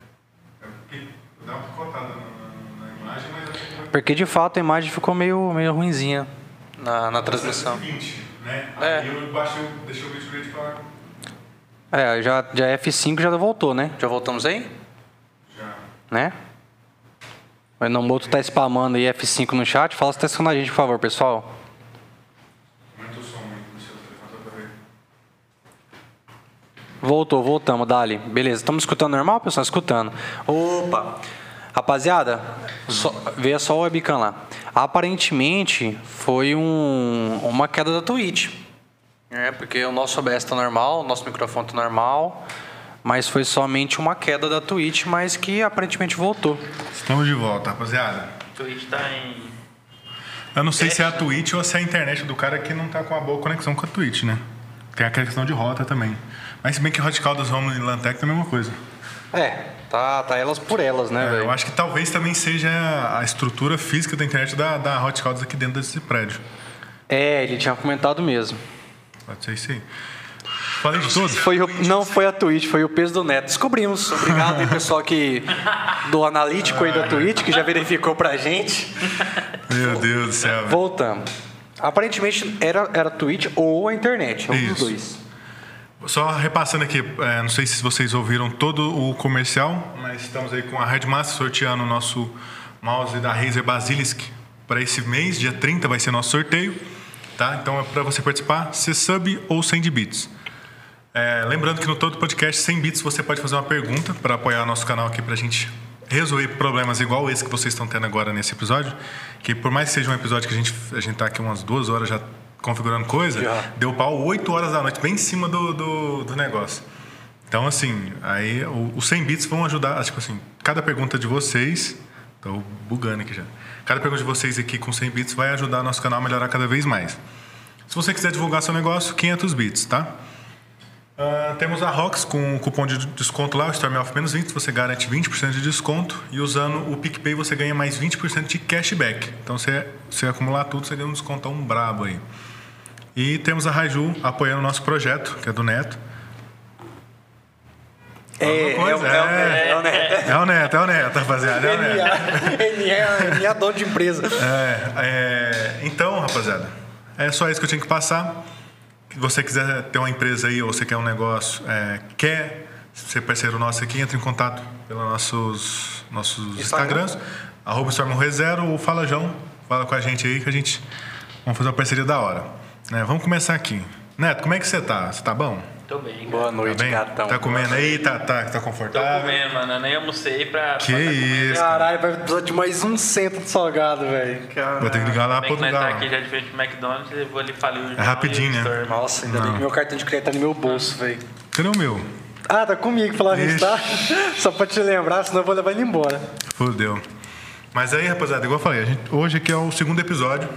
É porque de fato a imagem ficou meio, meio ruinzinha na, na transmissão. 120, né? É. Aí eu baixei, o- deixei o vídeo grande pra. É, já, já F5 já voltou, né? Já voltamos aí? Já. Né? O Enomoto tá spamando aí F5 no chat. Fala se tá escutando a gente, por favor, pessoal. Aumenta o som muito no seu telefone só pra ver. Voltou, voltamos, Dali. Beleza, estamos escutando normal, pessoal? Escutando. Opa! Rapaziada, só, veja só o webcam lá. Aparentemente foi um- uma queda da Twitch. É, porque o nosso OBS tá normal, o nosso microfone tá normal. Mas foi somente uma queda da Twitch, mas que aparentemente voltou. Estamos de volta, rapaziada. Twitch tá em. Eu não sei se é a Twitch ou se é a internet do cara que não tá com uma boa conexão com a Twitch, né? Tem a questão de rota também. Mas se bem que Hot Caldas, Romulo e Lantec é a mesma coisa. É, tá, tá elas por elas, né, É, velho? eu acho que talvez também seja a estrutura física da internet da, da Hot Caldas aqui dentro desse prédio. É, ele tinha comentado mesmo. Pode ser isso aí. Falei de todos? Foi o- não foi a Twitch, foi o peso do Neto. Descobrimos. Obrigado aí, pessoal que, do analítico aí da Twitch, que já verificou pra gente. Meu Deus do céu. velho. Voltamos. Aparentemente era, era a Twitch ou a internet, um dos Isso. dois. Só repassando aqui, é, não sei se vocês ouviram todo o comercial, mas estamos aí com a Redmaster sorteando o nosso mouse da Razer Basilisk para esse mês, dia 30 vai ser nosso sorteio, tá? Então é para você participar, ser sub ou 100 de bits. É, lembrando que no todo podcast 100 bits você pode fazer uma pergunta para apoiar nosso canal aqui para a gente resolver problemas igual esse que vocês estão tendo agora nesse episódio. Que por mais que seja um episódio que a gente a gente tá aqui umas duas horas já configurando coisa, Já. deu pau 8 horas da noite bem em cima do, do, do negócio. Então assim, aí o- os 100 bits vão ajudar, tipo assim, cada pergunta de vocês, tô bugando aqui já. Cada pergunta de vocês aqui com 100 bits vai ajudar nosso canal a melhorar cada vez mais. Se você quiser divulgar seu negócio, 500 bits, tá? Ah, temos a ROX com o cupom de desconto lá, o Storm Off menos 20, você garante 20% de desconto e usando o PicPay você ganha mais 20% de cashback. Então você, você acumular tudo, você ganha um descontão brabo aí. E temos a Raju apoiando o nosso projeto, que é do Neto. É, Alguma coisa, é. o Neto. É o Neto, é o Neto, rapaziada. É o Neto. Ele é, ele é dono de empresa. É, é, então, rapaziada, é só isso que eu tinha que passar. Se você quiser ter uma empresa aí ou você quer um negócio, é, quer ser parceiro nosso aqui, entre em contato pelos nossos, nossos Instagram. Instagrams, arroba StormRoe0 ou Fala João, fala com a gente aí que a gente vamos fazer uma parceria da hora. né? vamos começar aqui. Neto, como é que você tá? Você tá bom? Tô bem. Boa Tá noite, bem? gatão. Tá comendo aí? Tá, tá, tá Tô confortável? comendo, mano. Eu nem almocei pra. Que isso? Caralho, vai tá precisar de mais um cento de salgado, velho. Vou ter que ligar lá Bem pro outro que nós lugar. tá aqui já de frente pro McDonald's e vou ali falir o João rapidinho, e o né? Storm. Nossa, ainda bem que meu cartão de crédito tá no meu bolso, velho. Cadê o meu? Ah, tá comigo, falar isso, Ixi. tá? Só pra te lembrar, senão eu vou levar ele embora. Fudeu. Mas aí, rapaziada, igual eu falei, a gente- hoje aqui é o segundo episódio.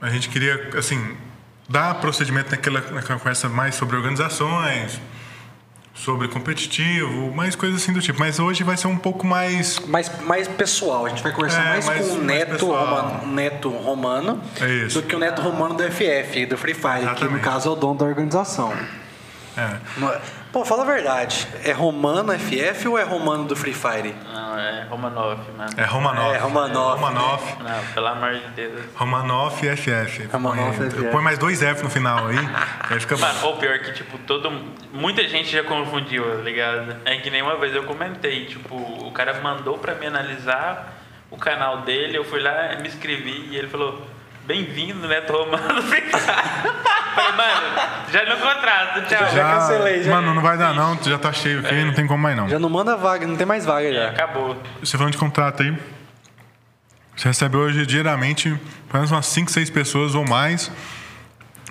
A gente queria, assim, dar procedimento naquela, naquela conversa mais sobre organizações, sobre competitivo, mais coisas assim do tipo. Mas hoje vai ser um pouco mais. mais, mais pessoal. A gente vai conversar É, mais, mais- com o mais neto, pessoal. romano, neto romano É isso. do que o neto romano do FF, do Free Fire, que no Exatamente. caso é o dono da organização. É, Não é- Pô, fala a verdade. É romano FF ou é romano do Free Fire? Não, é Romanov, mano. é Romanov. É, né? Romanov, Romanov. Não, pelo amor de Deus. Romanov FF. Romanov Põe- FF. Põe mais dois F no final aí, aí fica bom. Mano, ou pior que, tipo, todo. Muita gente já confundiu, tá ligado? É que nenhuma vez eu comentei. Tipo, o cara mandou pra me analisar o canal dele, eu fui lá, me inscrevi e ele falou. Bem-vindo, Neto Romano. Falei, mano, já no contrato, tchau. Já cancelei, já. É. Mano, não vai dar não, já tá cheio aqui, não tem como mais não. Já não manda vaga, não tem mais vaga já. Acabou. Você falando de contrato aí, você recebe hoje diariamente pelo menos umas 5, 6 pessoas ou mais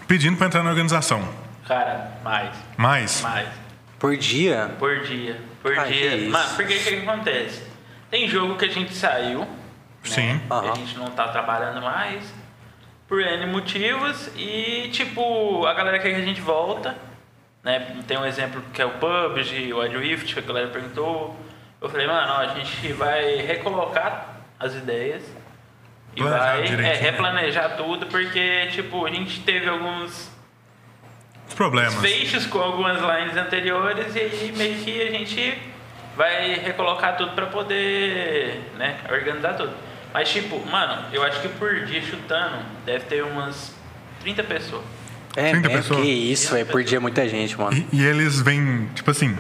pedindo para entrar na organização. Cara, mais, Mais, mais. Por dia? Por dia, por Ah, que dia. isso. Mano, porque que que acontece? Tem jogo que a gente saiu. né? Sim. Que Aham. a gente não tá trabalhando mais. Por N motivos. E, tipo, a galera quer que a gente volta. Né? Tem um exemplo que é o PUBG, o Adrift, que a galera perguntou. Eu falei, mano, ó, a gente vai recolocar as ideias. E Planejar vai direitinho, é, né? replanejar tudo, porque, tipo, a gente teve alguns os problemas. feixes com algumas lines anteriores e aí meio que a gente vai recolocar tudo pra poder, né, organizar tudo. Mas tipo, mano, eu acho que por dia chutando, deve ter umas 30 pessoas. É, 30 mesmo? pessoas. que isso, velho. Por dia é muita gente, mano. E, e eles vêm, tipo assim,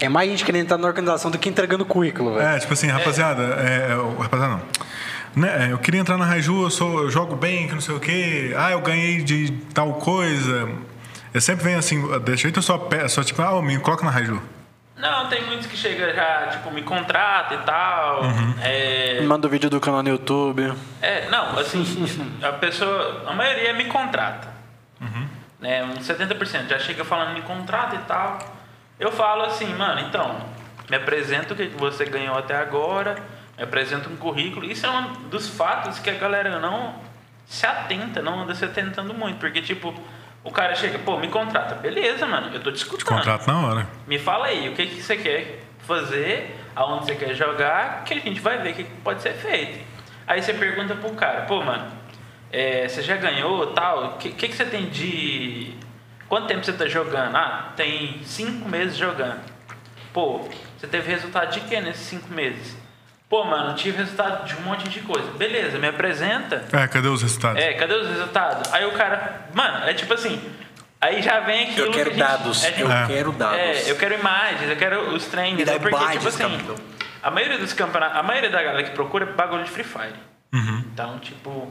É mais gente querendo entrar na organização do que entregando currículo, velho. É, tipo assim, rapaziada, é, o- rapaziada não. Né, é, eu queria entrar na Raiju, eu, sou, eu jogo bem, que não sei o quê. Ah, eu ganhei de tal coisa. Eu sempre venho assim, desse jeito eu só, pe- só tipo, ah, me coloca na Raiju. Não, tem muitos que chegam já, tipo, me contrata e tal. É, Manda o vídeo do canal no YouTube. é, não, assim, a pessoa, a maioria me contrata. Né, uns 70% já chega falando me contrata e tal. Eu falo assim, mano, então, me apresenta o que que você ganhou até agora, me apresenta um currículo. Isso é um dos fatos que a galera não se atenta, não anda se atentando muito, porque tipo, o cara chega, pô, me contrata. Beleza, mano, eu tô discutindo. Contrato na hora. Me fala aí, o que, que você quer fazer, aonde você quer jogar, que a gente vai ver o que, que pode ser feito. Aí você pergunta pro cara, pô, mano, é, você já ganhou tal? O que, que, que você tem de. Quanto tempo você tá jogando? Ah, tem cinco meses jogando. Pô, você teve resultado de quê nesses cinco meses? Pô, mano, eu tive resultado de um monte de coisa. Beleza, me apresenta. É, cadê os resultados? É, cadê os resultados? Aí o cara, mano, é tipo assim, aí já vem aquilo Eu quero que a gente- dados. é tipo- Eu É. quero dados. é, eu quero imagens, eu quero os treinos. Me dá né? Porque, imagens, tipo assim, capitão. a maioria dos campeonatos, a maioria da galera que procura é bagulho de Free Fire. Uhum. Então, tipo,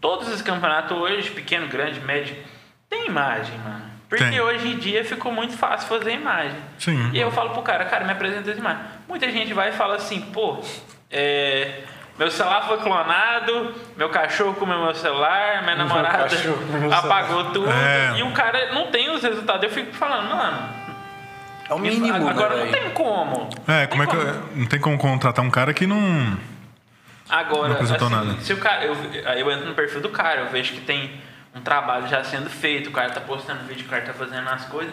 todos os campeonatos hoje, pequeno, grande, médio, tem imagem, mano. Porque Tem. hoje em dia ficou muito fácil fazer imagem. Sim. E eu falo pro cara, cara, me apresenta as imagens. Muita gente vai e fala assim, pô, é, meu celular foi clonado, meu cachorro comeu meu celular, minha namorada cachorro comeu meu apagou tudo. É. E o cara não tem os resultados. Eu fico falando, mano, um É o mínimo, né, Agora não velho? tem como. É, como é que. eu- Não tem como contratar um cara que não. Agora, Não apresentou assim, nada. se o cara. Eu, aí eu entro no perfil do cara, eu vejo que tem um trabalho já sendo feito, o cara tá postando vídeo, o cara tá fazendo as coisas.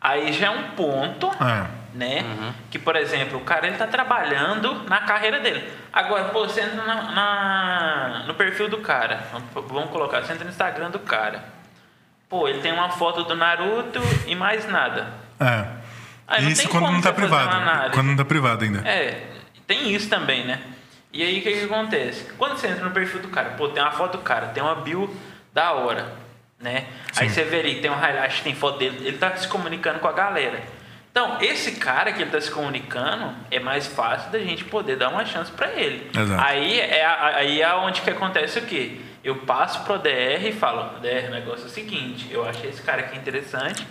Aí já é um ponto, É. né? Uhum. Que, por exemplo, o cara ele tá trabalhando na carreira dele. Agora, pô, você entra na, na- no perfil do cara. Vamos vamos colocar, você entra no Instagram do cara. Pô, ele tem uma foto do Naruto e mais nada. É. Ah, não Isso tem quando como não tá você fazer uma privado. análise. Quando não tá privado ainda. É, tem isso também, né? E aí o que, que acontece? Quando você entra no perfil do cara, pô, tem uma foto do cara, tem uma bio da hora, né? Aí você vê ali, tem um highlight, tem foto dele, ele tá se comunicando com a galera. Então, esse cara que ele tá se comunicando, é mais fácil da gente poder dar uma chance pra ele. Exato. Aí é, a- aí é onde que acontece o quê? Eu passo pro DR e falo, DR, o negócio é o seguinte, eu achei esse cara aqui interessante,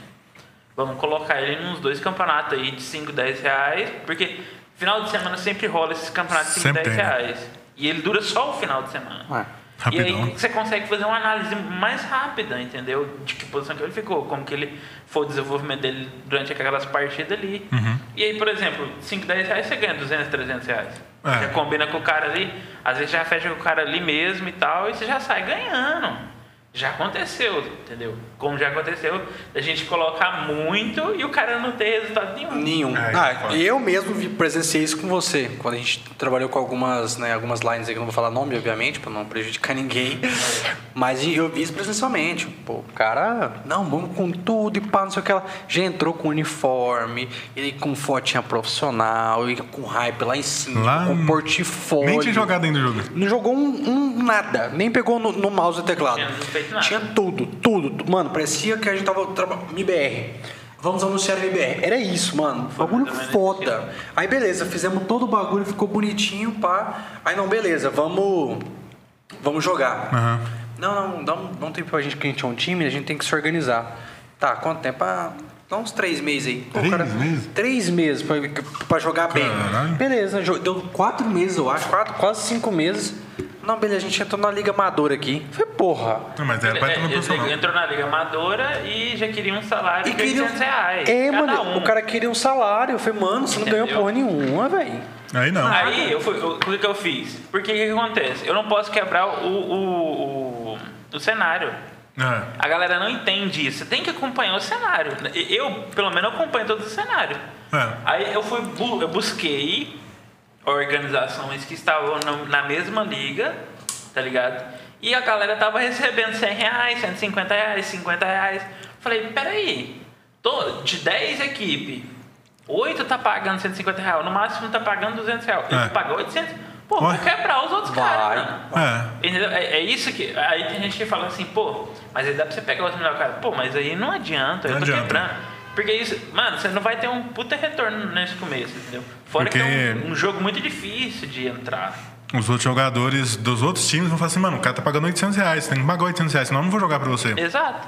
Vamos colocar ele nos dois campeonatos aí de 5, 10 reais, porque final de semana sempre rola esses campeonatos de 5, Sempre 10 tem, né? reais. E ele dura só o final de semana. Ué, e aí rapidão. você consegue fazer uma análise mais rápida, entendeu? De que posição que ele ficou, como que ele foi o desenvolvimento dele durante aquelas partidas ali. Uhum. E aí, por exemplo, 5, 10 reais você ganha 200, 300 reais. É. Já combina com o cara ali, às vezes já fecha com o cara ali mesmo e tal, e você já sai ganhando. Já aconteceu, entendeu? Como já aconteceu, a gente colocar muito e o cara não ter resultado nenhum. Nenhum. É, Ah, concordo. eu mesmo vi- presenciei isso com você, quando a gente trabalhou com algumas, né, algumas lines aí, que eu não vou falar nome, obviamente, pra não prejudicar ninguém. Mas eu vi isso presencialmente. Pô, o cara, não, vamos com tudo e pá, não sei o que lá. Já entrou com uniforme, ele com fotinha profissional, ele com hype lá em cima, Lá com no- portfólio. Nem tinha jogado ainda o jogo. Não jogou um, um nada, nem pegou no, no mouse e teclado. Não tinha um feito nada. Tinha tudo, tudo. tu- Mano, parecia que a gente tava trabalhando. MBR. Vamos anunciar o MBR. Era isso, mano. Bagulho mais ou menos foda. Aí beleza, fizemos todo o bagulho, ficou bonitinho, pá. Aí não, beleza, vamos. Vamos jogar. Aham. Não, não, dá um, dá um tempo pra gente que a gente é um time, a gente tem que se organizar. Tá, quanto tempo? Ah, dá uns três meses aí. Pô, Três meses? Três meses pra, pra jogar bem. Caralho. Beleza, jo- deu quatro meses, eu acho, quatro, quase cinco meses. Não, beleza, a gente entrou na liga amadora aqui. Foi porra. Não, mas era pra É, entrar no ele profissional. entrou na liga amadora e já queria um salário de queria- 800 reais. É, cada mano, um. o cara queria um salário. Eu falei, mano, você não ganhou Entendeu? porra nenhuma, velho. Aí não. Aí, eu fui, eu- o que que eu fiz? Porque o que que acontece? Eu não posso quebrar o, o, o, o cenário. É. A galera não entende isso. Você tem que acompanhar o cenário. Eu, pelo menos, acompanho todo o cenário. É. Aí eu fui, bu- eu busquei organizações que estavam no- na mesma liga, tá ligado? E a galera tava recebendo 100 reais, 150 reais, 50 reais. Falei, peraí, tô de 10 equipes, 8 tá pagando 150 reais, no máximo tá pagando 200 reais. Ele É. vai pagar 800, pô, Ué. vai quebrar os outros Vai. caras, mano. É. Entendeu? É, é isso que. Aí tem gente que fala assim, pô, mas aí dá pra você pegar outro melhor cara. Pô, mas aí não adianta, eu Não tô adianta. quebrando. Porque isso. Mano, você não vai ter um puta retorno nesse começo, entendeu? Fora que é Porque- um, um jogo muito difícil de entrar. Os outros jogadores dos outros times vão falar assim, mano, o cara tá pagando 800 reais, tem que pagar 800 reais, senão eu não vou jogar pra você. Exato.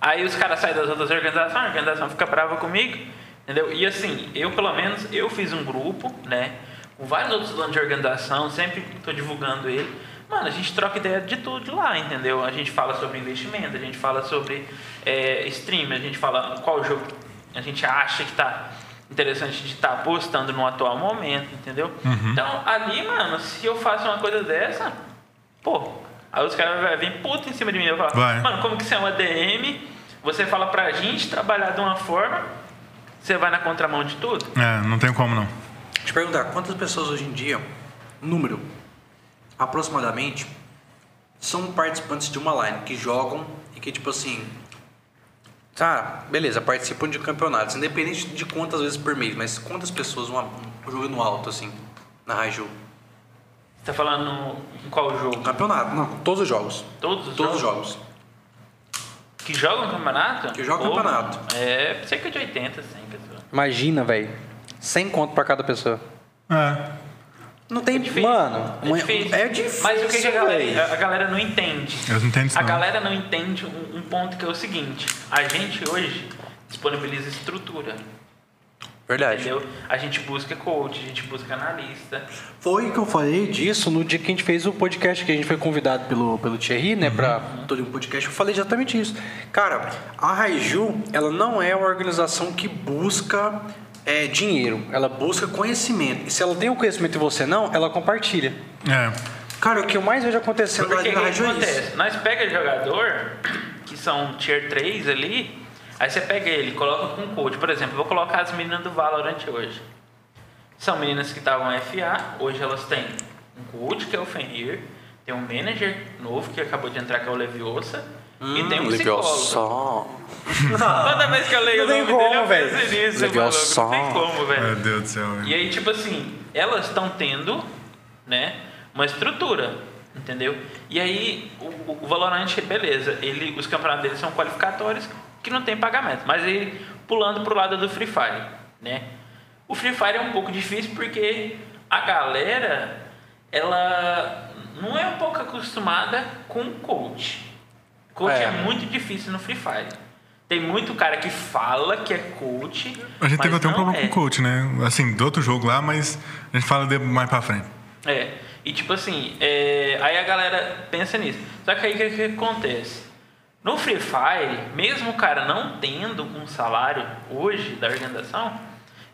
Aí os caras saem das outras organizações, a organização fica brava comigo, entendeu? E assim, eu pelo menos, eu fiz um grupo, né? Com vários outros donos de organização, sempre tô divulgando ele. Mano, a gente troca ideia de tudo lá, entendeu? A gente fala sobre investimento, a gente fala sobre é, stream, a gente fala qual jogo a gente acha que tá interessante de estar postando no atual momento, entendeu? Então, ali, mano, se eu faço uma coisa dessa, pô, aí os caras vão vir puto em cima de mim. Eu falo, Vai. mano, como que você é um ADM? Você fala pra gente trabalhar de uma forma, você vai na contramão de tudo? É, não tem como não. Te perguntar, quantas pessoas hoje em dia, número, aproximadamente, são participantes de uma line que jogam e que, tipo assim. Tá, beleza, participam de campeonatos, independente de quantas vezes por mês, mas quantas pessoas uma, um jogo no alto, assim, na Raiju? Um Você tá falando em qual jogo? Campeonato, não, todos os jogos. Todos os Todos os jogos? jogos. Que jogam campeonato? Que jogam Pô, campeonato. É, cerca de 80, 100 pessoas. Imagina, velho. 100 conto pra cada pessoa. É. Não tem. É difícil. Mano, é difícil. é difícil, Mas o que, que a, véi. galera, é? a galera não entende? Eles não entendem isso, A não. galera não entende um, um ponto que é o seguinte: a gente hoje disponibiliza estrutura, Verdade. entendeu? A gente busca coach, a gente busca analista. Foi que eu falei disso no dia que a gente fez o podcast, que a gente foi convidado pelo, pelo Thierry, né, pra todo um podcast. Eu falei exatamente isso. Cara, a Raiju, ela não é uma organização que busca é, dinheiro. Ela busca conhecimento. E se ela tem o conhecimento e você não, ela compartilha. É. Cara, o que eu mais vejo acontecendo lá Porque o na que Raiju é isso. acontece? Nós pega jogador que são tier 3 ali, aí você pega ele, coloca com um coach. Por exemplo, vou colocar as meninas do Valorant hoje. São meninas que estavam FA, hoje elas têm um coach, que é o Fenrir, tem um manager novo que acabou de entrar, que é o Leviosa, e Hum. tem um psicólogo. Leviosa. Toda vez que eu leio Não o tem nome como, dele, eu velho. penso nisso, Leviosa. maluco. Não tem como, velho. Meu Deus do céu. velho. É. E aí, tipo assim, elas estão tendo, né, uma estrutura, entendeu? E aí, o, o Valorant, beleza, ele, os campeonatos deles são qualificatórios que não tem pagamento. Mas aí, pulando pro lado do Free Fire, né? O Free Fire é um pouco difícil porque a galera, ela não é um pouco acostumada com coach. Coach É. é muito difícil no Free Fire. Tem muito cara que fala que é coach. A gente teve mas até um não problema com é. o coach, né? Assim, do outro jogo lá, mas a gente fala de mais pra frente. É. E tipo assim, é, aí a galera pensa nisso. Só que aí o que, que acontece? No Free Fire, mesmo o cara não tendo um salário hoje da organização,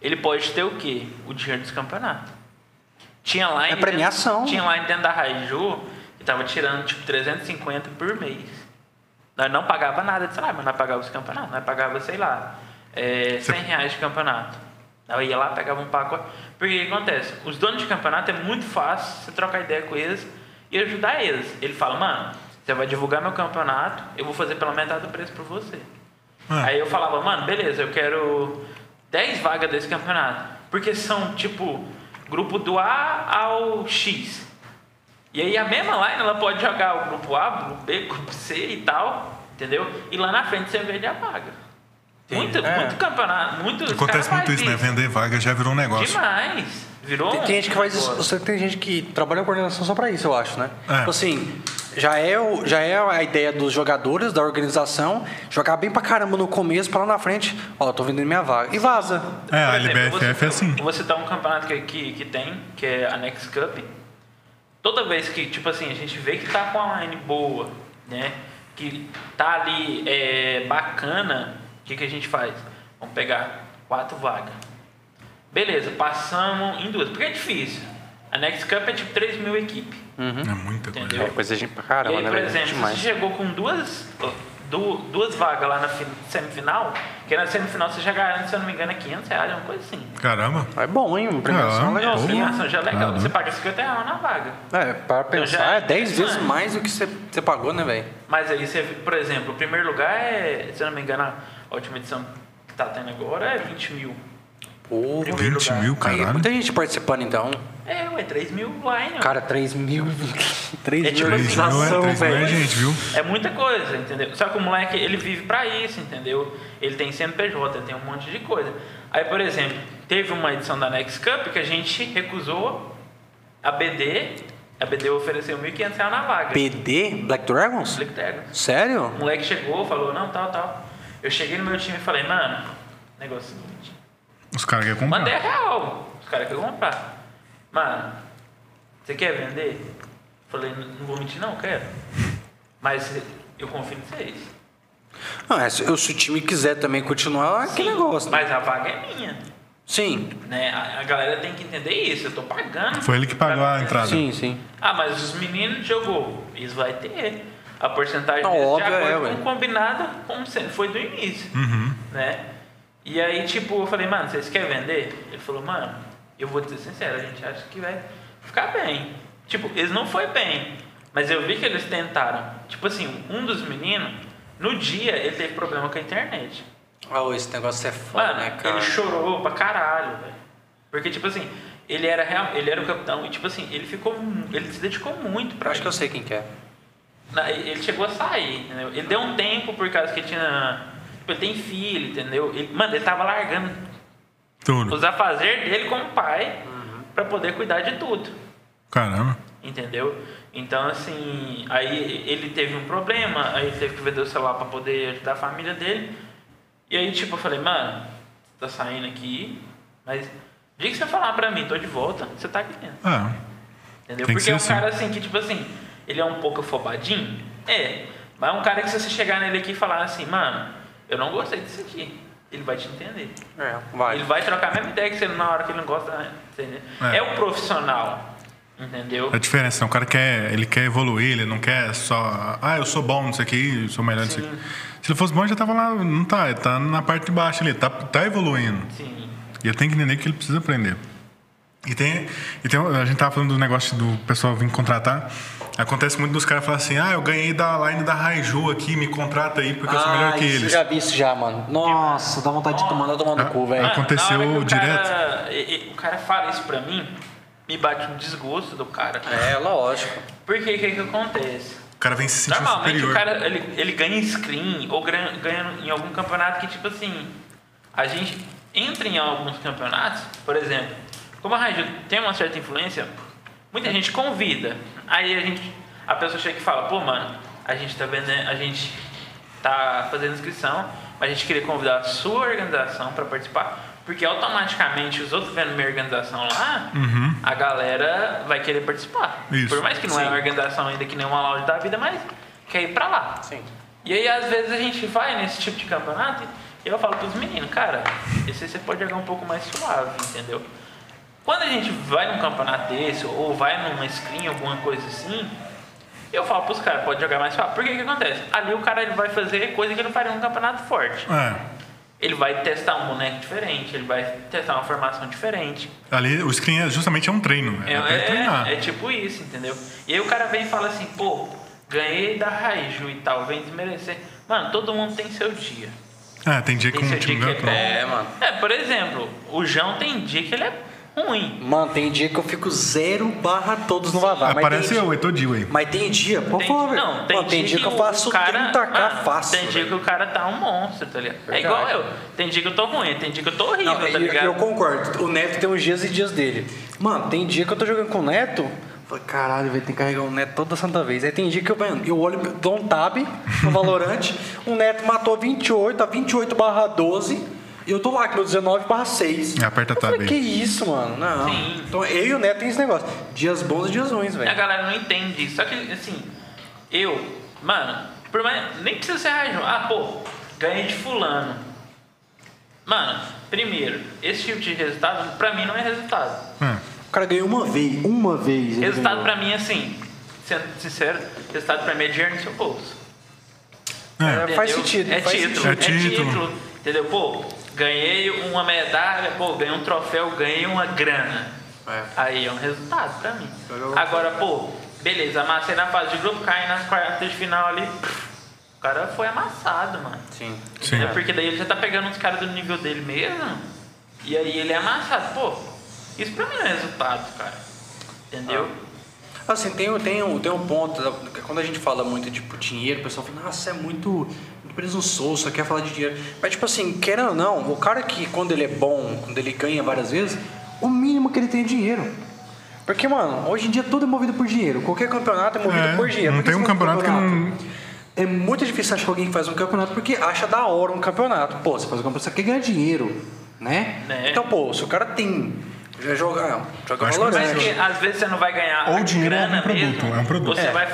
ele pode ter o quê? O dinheiro dos campeonatos. Tinha lá É premiação. Tinha lá dentro da Raiju que tava tirando tipo 350 por mês. Nós não pagava nada de salário, mas nós pagava os campeonatos. Nós pagava, sei lá, é, 100 reais de campeonato. Aí ia lá, pegava um pacote. Porque o que acontece? Os donos de campeonato é muito fácil você trocar ideia com eles e ajudar eles. Ele fala, mano, você vai divulgar meu campeonato, eu vou fazer pela metade do preço por você. Ah. Aí eu falava, mano, beleza, eu quero 10 vagas desse campeonato. Porque são, tipo, grupo do A ao X. E aí a mesma line ela pode jogar o grupo A, grupo B, grupo C e tal, entendeu? E lá na frente você vende a vaga. Muito, É. muito campeonato, muito. os Acontece caras muito faz isso, né? Vender vaga já virou um negócio. Demais. Virou Tem, um tem gente que faz isso, negócio. você tem gente que trabalha com coordenação só pra isso, eu acho, né? É. Tipo assim, já é, o- já é a ideia dos jogadores, da organização, jogar bem pra caramba no começo, pra lá na frente, ó, tô vendendo minha vaga. E vaza. É, Por a exemplo, eu vou LBFF é citar- assim. Eu vou citar um campeonato que, que, que tem, que é a Next Cup. Toda vez que, tipo assim, a gente vê que tá com a line boa, né? Que tá ali é, bacana, o que, que a gente faz? Vamos pegar quatro vagas. Beleza, passamos em duas, porque é difícil. A Next Cup é tipo 3 mil equipes. É muita coisa. Uhum. Entendeu? É coisa de pra caramba, e aí, né? por velho? exemplo, se você Demais. chegou com duas, ó, du- duas vagas lá na fin- semifinal, que na semifinal você já garante, se eu não me engano, é 500 reais, uma coisa assim. Caramba. É bom, hein? Uma Ah, premiação É, a Porra. legalzinha. premiação já é legal. Tá Você doido. paga 50 reais na vaga. É, pra já pensar, é é 10 vezes interessante. mais do que você você pagou, né, velho? Mas aí você, por exemplo, o primeiro lugar é, se eu não me engano, a última edição que tá tendo agora é 20 mil. Pô, Primeiro 20 lugar. mil, aí é caralho. muita gente participando então. É, ué, 3 mil lá, né? Cara, 3 mil. 3 É tipo um, mil Três mil é- organização, três mil é velho. gente, viu? É muita coisa, entendeu? Só que o moleque, ele vive pra isso, entendeu? Ele tem CNPJ, ele tem um monte de coisa. Aí, por exemplo, teve uma edição da Next Cup que a gente recusou a BD. A BD ofereceu 1.500 reais na vaga. PD? Black Dragons? Slick Dragons. Sério? O moleque chegou, falou, não, tal, tal. Eu cheguei no meu time e falei, mano, negócio é o seguinte. Os caras querem comprar. Mandei a real. Os caras querem comprar. Mano, você quer vender? Falei, "Não- não vou mentir não, quero. Mas eu confio em vocês. Não, é, se, se o time quiser também continuar, é que negócio. né? Mas a vaga é minha. Sim, Né? A, a galera tem que entender isso. Eu tô pagando. Foi ele que pagou a entrada. sim, sim. Ah, mas os meninos jogou. Isso vai ter. A porcentagem Não, deles óbvio, de é, acordo ué. com o combinado, como sempre foi do início. Né? E aí, tipo, eu falei, mano, vocês querem vender? Ele falou, mano, eu vou te ser sincero, a gente acha que vai ficar bem. Tipo, eles não foi bem. Mas eu vi que eles tentaram. Tipo assim, um dos meninos, no dia, ele teve problema com a internet. Oh, esse negócio é foda, Mano, né, cara? ele chorou pra caralho, velho. Porque, tipo assim, ele era real, ele era o capitão e, tipo assim, ele ficou. mu- Ele se dedicou muito pra Acho que eu sei quem que é. na- Ele chegou a sair, entendeu? Ele deu um tempo por causa que ele tinha. tipo, ele tem filho, entendeu? Ele, mano, ele tava largando Tudo. os afazer dele como pai pra poder cuidar de tudo, Caramba. entendeu? Então, assim, aí ele teve um problema, aí ele teve que vender o celular pra poder ajudar a família dele. E aí, tipo, eu falei, mano, você tá saindo aqui, mas. O dia que você falar pra mim, tô de volta, você tá aqui dentro. Ah, Entendeu? Tem que Porque ser é um assim. cara assim que, tipo assim, ele é um pouco afobadinho? É. Mas é um cara que se você chegar nele aqui e falar assim, mano, eu não gostei disso aqui. Ele vai te entender. É, vai. Ele vai trocar a mesma ideia que você na hora que ele não gosta. né? Entendeu? É. É, um profissional. Entendeu? a diferença, né? o cara quer, ele quer evoluir, ele não quer só, ah, eu sou bom nisso aqui, eu sou melhor nisso aqui. Se ele fosse bom, ele já tava lá, não tá, ele tá na parte de baixo ali, tá, tá evoluindo. Sim. E ele tem que entender que ele precisa aprender. E tem, e tem, a gente tava falando do negócio do pessoal vir contratar. Acontece muito dos caras falar assim: ah, eu ganhei da line da Raiju aqui, me contrata aí porque eu sou melhor que Ah, isso, eles. já vi isso já, mano. Nossa, dá vontade de tomar, dá tomar no Ah, cu, velho. ah. Aconteceu na hora que o cara- direto? e- e- o cara fala isso pra mim, me bate um desgosto do cara. É, lógico. Porque o que que acontece? O cara vem se sentindo né, Normalmente superior. o cara ele, ele ganha em screen ou gran- ganha em algum campeonato que, tipo assim, a gente entra em alguns campeonatos, por exemplo, como a Rádio tem uma certa influência, muita gente convida. Aí a gente. A pessoa chega e fala, pô mano, a gente tá vendendo. A gente tá fazendo inscrição, mas a gente queria convidar a sua organização para participar. Porque automaticamente os outros vendo minha organização lá, a galera vai querer participar. Uhum. Isso. Por mais que não é Sim. uma organização ainda que nem uma loja da vida, mas quer ir pra lá. Sim. E aí, às vezes, a gente vai nesse tipo de campeonato e eu falo pros meninos, cara, esse aí você pode jogar um pouco mais suave, entendeu? Quando a gente vai num campeonato desse, ou vai numa screen, alguma coisa assim, eu falo pros caras, pode jogar mais suave. Por que que acontece? Ali o cara ele vai fazer coisa que ele não faria num campeonato forte. É, Ele vai testar um boneco diferente, ele vai testar uma formação diferente. ali o screen é, justamente é um treino. É, É, pra treinar. é, é tipo isso, entendeu? E aí o cara vem e fala assim, pô, ganhei da Raiju e tal, vem desmerecer. Mano, todo mundo tem seu dia. Ah, tem dia que Tem um seu dia time que ganha é outro não. É, mano. É, por exemplo, o João tem dia que ele é ruim. Mano, tem dia que eu fico zero barra todos no Vavá. mas Aparece tem eu, dia- Etodio aí. Mas tem dia, por Tem- favor. não, tem, Mano, dia, que eu faço o cara, 30k mano, fácil. Tem dia que o cara tá um monstro, tá ligado? É Verdade. igual eu. Tem dia que eu tô ruim, tem dia que eu tô horrível, Não, tá eu, ligado? eu concordo. O Neto tem uns dias e dias dele. Mano, tem dia que eu tô jogando com o Neto. falo, Caralho, velho, tem que carregar o Neto toda santa vez. Aí tem dia que eu, mano, eu olho, dou um tab no Valorante, o Neto matou 28, a 28 barra 12, e eu tô lá com meu 19 barra 6. Aperta Eu falei, tab aí. Que isso, mano? Não. Sim. É. Então eu e o Neto tem esse negócio. Dias bons e dias ruins, A velho. galera não entende isso. Só que, assim, eu, mano, por mais, nem precisa ser Raiju. Ah, pô, ganhei de fulano. Mano, primeiro, esse tipo de resultado, pra mim, não é resultado. É. O cara ganhou uma vez, uma vez. ele Resultado ganhou. pra mim, assim, sendo sincero, resultado pra mim é dinheiro no seu bolso. É. É, faz Entendeu? sentido, É faz título, sentido. é É título. título. Entendeu? Pô, ganhei uma medalha, pô, ganhei um troféu, ganhei uma grana. É. Aí é um resultado pra mim. Olha o- Agora, pô, beleza, amassei na fase de grupo, caí nas quartas de final ali. O cara foi amassado, mano. Sim. Sim. É porque daí ele já tá pegando uns caras do nível dele mesmo. E aí ele é amassado. Pô, isso pra mim não é resultado, cara. Entendeu? Assim, tem, um- tem, um, tem um ponto, da- quando a gente fala muito de tipo, dinheiro, o pessoal fala, nossa, é muito, muito presunçoso, só quer falar de dinheiro. Mas, tipo assim, querendo ou não, o cara que, quando ele é bom, quando ele ganha várias vezes, o mínimo que ele tem é dinheiro. Porque, mano, hoje em dia tudo é movido por dinheiro. Qualquer campeonato é movido É, por dinheiro. não Por que tem um você faz campeonato que não- É muito difícil achar alguém que faz um campeonato porque acha da hora um campeonato. Pô, você faz um campeonato, você quer ganhar dinheiro, né? Né. Então, pô, se o cara tem... Já joga, joga Acho que não Mas Valorant. né? que, às vezes você não vai ganhar Ou a dinheiro é um grana produto, mesmo, é um produto. Você É. vai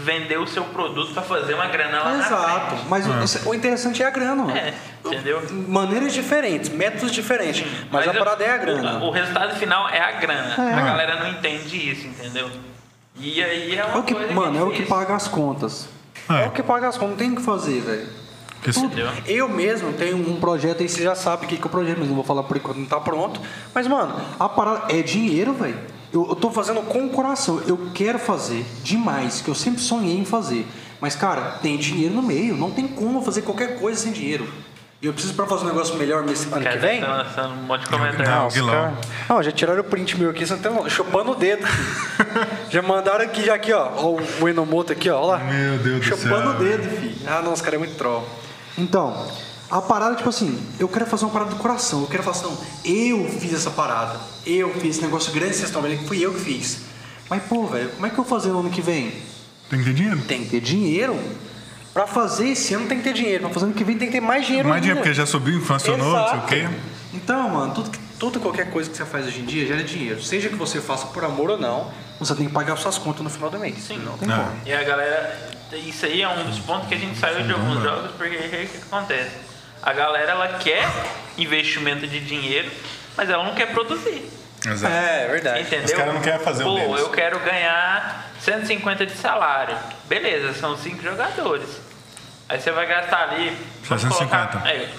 vender o seu produto pra fazer uma grana lá na Exato, frente. mas o- isso- o interessante é a grana, mano. É, entendeu? Maneiras diferentes, métodos diferentes, mas, a eu- parada é a grana. O, o resultado final é a grana. É. A galera não entende isso, entendeu? E aí é uma É o que, coisa mano, é o que difícil. paga as contas. É. É, o que paga as contas, não tem o que fazer, velho. Porque se- Entendeu? Eu mesmo tenho um projeto aí, você já sabe o que, que é o projeto, mas não vou falar por enquanto, não tá pronto. Mas, mano, a parada é dinheiro, velho. Eu, eu tô fazendo com o coração, eu quero fazer demais, que eu sempre sonhei em fazer. Mas, cara, tem dinheiro no meio, não tem como fazer qualquer coisa sem dinheiro. E eu preciso pra fazer um negócio melhor nesse ano que Cara, vem. tá lançando um monte de Não, comentário. Os Guilão. cara- Não, já tiraram o print meu aqui, você não tá chupando o dedo. filho. já mandaram aqui, já aqui, ó. Ó o Enomoto aqui, ó. ó lá. É. Meu Deus do céu. Chupando o dedo, filho. Ah, não, os caras é muito troll. Então, a parada, tipo assim, eu quero fazer uma parada do coração. Eu quero falar assim, não, eu fiz essa parada. Eu fiz esse negócio grande, vocês estão vendo que fui eu que fiz. Mas, pô, velho, como é que eu vou fazer no ano que vem? Tem que ter dinheiro. Tem que ter dinheiro. Pra fazer esse ano tem que ter dinheiro. Pra fazer ano que vem tem que ter mais dinheiro Mais ainda. dinheiro, porque já subiu, inflacionou, não Exato. sei o quê. Então, mano, tudo, que- toda qualquer coisa que você faz hoje em dia gera dinheiro. Seja que você faça por amor ou não, você tem que pagar suas contas no final do mês. Sim. Não tem É. como. E a galera, isso aí é um dos pontos que a gente saiu de alguns jogos, porque aí o que acontece? A galera ela quer investimento de dinheiro, mas ela não quer produzir. Exato. é verdade. Entendeu? Os caras não querem fazer o Pô, deles. eu quero ganhar 150 de salário. Beleza, são cinco jogadores. Aí você vai gastar ali. vamos 650. colocar- é,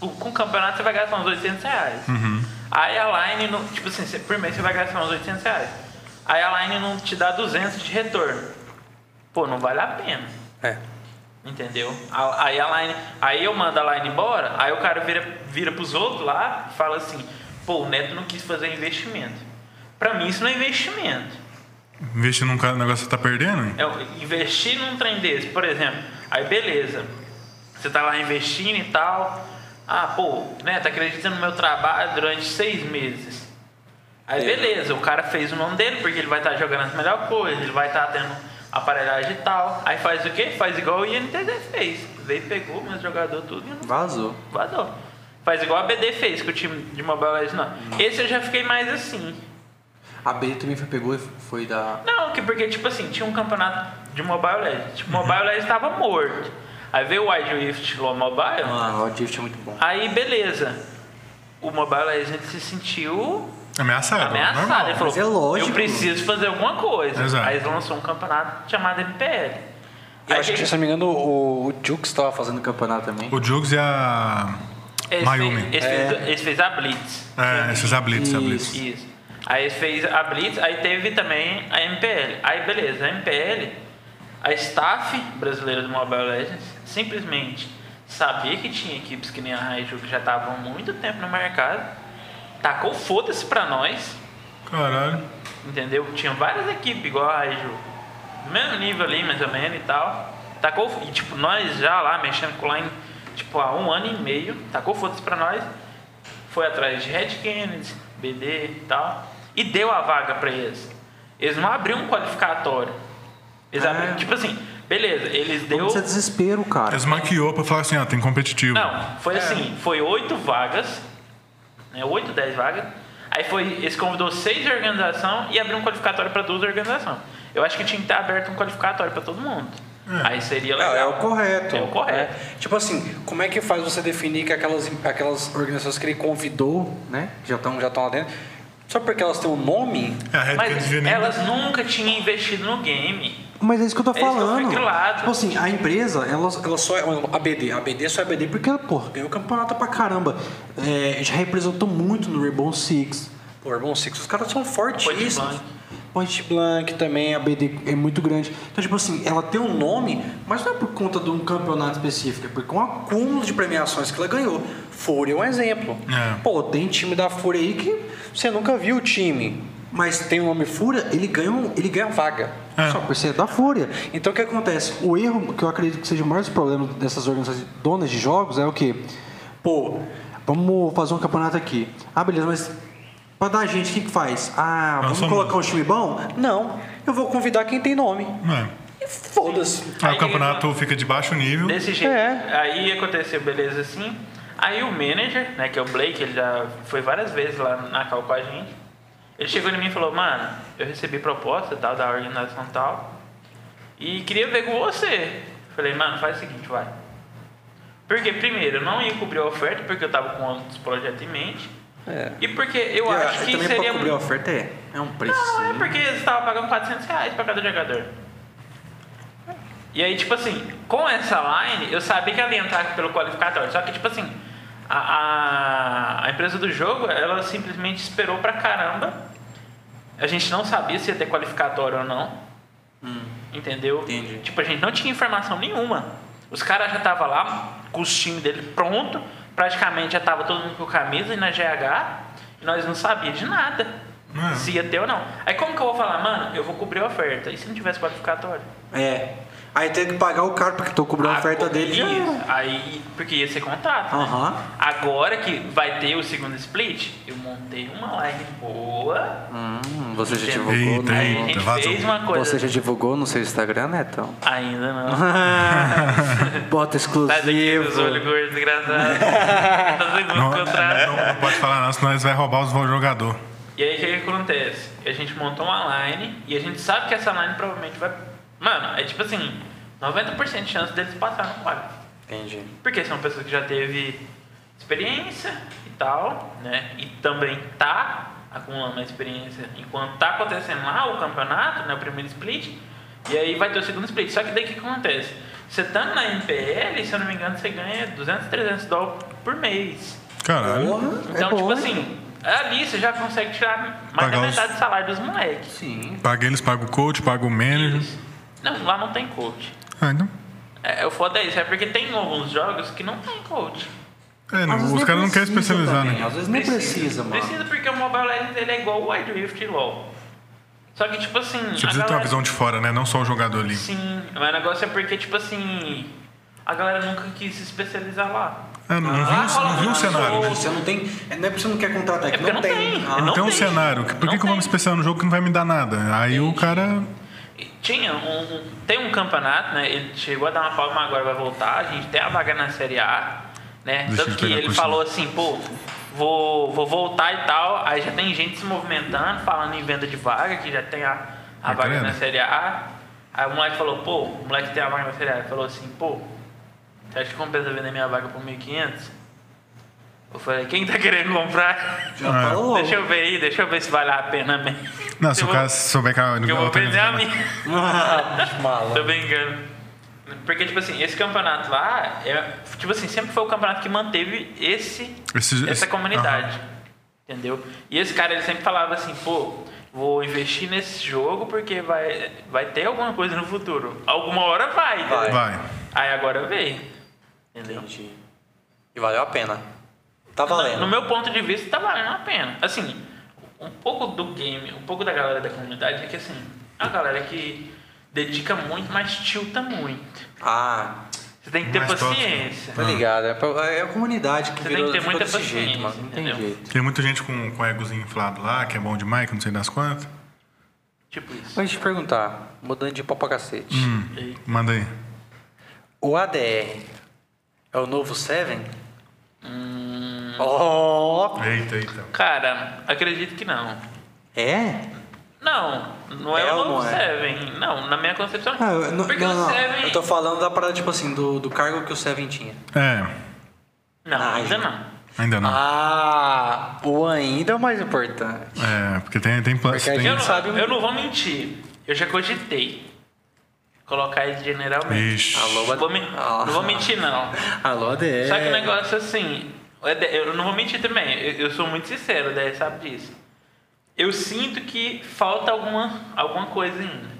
o- com o campeonato você vai gastar uns 800 reais. Uhum. Aí a line, não, tipo assim, você, primeiro você vai gastar uns 800 reais. Aí a line não te dá 200 de retorno. Pô, não vale a pena. É. Entendeu? A- Aí a line, aí eu mando a line embora, aí o cara vira, vira pros outros lá e fala assim: pô, o Neto não quis fazer investimento. Pra mim isso não é investimento. Investir num ca- negócio que tá perdendo, hein? É, investir num trem desse, por exemplo, aí beleza. Você tá lá investindo e tal. Ah, pô, Neto, acredita no meu trabalho durante seis meses. Aí beleza, o cara fez o nome dele, porque ele vai estar jogando as melhores coisas, ele vai estar tendo aparelhagem e tal. Aí faz o quê? Faz igual o INTZ fez. Veio, pegou meus jogadores tudo e não Vazou. Vazou. Faz igual a BD fez com o time de Mobile Legends. Não. Esse eu já fiquei mais assim. A B também foi, pegou e foi da. Não, que porque, tipo assim, tinha um campeonato de Mobile Legends. Tipo, Mobile Legends tava morto. Aí veio o Wild Rift lá Mobile. Ah, o Dift é muito bom. Aí, beleza. O Mobile Legends se sentiu Ameaçado. ameaçado. normal. Ele falou, Ah, mas é lógico. eu preciso fazer alguma coisa. Exato. Aí eles lançou um campeonato chamado MPL. Eu Aí acho que, ele- se não me engano, o, o Jux tava fazendo campeonato é. também. O Jogos e a é eles Mayumi. fez- eles fez- eles fez a Blitz. É, esses ablitos, ablitos. Isso. Aí eles fez a Blitz, aí teve também a MPL. Aí beleza, a MPL, a staff brasileira do Mobile Legends simplesmente sabia que tinha equipes que nem a Raiju que já estavam há muito tempo no mercado, tacou foda-se pra nós, Caralho. entendeu? Tinha várias equipes igual a Raiju, do mesmo nível ali mais ou menos e tal. Tacou, e tipo, nós já lá mexendo com lá em, tipo, há um ano e meio, tacou foda-se pra nós, foi atrás de Red Kennedy, BD e tal, e deu a vaga pra eles. Eles não abriram um qualificatório. Eles Ah. abriram, tipo assim, beleza, eles deu. Isso é desespero, cara. Eles maquiou pra falar assim, ó, tem competitivo. Não, foi assim, foi oito vagas, né, oito, dez vagas. Aí foi, eles convidou seis de organização e abriu um qualificatório pra duas organizações. Eu acho que tinha que estar aberto um qualificatório pra todo mundo. Aí seria legal. É, é o correto. É o correto. É. Tipo assim, como é que faz você definir que aquelas, aquelas organizações que ele convidou, né? que Já estão já tão lá dentro. Só porque elas têm um nome. É, a Red Bull Mas devia nem- elas nunca tinham investido no game. Mas é isso que eu tô É isso que eu falando. fico lado. Tipo assim, a empresa, ela, ela só é. A BD, a BD só é BD porque, pô, ganhou campeonato pra caramba. É, já representou muito no Rainbow Six. Pô, Rainbow Six, os caras são fortíssimos. Point Point Blank também, a BD é muito grande. Então, tipo assim, ela tem um nome, mas não é por conta de um campeonato específico, é porque um acúmulo de premiações que ela ganhou. Fúria é um exemplo. É. Pô, tem time da Fúria aí que você nunca viu o time, mas tem o nome Fúria, ele ganha, um- ele ganha vaga. É. Só por ser da Fúria. Então, o que acontece? O erro que eu acredito que seja o maior problema dessas organizações donas de jogos é o quê? Pô, vamos fazer um campeonato aqui. Ah, beleza, mas pra dar gente, o que, que faz? Ah, Não, vamos só colocar um time bom? Não, eu vou convidar quem tem nome. É. E foda-se. Aí Aí Ah, o campeonato fica de baixo nível. Desse jeito. É. Aí aconteceu, beleza, assim. Aí o manager, né, que é o Blake, ele já foi várias vezes lá na cal com a gente. Ele chegou em mim e falou, mano, eu recebi proposta tal, da organização tal. E queria ver com você. Falei, mano, faz o seguinte, vai. Porque, primeiro, eu não ia cobrir a oferta porque eu tava com outros projetos em mente. É. E porque eu, E ah, acho que também seria. pra cobrir a oferta é, é um preço. Não, é porque eles estavam pagando 400 reais pra cada jogador. E aí, tipo assim, com essa line, eu sabia que ela ia entrar pelo qualificatório. Só que, tipo assim, a, a- a empresa do jogo, ela simplesmente esperou pra caramba. A gente não sabia se ia ter qualificatório ou não. Entendeu? Hum. Entendi. Tipo, a gente não tinha informação nenhuma. Os caras já estavam lá, com os times dele pronto. Praticamente já tava todo mundo com camisa e na GH. E nós não sabíamos de nada. É. Se ia ter ou não. Aí como que eu vou falar, mano, eu vou cobrir a oferta. E se não tivesse qualificatório? É. Aí tem que pagar o cara, porque tô cobrindo a Ah, oferta co- dele. Isso. Aí, porque ia ser contrato. né? Aham. Agora que vai ter o segundo split, eu montei uma live boa. Hum, você já Entendeu? divulgou Eita, né? no... aí a gente vazou. fez uma coisa. Você já divulgou no seu Instagram, Netão? Ainda não. Bota Sai daqui dos Tá olhos exclusivo. gordos, desgraçado. Tá Não, é segundo contrato. não, não pode falar não, senão eles vão roubar os jogadores. E aí o que, que acontece? A gente montou uma line e a gente sabe que essa line provavelmente vai. Mano, é tipo assim, 90% de chance deles passar no quadro. Entendi. Porque são pessoas que já teve experiência e tal, né? E também tá acumulando uma experiência enquanto tá acontecendo lá o campeonato, né? O primeiro split. E aí vai ter o segundo split. Só que daí o que que acontece? Você estando na MPL, se eu não me engano, você ganha 200, 300 dólares por mês. Caralho. Porra, Então, é tipo bom, hein? assim, ali você já consegue tirar mais Pagar da os- metade do salário dos moleques. Sim. Paga eles, paga o coach, paga o manager. Não, lá não tem coach. Ah, então. É, o foda é isso, é porque tem alguns jogos que não tem coach. É, não, Às vezes os nem caras não querem precisa especializar, também, né? Uhum. Às vezes nem precisa, mano. Precisa porque o Mobile Legends ele é igual o Wild Rift e LoL. Só que, tipo assim... Você a precisa ter uma galera- visão de fora, né? Não só o jogador ali. Sim, mas o negócio é porque, tipo assim... A galera nunca quis se especializar lá. É, não, não Lá viu, rola não viu o muito cenário, show. né? Você não tem. Não é porque você não quer contratar, é É que porque não não tem. tem. Ah, Não Não tem um tem. cenário. Por que, Não que eu vou me tem. especializar no jogo que não vai me dar nada? Aí o Entendi. cara. E Tinha um, um- tem um campeonato, né? Ele chegou a dar uma palma, mas agora vai voltar. A gente tem a vaga na Série A, né? Deixa eu Tanto que pegar a ele coisa. falou assim, pô, vou, vou voltar e tal. Aí já tem gente se movimentando, falando em venda de vaga, que já tem a, a Ah, vaga na credo. Série A. Aí o moleque falou, pô, o moleque tem a vaga na Série A. Ele falou assim, pô, você acha que compensa vender minha vaga por 1.500? Eu falei, quem tá querendo comprar? Já Ah. falou. Deixa eu ver aí, deixa eu ver se vale a pena mesmo. Não, se Eu o vou- cara souber que a. que eu vou vender a outra- minha. Ah, Mala. Tô brincando. Porque, tipo assim, esse campeonato lá, é, tipo assim, sempre foi o campeonato que manteve esse, Esse- essa esse- comunidade. Entendeu? E esse cara, ele sempre falava assim, pô, vou investir nesse jogo porque vai, vai ter alguma coisa no futuro. Alguma hora vai. entendeu? Vai. Aí agora veio. Entendeu? Entendi. E valeu a pena. Tá valendo. No meu ponto de vista, tá valendo a pena. Assim, um pouco do game, um pouco da galera da comunidade é que, assim, é uma galera que dedica muito, mas tilta muito. Ah, Você tem que ter Mais tóxico. paciência. tá ligado. É, pra- é a comunidade que Ah. Você virou, tem que ter ficou muita desse jeito, paciência, mano. Não tem entendeu? jeito. Tem muita gente com, com egozinho inflado lá, que é bom demais, que não sei das quantas. Tipo isso. Mas deixa eu te perguntar, mudando de pau pra cacete. E- Manda aí. O ADR é o novo Seven? Hum, Ó! Eita, eita. cara, acredito que não. É? Não, não é, É o ou novo não é? Seven. Não, na minha concepção. Ah, eu- não, Porque não, o não. Seven. Eu tô falando da parada, tipo assim, do, do cargo que o Seven tinha. É, Não, Ai. ainda não. ainda não. Ah, o ainda é o mais importante. É, porque tem, tem plus. Porque a Tem... Eu não, sabe o- eu não vou mentir. Eu já cogitei colocar ele generalmente. Ixi. Alô, Vou men- Ah. É. Não vou mentir, não. Alô, ADR. Só que o é negócio assim, o ED eu não vou mentir também, eu, eu sou muito sincero, o EDR sabe disso. eu sinto que falta alguma, alguma coisa ainda.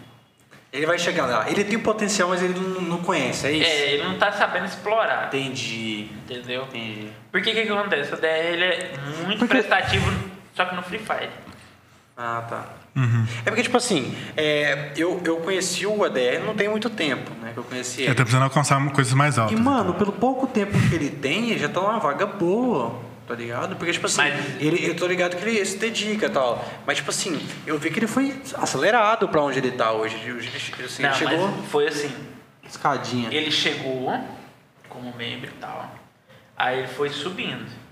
Ele vai chegar lá. Ele tem o potencial, mas ele não, não conhece, é isso? É, ele não tá sabendo explorar, Entendi. entendeu? Entendi. Porque o que, que acontece? O DR ele é muito Porque- prestativo, só que no Free Fire. Ah, tá. É porque, tipo assim, é, eu, eu conheci o ADR não tem muito tempo, né? Que eu conheci Ele ele. tá precisando alcançar coisas mais E, altas. mano, pelo pouco tempo que ele tem, ele já tá numa vaga boa, tá ligado? Porque, tipo assim, Mas- ele, eu tô ligado que ele se dedica e tal. Mas, tipo assim, eu vi que ele foi acelerado pra onde ele tá hoje. Ele, ele- assim, não, ele chegou. mas foi assim. Escadinha. Ele chegou como membro e tal. Aí ele foi subindo.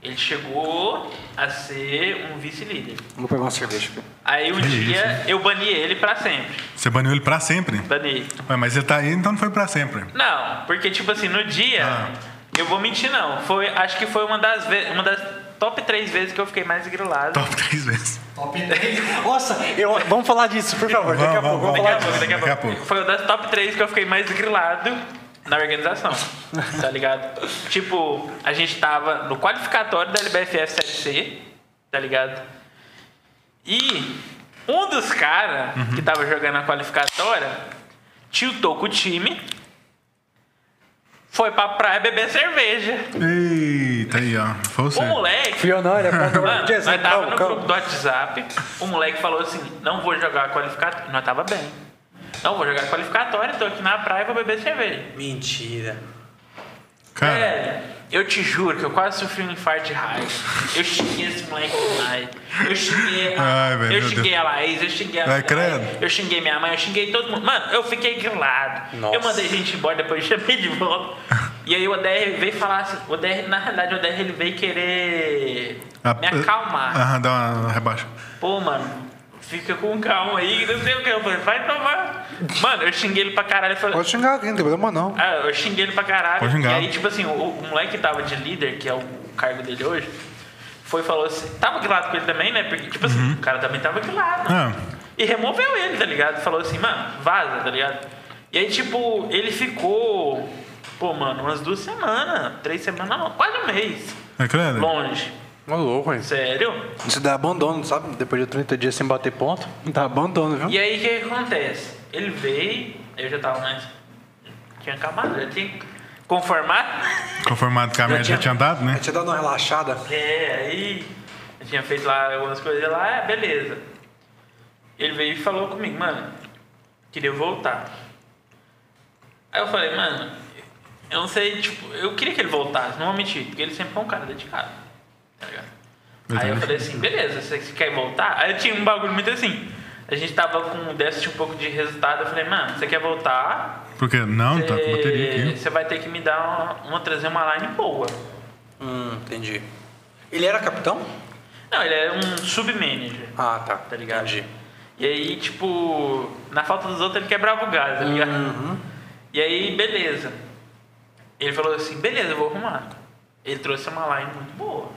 Ele chegou a ser um vice-líder. Vou pegar uma cerveja. cara. Aí um Que dia isso, eu bani ele pra sempre. Você baniu ele pra sempre? Bani. Ué, mas ele tá aí, então não foi pra sempre. Não, porque tipo assim, no dia, Ah. eu vou mentir não. Foi, acho que foi uma das vezes, uma das top três vezes que eu fiquei mais grilado. Top três vezes. Nossa, eu- vamos falar disso, por favor. Daqui a pouco, Vamos, vamos vamos, falar vamos. disso. Daqui a Daqui a pouco. pouco. Foi uma das top três que eu fiquei mais grilado na organização, tá ligado? tipo, a gente tava no qualificatório da LBFF Série C, tá ligado? E um dos caras Uhum. que tava jogando a qualificatória tiltou com o time, foi pra praia beber cerveja. Eita, aí, ó. Foi O você. moleque Fui eu não, ele apontou pra Mano, mim, nós "Jason, tava calma, no calma." grupo do WhatsApp, o moleque falou assim, não vou jogar qualificatória. Nós tava bem. Não vou jogar qualificatória, tô aqui na praia e vou beber cerveja. Mentira. Cara, Velho, eu te juro que eu quase sofri um infarto de raiva. Eu xinguei esse moleque demais. Eu xinguei a, Ai, velho, eu meu xinguei a Laís, eu xinguei a Vai, Laís, credo. eu xinguei minha mãe, eu xinguei todo mundo. Mano, eu fiquei grilado. Nossa. Eu mandei gente embora, depois eu chamei de volta. E aí o ADR veio falar assim, o ADR, na realidade o ADR ele veio querer a- Ah, me acalmar. Aham, dá uma rebaixa. Pô, mano, fica com calma aí, não sei o que. Eu falei, vai tomar. Mano, eu xinguei ele pra caralho. Eu falei, Pode xingar alguém, não tem problema não. ah, eu xinguei ele pra caralho. Pode xingar. E aí, tipo assim, o, o moleque que tava de líder, que é o cargo dele hoje, foi e falou assim, tava grilado com ele também, né? Porque, tipo assim, o cara também tava grilado. Uhum. Ah. E removeu ele, tá ligado? Falou assim, mano, vaza, tá ligado? E aí, tipo, ele ficou, pô, mano, umas duas semanas, três semanas, não, quase um mês, É, credo? longe. Ô, louco, hein? Sério? Isso dá abandono, sabe? Depois de 30 dias sem bater ponto, dá abandono, viu? E aí o que que acontece? Ele veio, eu já tava mais. Tinha acabado, já tinha conformado. Conformado que a média já tinha dado, né? Eu tinha dado uma relaxada. É, aí eu tinha feito lá algumas coisas lá, é, beleza. Ele veio e falou comigo, mano, queria voltar. Aí eu falei, mano, eu não sei, tipo, eu queria que ele voltasse, não vou mentir, porque ele sempre foi um cara dedicado, tá ligado? Eu Aí eu também. falei assim, beleza, você você quer voltar? Aí eu tinha um bagulho muito assim, a gente tava com um déficit um pouco de resultado, eu falei, mano, você quer voltar? Porque não, tá com bateria Você aqui. você vai ter que me dar uma, uma trazer uma line boa. Hum, entendi. Ele era capitão? Não, ele é um sub-manager. Ah, tá. tá ligado? Entendi. E aí, tipo, na falta dos outros ele quebrava o gás, tá ligado? E aí, beleza. Ele falou assim, beleza, eu vou arrumar. Ele trouxe uma line muito boa.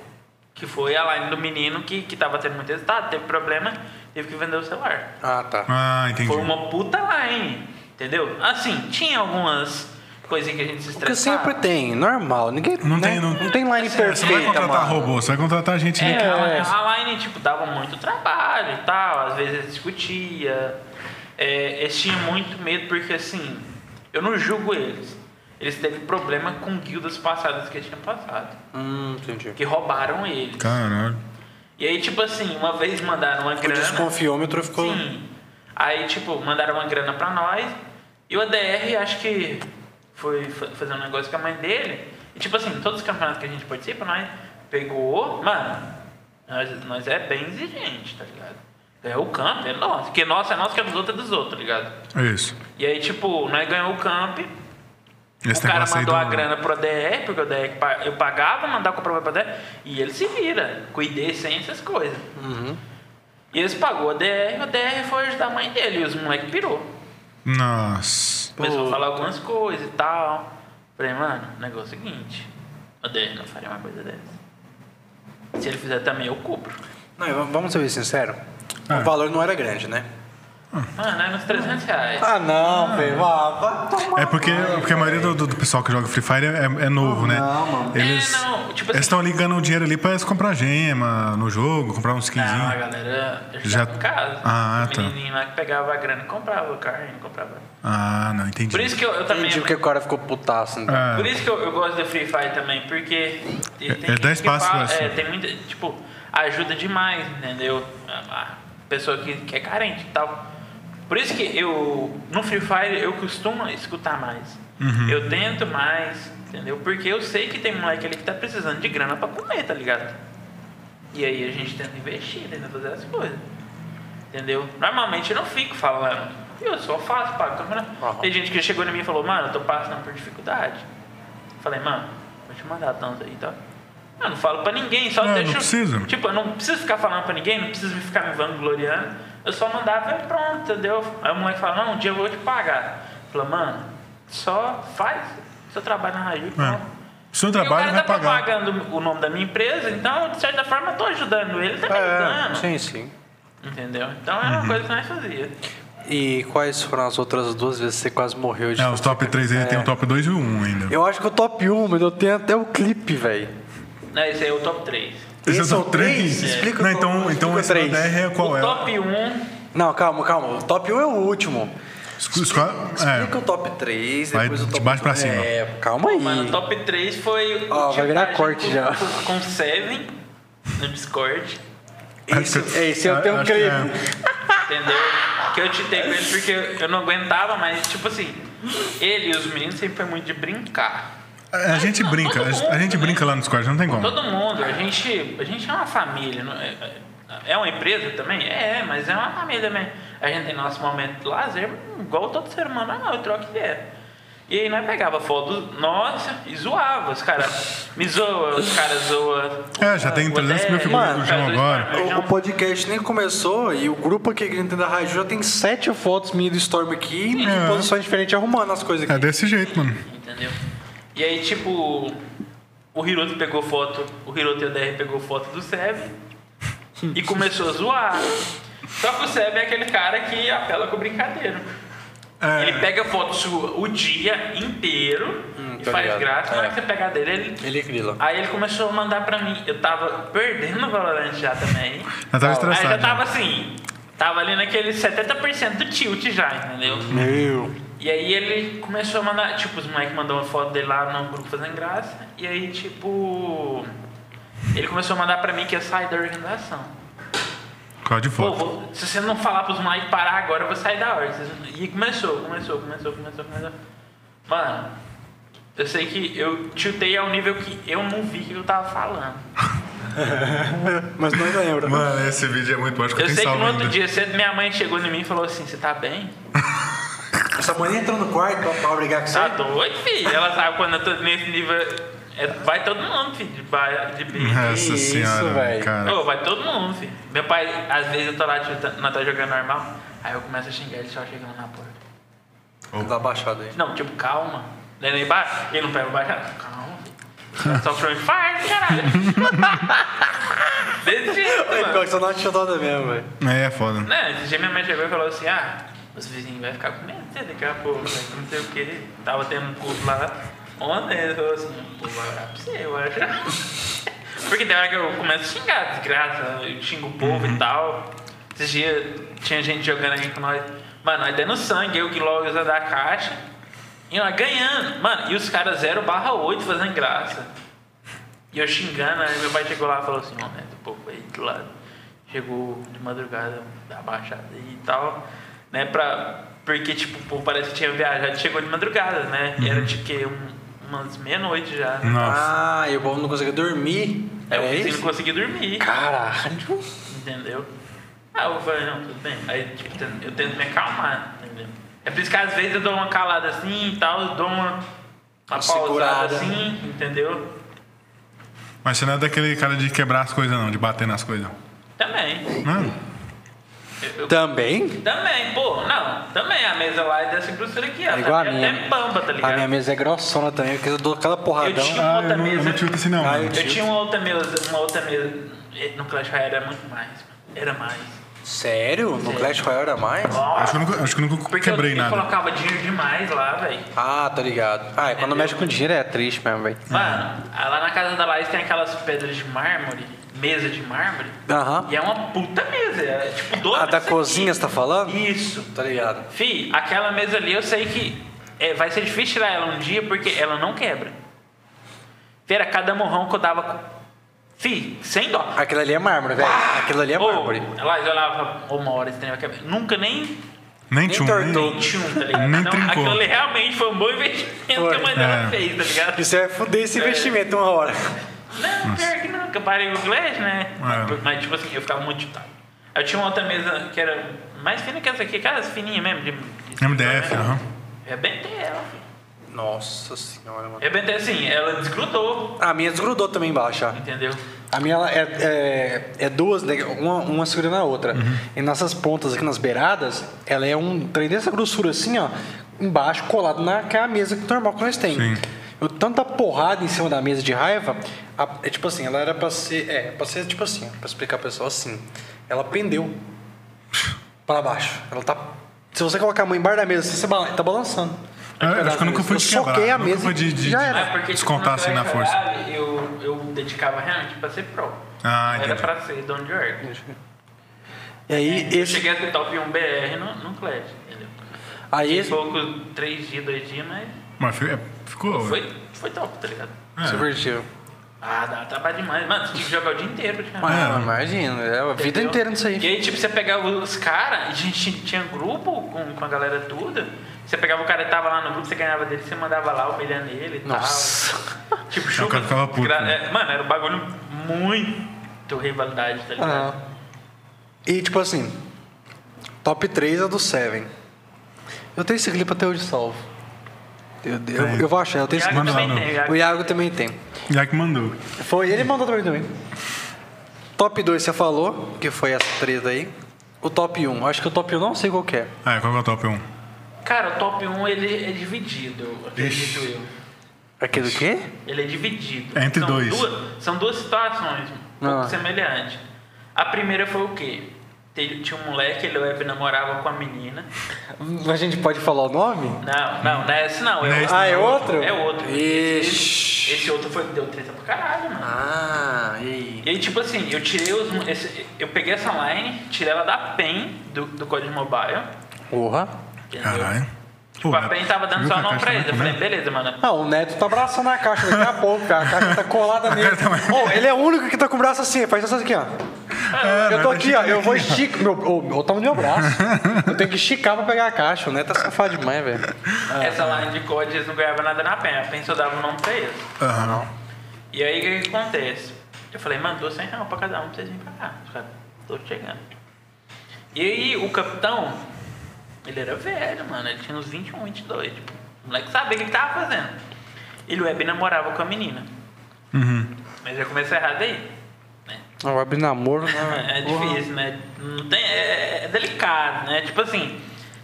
Que foi a line do menino que, que tava tendo muito resultado, teve problema, teve que vender o celular. Ah, tá. Ah, entendi. É. Foi uma puta line, entendeu? Assim, tinha algumas coisinhas que a gente se Porque estressava. sempre tem, normal. Ninguém, Não né? tem, não- não tem line Você não vai perfeita, contratar mano. robô, você vai contratar gente É, que- a line, tipo, dava muito trabalho e tal, às vezes eles discutia. É, eles tinham muito medo porque, assim, eu não julgo eles. Eles teve problema com guildas passadas que eles tinham passado, Hum, entendi. que roubaram eles. Caralho. E aí, tipo assim, uma vez mandaram uma O grana... desconfiômetro ficou. é, né? Sim. Aí, tipo, mandaram uma grana pra nós. E o ADR, acho que foi fa- fazer um negócio com a mãe dele. E, tipo assim, todos os campeonatos que a gente participa, nós pegou. Mano, nós, nós é bem exigente, tá ligado? É o campo, é nosso. Porque nosso é nosso, que é dos outros, é dos outros, tá ligado? É isso. E aí, tipo, nós ganhamos o camp. Esse o cara negócio aí mandou do- a grana pro ADR, porque o ADR que pa- eu pagava, mandava comprar pro ADR. E ele se vira, com ID, sem essas coisas. Uhum. E eles pagou o ADR, o ADR foi ajudar a mãe dele. E os moleques pirou. Nossa. Começou a falar algumas coisas e tal. Falei, mano, o negócio é o seguinte. O ADR não faria uma coisa dessa. Se ele fizer também, eu cubro. Não, v- vamos ser sinceros. Ah. O valor não era grande, né? Mano, é uns 300 reais. Ah, não, velho. Vá, vá tomar. É porque, porque a maioria do, do- do pessoal que joga Free Fire é, é novo, né? não, mano. Eles É, não, tipo assim- eles estão ligando o dinheiro ali pra eles comprar gema no jogo, comprar uns Não, a skinzinhos. galera já Já- em casa. Ah, o tá. menininho lá que pegava a grana e comprava o carrinho, comprava. Ah, não, entendi. Por isso que eu, eu também. Entendi porque o cara ficou putaço. Então. Ah, Por isso que eu, eu gosto do Free Fire também, porque. tem É- é gente dar que espaço fala- pra isso. É, tem muita. Tipo, ajuda demais, entendeu? A a pessoa que, que é carente e tal. Por isso que eu. No Free Fire eu costumo escutar mais. Uhum. Eu tento mais, entendeu? Porque eu sei que tem moleque ali que tá precisando de grana pra comer, tá ligado? E aí a gente tenta investir, tenta fazer as coisas. Entendeu? Normalmente eu não fico falando. Eu só faço, pago. câmera. Aham. Tem gente que chegou em mim e falou, mano, eu tô passando por dificuldade. Falei, mano, vou te mandar tanto aí, tá? Eu não falo pra ninguém, só Não, não deixo. precisa. Tipo, eu não preciso ficar falando pra ninguém, não preciso ficar me vangloriando. Eu só mandava e pronto, entendeu? Aí o moleque fala, não, um dia eu vou te pagar. Falou, mano, só faz seu trabalho na Raju e é. pronto. O seu Porque o trabalho cara vai tá pagar. propagando o nome da minha empresa, então de certa forma eu tô ajudando ele, tá me ajudando. É, Sim, sim. Entendeu? Então é Uhum. uma coisa que nós fazia. E quais foram as outras duas vezes que você quase morreu de tipo assim? É, os top 3 ainda tem o top 2 e o 1 ainda. Eu acho que o top 1, mas eu tenho até o clipe, velho. Não, esse aí é o top 3. Esse é o três? três? Explica Não, o então, top- então explica esse o três. da DR é qual o é? top 1, Não, calma, calma. O top 1 é o último. Esco- esco- é. Explica o top 3, Vai depois o de top baixo pra cima. É, calma aí. mano, o top 3 foi. Ó, o vai virar Tio corte Tajin já. Com, com o Seven no Discord, Esse, Acho que- esse eu tenho um acho que é. clipe. entendeu? Que eu titei com ele porque eu- eu não aguentava, mas tipo assim, ele e os meninos sempre foi muito de brincar. é. A gente Não, brinca, todo a gente- a mundo, gente né? brinca lá no Discord, não tem como. Todo mundo, a gente, a gente é uma família. não é, é uma empresa também? É, mas é uma família também. A gente tem nosso momento de lazer, igual todo ser humano, ah, eu troco ideia. E aí nós pegava foto nossa e zoava. Os caras me zoam, os caras zoam. É, já tem 300 mil figurinhas do João agora. é O, um o podcast nem começou e o grupo aqui que Nintendo da Rádio já tem sete fotos minhas do Storm aqui em É. posições diferentes arrumando as coisas É aqui. desse jeito, mano. Entendeu? E aí, tipo, o Hiroto pegou foto, o Hiroto e o DR pegou foto do Seb e começou a zoar. Só que o Seb é aquele cara que apela com brincadeira. É. Ele pega foto sua o dia inteiro e tô faz ligado. graça. Na hora É. que você pegar dele, ele... é Ele grila. Aí ele começou a mandar pra mim. Eu tava perdendo o Valorant já também. Já tava Aí já estressado. né? tava já. assim, tava ali naquele 70% do tilt já, entendeu? Meu. E aí ele começou a mandar, tipo, os moleques mandou uma foto dele lá no grupo fazendo graça. E aí, tipo, ele começou a mandar pra mim que ia sair da organização. Por causa de Pô, foto. vou- se você não falar pros moleques parar agora, eu vou sair da ordem. E começou, começou, começou, começou, começou. Mano, eu sei que eu chutei ao nível que eu não vi o que eu tava falando. Mas não lembra. né? Mano, esse vídeo é muito bom, acho que eu Eu tenho sei que salvo no outro ainda. dia cedo minha mãe chegou em mim e falou assim, você tá bem? Essa mulher entrou no quarto pra, pra brigar com você. Tá doido, filho? Ela sabe quando eu tô nesse nível. é- vai todo mundo, filho, de, ba- de bicho. Nossa Isso, senhora, velho. cara. Ô, vai todo mundo, filho. Meu pai, às vezes eu tô lá, tipo, tá- nós tá jogando normal, aí eu começo a xingar ele só chegando na porta. Ah. Dá baixado tá aí. Não, tipo, calma. Daí lá embaixo, ele não pega o baixo, calma, filho. Só pra mim, faz, caralho. Desse jeito, Pior mano. que você não achou nada mesmo, velho. É, é foda. Não, esse Né, um dia minha mãe chegou e falou assim, ah, os vizinhos vão ficar com medo de você daqui a pouco, né? não sei o que. Tava tendo um curso lá ontem, ele falou assim, pô, vai orar pra você, eu acho. Porque tem hora que eu começo a xingar, desgraça, eu xingo o povo e tal. Esses dias tinha gente jogando aqui com nós. Mano, nós dando sangue, eu que logo usa da caixa. E nós ganhando. Mano, e os caras 0 barra 8 fazendo graça. E eu xingando, aí meu pai chegou lá e falou assim, ó, né, do povo aí do lado. Chegou de madrugada da baixada e tal, né, pra... Porque, tipo, o povo parece que tinha viajado, chegou de madrugada, né? E Uhum. era tipo que um, umas meia-noite já, né? Nossa. Ah, e o povo não conseguia dormir. Aí eu É pensei, não isso? consegui dormir, Caralho. entendeu? Aí eu falei, não, tudo bem. Aí, tipo, tento- eu tento me acalmar, entendeu? É por isso que às vezes eu dou uma calada assim e tal, eu dou uma, uma pausada segurada. assim, entendeu? Mas você não é daquele cara de quebrar as coisas, não, de bater nas coisas. Também. Mano, Eu- eu Também? Também, pô, não, também a mesa lá é dessa grossura aqui, ó. É igual a tá até minha. bamba, tá ligado? A minha mesa é grossona também, porque eu dou cada porradão. tinha- ah, outra eu não, eu não mesa. tilto assim, não. Ah, mano. eu Eu tinha uma outra mesa, uma outra mesa. eh, No Clash Royale era muito mais, mano. Era mais. Sério? No Clash Royale era mais? Acho que eu nunca, acho que eu nunca Porque eu- quebrei eu nada. colocava dinheiro demais lá, velho. Ah, tá ligado. Ah, é Quando mexe com dinheiro é triste mesmo, velho. Hum. Mano, ah, lá na casa da Laís tem aquelas pedras de mármore, mesa de mármore. Aham. E é uma puta mesa. É tipo dois. Ah, da cozinha você tá falando? Isso. Tá ligado. Fih, aquela mesa ali eu sei que é, vai ser difícil tirar ela um dia porque ela não quebra. Fih, era cada morrão que eu dava. com- Fih, sem dó. Aquilo ali é mármore, velho. Aquilo ali é Ah! Ô, mármore. Laís olhava "Ô, uma hora esse trem vai quebrar. Nunca nem Nem Nem tchum, nem... tortou. tinha um, tá ligado? Nem então, trincou. aquilo ali realmente foi um bom investimento que a mãe dela É. fez, tá ligado? Isso é fuder esse investimento uma hora. Não, pior que não, que eu parei o inglês, né? É. Mas tipo assim, eu ficava muito chutado. Eu tinha uma outra mesa que era mais fina que essa aqui, aquelas fininhas mesmo. De, de né? MDF, aham. Rebentei ela, filho. Nossa senhora, mano. Rebentei assim, ela desgrudou, A minha desgrudou também embaixo, ó. entendeu? A minha ela é, é, é duas, né? uma, uma segurando a outra. Uhum. E nessas pontas aqui nas beiradas, ela é um trem dessa grossura assim, ó, embaixo, colado na que é a mesa que normal que nós temos. Sim. Eu tanta porrada em cima da mesa de raiva, a- é tipo assim, ela era pra ser. É, pra ser tipo assim, ó, pra explicar pro pessoal assim. Ela pendeu pra baixo. Ela tá. Se você colocar a mão embaixo da mesa, assim, você bala- tá balançando. Eu É, acho que eu nunca fui Eu de soquei quebrar. a nunca mesa fui de, e de, já de era. É, porque tipo, descontar no assim na Clash força. Royale, Eu, eu dedicava realmente pra ser pro. Ah, Era entendi. pra ser dono de org. E aí, É, Eu esse. cheguei a ser top 1 BR no, no Clash, entendeu? Aí, Fiquei esse É. pouco, 3 dias, 2 dias, mas Mas fi- é, ficou... foi, foi top, tá ligado? é. se divertiu. Ah, dá trabalho demais. Mano, você tinha que jogar o dia inteiro, cara. Ah, imagina, é a vida Entendeu? inteira nisso aí. E aí, tipo, você pegava os caras, a gente tinha grupo com, com a galera toda. Você pegava o cara que tava lá no grupo, você ganhava dele, você mandava lá humilhando ele e Nossa. tal. Tipo, chuva. cara ficava puto, gra- né? é, mano, era um bagulho muito rivalidade, tá ligado? Ah. E tipo assim, top 3 é do Seven. Eu tenho esse clipe até hoje salvo. Eu, eu, eu vou achar, eu tenho esse Iago clipe. manda lá também no- tem, O Iago. Iago também tem. Já que mandou. Foi, ele mandou também também. Top 2 você falou, que foi essa treta aí. O top 1, acho que o top 1 não sei qual que é. Ah, qual que é o top 1? Cara, o top 1 ele é dividido, eu acredito eu. Aquele do quê? Ele é dividido. É entre são dois. Duas, são duas situações um pouco Ah. semelhantes. A primeira foi o quê? Te- Tinha um moleque, ele web namorava com a menina. A gente pode falar o nome? Não, não, não é esse não. Não é É esse outro. Ah, é outro? É outro. Ixi. Esse, esse outro foi, deu treta pra caralho, mano. Ah, e aí? E aí, tipo assim, eu tirei os. esse- eu peguei essa line, tirei ela da PEN do, do código mobile. Porra. Entendeu? Caralho. Tipo, a PEN tava dando só não não pra eles. Eu falei, beleza, mano. Ah, o Neto tá abraçando a caixa daqui a pouco, cara. A caixa tá colada nele. Ô, ele é o único que tá com o braço assim, faz isso aqui, ó. É, eu tô aqui, ó. Eu vou esticar. Meu, o, o tamanho do meu braço. Eu tenho que esticar pra pegar a caixa. O Neto é safado demais, velho. Essa line de código eles não ganhavam nada na PEN. A PEN só dava o nome pra eles. tipo, Aham. E aí o que, que acontece? Eu falei, mandou 100 reais pra cada um pra vocês virem pra cá. Os caras, tô chegando. E aí o capitão, ele era velho, mano. Ele tinha uns 21, 22. Tipo, o moleque sabia o que ele tava fazendo. Ele web namorava com a menina. Uhum. Mas já começou errado aí. né? Não, vai abrir namoro, Ah, né? É difícil, né? Não tem, é, é delicado, né? Tipo assim,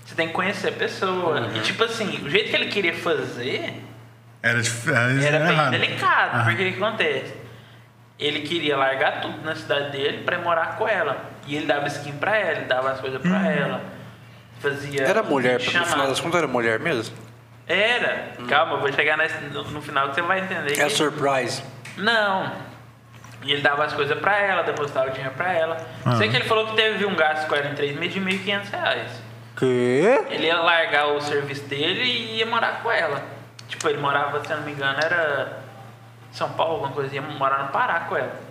você tem que conhecer a pessoa. E tipo assim, o jeito que ele queria fazer, Era, dif- era, era bem errado. delicado, Aham. porque o que acontece? Ele queria largar tudo na cidade dele pra ir morar com ela. E ele dava skin pra ela, ele dava as coisas pra ela. Fazia. Era mulher, no chamada. final das contas era mulher mesmo? Era. Calma, eu vou chegar nesse- no, no final que você vai entender. É que- surprise. Não. E ele dava as coisas pra ela, depositava o dinheiro pra ela. Ah. Sei que ele falou que teve um gasto com ela em três meses de 1.500 reais. Quê? Ele ia largar o serviço dele e ia morar com ela. Tipo, ele morava, se eu não me engano, era São Paulo, alguma coisa, ia morar no Pará com ela.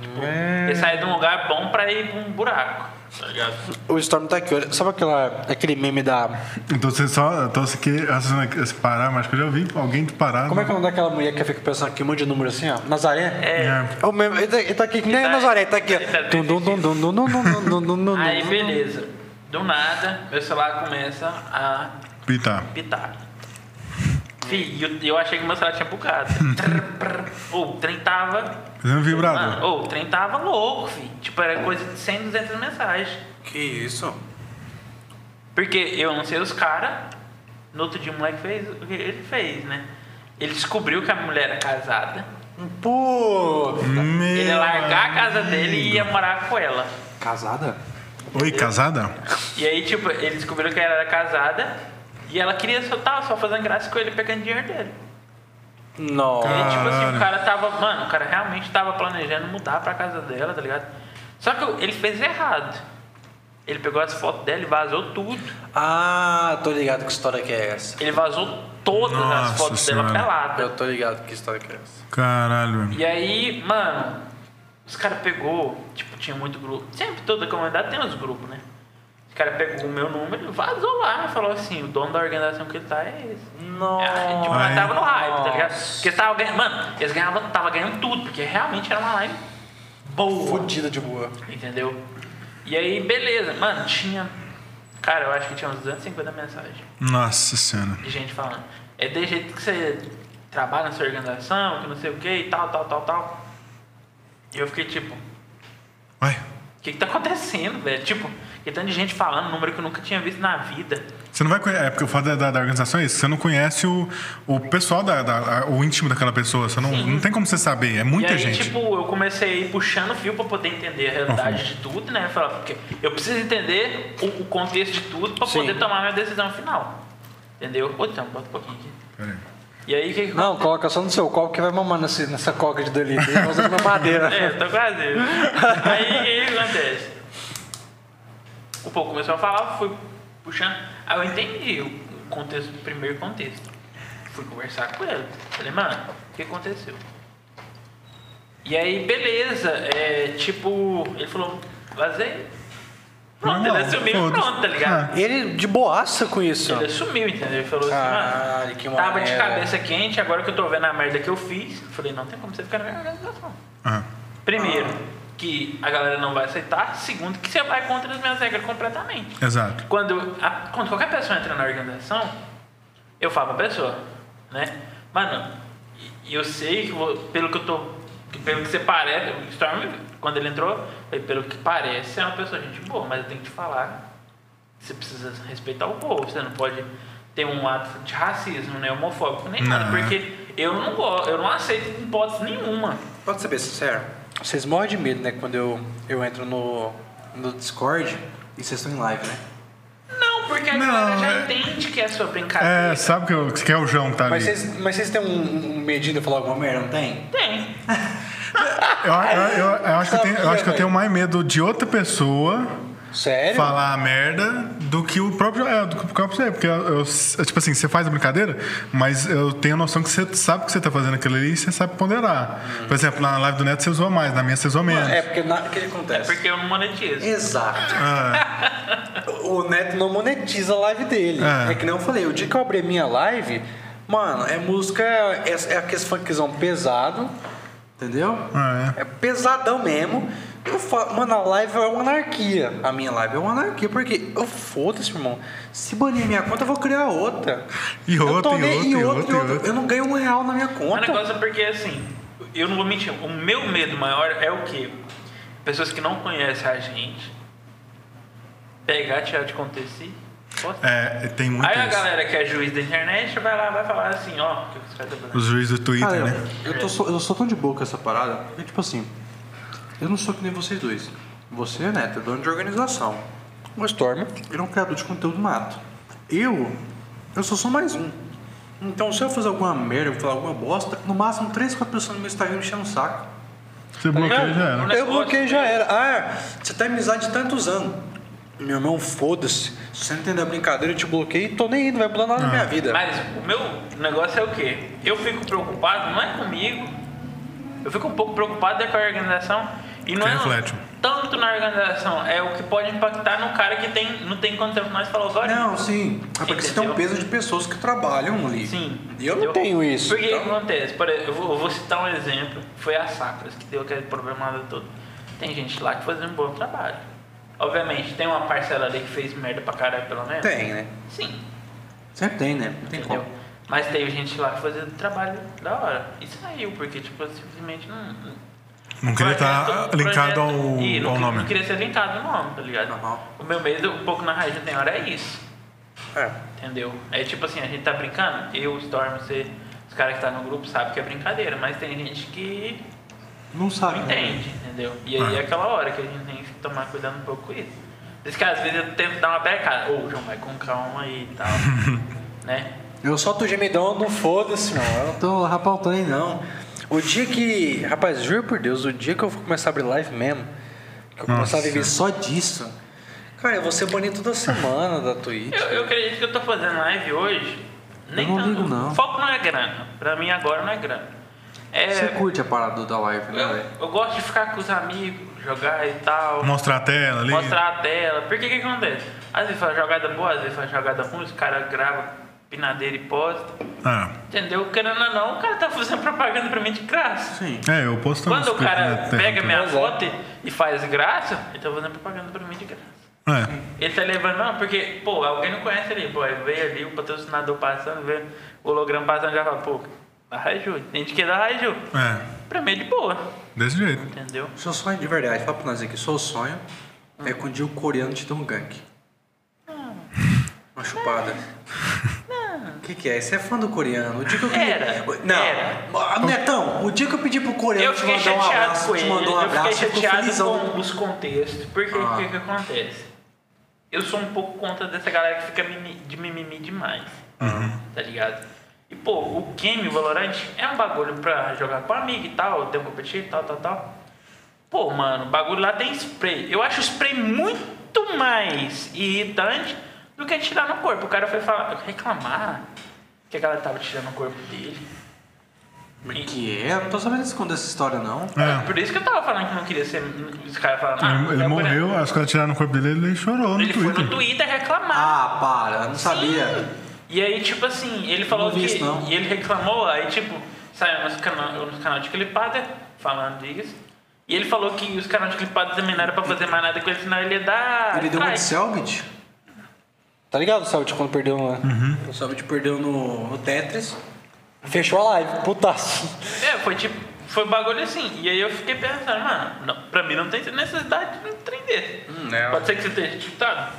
Tipo, ia sair de um lugar bom pra ir pra um buraco. Tá ligado? O Storm tá aqui. olha. Sabe aquela, aquele meme da. Então você só. Então você quer acessando aqui- esse Pará, mas acho que eu já ouvi alguém né? de Pará. Como é que é o nome daquela mulher que fica pensando aqui, um monte de número assim, ó? Nazaré? É. É. É o mesmo. Ele tá, ele tá aqui que nem Ele a tá- Nazaré, tá aqui, ó. ele tá Dum, dum, dum, dum, dum, dum, dum, dum, dum, Aí, dum. beleza. Do nada, meu celular começa a Pita. pitar. Fih, eu, eu achei que meu celular tinha bugado. Trrr, prrr. Ô, o trem tava. Fazendo Mano, vibrador. ô, o trem tava louco, filho. Tipo, era coisa de 100, 200 mensagens. Que isso? Porque eu não sei os caras. No outro dia o moleque fez o que ele fez, né? Ele descobriu que a mulher era casada. Pô! Meu ele ia largar a casa amigo. dele e ia morar com ela. Casada? Oi, casada? E aí, tipo, ele descobriu que ela era casada e ela queria só tava só fazendo graça com ele pegando dinheiro dele. E Não. aí, tipo assim, Caralho. o cara tava. Mano, o cara realmente tava planejando mudar pra casa dela, tá ligado? Só que ele fez errado. Ele pegou as fotos dela e vazou tudo. Ah, tô ligado que história que é essa. Ele vazou todas Nossa as fotos dela Senhora. pelada. Eu tô ligado que história que é essa. Caralho, velho. E aí, mano, os caras pegou, tipo, tinha muito grupo. Sempre toda comunidade tem uns grupos, né? Os caras pegou o meu número, vazou lá, falou assim, o dono da organização que ele tá é esse. É, tipo, Nossa. nós tava no hype, tá ligado? Ah, Nossa. Porque eles tava ganhando, mano, eles ganhavam, tava ganhando tudo, porque realmente era uma live boa. Fodida de boa. Entendeu? E aí, beleza, mano, tinha. Cara, eu acho que tinha uns 250 mensagens Nossa senhora. de gente falando. É de jeito que você trabalha na sua organização, que não sei o que e tal, tal, tal, tal. E eu fiquei tipo, o Ué, que, que tá acontecendo, velho? Tipo, que tanto de gente falando, número que eu nunca tinha visto na vida. você não vai conhecer. É porque o fato da, da- da organização é isso. Você não conhece o, o pessoal, da, da- a- o íntimo daquela pessoa. Você não, não tem como você saber. É muita e aí, gente. tipo, eu comecei a ir puxando o fio pra poder entender a realidade de tudo, né? Falar, porque eu preciso entender o, o contexto de tudo pra Sim. poder tomar minha decisão final. Entendeu? Ô, então, bota um pouquinho aqui. Pera aí. E aí, o que que Não, coloca só no seu copo que vai mamar nesse- nessa coca de delírio. Nós usamos uma madeira. É, tô quase. Aí o que acontece? O povo começou a falar, eu fui puxando. Aí eu entendi o contexto, o primeiro contexto. Fui conversar com ele. Falei, mano, o que aconteceu? E aí, beleza. É, tipo, ele falou, vazei. Pronto, Normal, ele assumiu e foda-se. pronto, tá ligado? Ele de boaça com isso. Ele assumiu, entendeu? Ele falou assim, Caralho, que mano, tava de maneiro. é. cabeça quente, agora que eu tô vendo a merda que eu fiz, eu falei, não tem como você ficar na minha organização. Ah, Primeiro, que a galera não vai aceitar. Segundo, que você vai contra as minhas regras completamente. exato. Quando, a- quando qualquer pessoa entra na organização, eu falo pra pessoa, né? Mano, e- e eu sei que vou- pelo que eu tô. que Pelo que você parece. O Storm, quando ele entrou, foi pelo que parece, é uma pessoa gente boa, mas eu tenho que te falar. que Você precisa respeitar o povo, você não pode ter um ato de racismo, nem homofóbico, nem nada, Não. porque eu não gosto, eu não aceito em hipótese nenhuma. Pode ser bem sincero? Vocês morrem de medo, né? Quando eu, eu entro no, no Discord e vocês estão em live, né? Não, porque a Não, galera já é- entende que é sua brincadeira. É, sabe que, eu, que é o João que tá ali. Mas vocês, mas vocês têm um, um medida de falar alguma merda, não tem? Tem. Eu, eu- eu- eu acho que eu tenho, eu acho que eu Sabia, tenho mais medo de outra pessoa Sério? falar a merda do que o próprio. É, do que o próprio você. Porque eu, eu- tipo assim, você faz a brincadeira, mas eu tenho a noção que você sabe que você tá fazendo aquilo ali e você sabe ponderar. Por exemplo, na live do Neto você usou mais, na minha você usou menos. É, porque na, o que que É acontece? porque eu não monetizo. Exato. Ah, O Neto não monetiza a live dele. É. É. que nem eu falei, o dia que eu abri a minha live, mano, é música, é, é aquele funkzão pesado, entendeu? ah, é. É pesadão mesmo. Eu falo, mano, a live é uma anarquia. A minha live é uma anarquia, porque eu foda-se, irmão. Se banir minha conta, eu vou criar outra. E Eu outra, tô e nem- outra, e outra, e outra. Eu não ganho um real na minha O conta. negócio é porque, assim, eu não vou mentir. O meu medo maior é o quê? Pessoas que não conhecem a gente pegar, tirar de contexto e postar. É, tem muito Aí a isso. galera que é juiz da internet vai lá vai falar assim, ó, o que os caras estão fazendo. Os juízes do Twitter, Cara, né? eu, eu tô só- eu sou tão de boca essa parada, porque tipo assim, eu não sou que nem vocês dois. Você, Neto, é dono de organização. Um Storm. Ele é um criador de conteúdo nato. Eu, eu sou só mais um. Então se eu fazer alguma merda, eu falar alguma bosta, no máximo três, quatro pessoas no meu Instagram me enchendo o saco. Você bloqueia já era. O Eu negócio- bloqueei já era. Ah, você tá em amizade de tantos anos. Meu irmão, foda-se. Se você não entender a brincadeira, eu te bloqueei e tô nem indo, vai mudar nada na minha vida. Mas o meu negócio é o quê? Eu fico preocupado, não é comigo. Eu fico um pouco preocupado é com a organização. E não Que é reflete. tanto na organização, é o que pode impactar no cara que tem, não tem quanto tempo nós falou agora. Não, sim. Ah, É porque você tem um peso de pessoas que trabalham ali. Sim. Eu não entendeu? tenho isso, Porque o que então. acontece? Por exemplo, eu, vou, eu vou citar um exemplo. Foi a Sacras que deu aquele problemada todo. Tem gente lá que fazia um bom trabalho. Obviamente, tem uma parcela ali que fez merda pra caralho, pelo menos. Tem, né? Sim. Sempre tem, né? Não tem Entendeu? como. Mas teve gente lá que fazia um trabalho da hora. E saiu, porque, tipo, simplesmente não. Não queria estar Projeto- linkado ao, Ih, não, ao que- nome. Não queria ser linkado ao nome, tá ligado? Normal. O meu medo, um pouco na raiz tem hora, é isso. É. Entendeu? É tipo assim, a gente tá brincando, eu, Storm, você, os caras que tá no grupo sabem que é brincadeira, mas tem gente que Não sabe. não né? Ah, Ah. entende, entendeu? E aí é aquela hora que a gente tem que tomar cuidado um pouco com isso. Diz que às vezes eu tento dar uma brecada. Ô, João, vai com calma aí e tal. né? Eu solto o gemidão, não foda-se, não. Eu não tô rapaltando aí, não. O dia que. Rapaz, juro por Deus, o dia que eu for começar a abrir live mesmo, que eu começar a Nossa. viver só disso, cara, eu vou ser banido toda semana da Twitch. Eu, eu acredito que eu tô fazendo live hoje. Nem Eu não tanto- ligo, não. O foco não é grana. Pra mim agora não é grana. É. Você curte a parada da live, né, Eu, velho? eu gosto de ficar com os amigos, jogar e tal. Mostrar a tela ali. Mostrar a tela. Porque o que que acontece? Às vezes faz jogada boa, às vezes faz jogada ruim, os caras gravam pinadeira e posta. Ah, Entendeu? Querendo ou não, o cara tá fazendo propaganda pra mim de graça. Sim. é, eu posto Quando uns o cara clipes, né, pega tem- minha Pois é. foto e faz graça, ele tá fazendo propaganda pra mim de graça. É, Ele tá levando, não, porque, pô, alguém não conhece ali, pô, aí veio ali o patrocinador passando, veio o holograma passando, já fala, pô, da Raiju, tem de que da Raiju. é, Pra mim é de boa, desse jeito. entendeu? Seu sonho de verdade, fala pra nós aqui, seu sonho Ah. é que um dia o coreano te dê um gank. Uma chupada. O que, que é? Você é fã do coreano? O dia que eu Ah. Era, Não. era. Ah, Netão, o dia que eu pedi pro coreano Eu te fiquei mandar um chateado abraço, com te ele, mandou um eu abraço, fiquei ficou chateado felizão. com os contextos, porque o Ah. que que acontece? Eu sou um pouco contra dessa galera que fica mimi- de mimimi demais, Uhum. tá ligado? E pô, o game, o Valorant, é um bagulho pra jogar com amigo e tal, ter um competitivo e tal, tal, tal. Pô, mano, o bagulho lá tem spray. Eu acho o spray muito mais irritante do que tirar no corpo. O cara foi falar, reclamar que a galera tava tirando o corpo dele. Como é que é? Eu Não tô sabendo esconder essa história, não. É. Por isso que eu tava falando que não queria ser. Os caras falando. ah, Ele, ele agora- morreu, as coisas tiraram no corpo dele ele chorou no Ele foi Twitter. no Twitter reclamar. Ah, para, eu não sabia. E aí, tipo assim, ele falou Não vi que. isso, não. E ele reclamou, aí, tipo, saiu nos canal, nos canal de clipada falando disso. E ele falou que os canais de clipada também não era pra fazer mais nada com ele, senão ele ia dar. um Ele deu uma de strike. Selbit? Tá ligado o Selbit quando perdeu uma... Uhum. O Selbit perdeu no, no Tetris. Fechou a live, putaço. É, foi tipo. Foi um bagulho assim. E aí eu fiquei pensando, mano, não, pra mim não tem necessidade de um trem desse. Hum. Hum, é, Pode ser que você esteja chutado.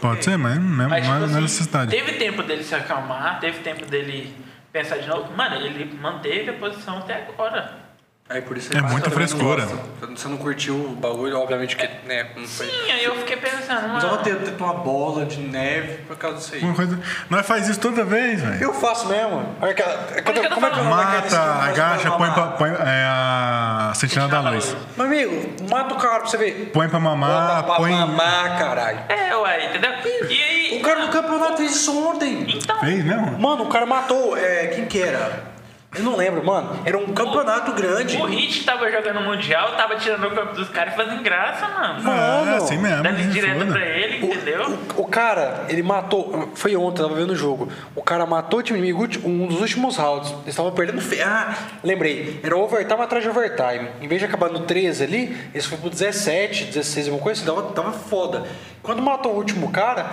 Pode ser, mas não é Mas, tipo não é assim, necessidade. teve tempo dele se acalmar, teve tempo dele pensar de novo. Mano, ele manteve a posição até agora. Aí por isso tá É passa, muita todo mundo frescura. gosta. Você não curtiu o bagulho, obviamente que né, não foi. Sim, aí eu fiquei pensando, Precisava mano. ter ter uma bola de neve por causa disso aí. Uma coisa... Nós faz isso toda vez, velho. Eu faço mesmo. Olha que- que eu tô como é que é o nome daquele Mata, esquema que faz agacha, pra põe mamar? pra... Põe, é a Sentinela da Luz. Meu amigo, mata o cara pra você ver. Põe pra mamar, Bota pra põe... mamar, caralho. É, ué, entendeu? E aí. O cara no campeonato fez isso ontem. Então, Fez né? mesmo? Mano, o cara matou. É, quem que era? Eu não lembro, mano. Era um campeonato grande. o Hit tava jogando Mundial, tava tirando o campo dos caras e fazendo graça, mano. Ah, Mano, assim mesmo. Dando direto foda. pra ele, entendeu? O, o cara, ele matou. Foi ontem, eu tava vendo o jogo. O cara matou o time inimigo ulti- um dos últimos rounds. Eles estavam perdendo. fe- Ah, lembrei. Era overtime atrás de overtime. Em vez de acabar no 13 ali, eles foram pro 17, 16, alguma coisa. Tava, tava foda. Quando matou o último cara,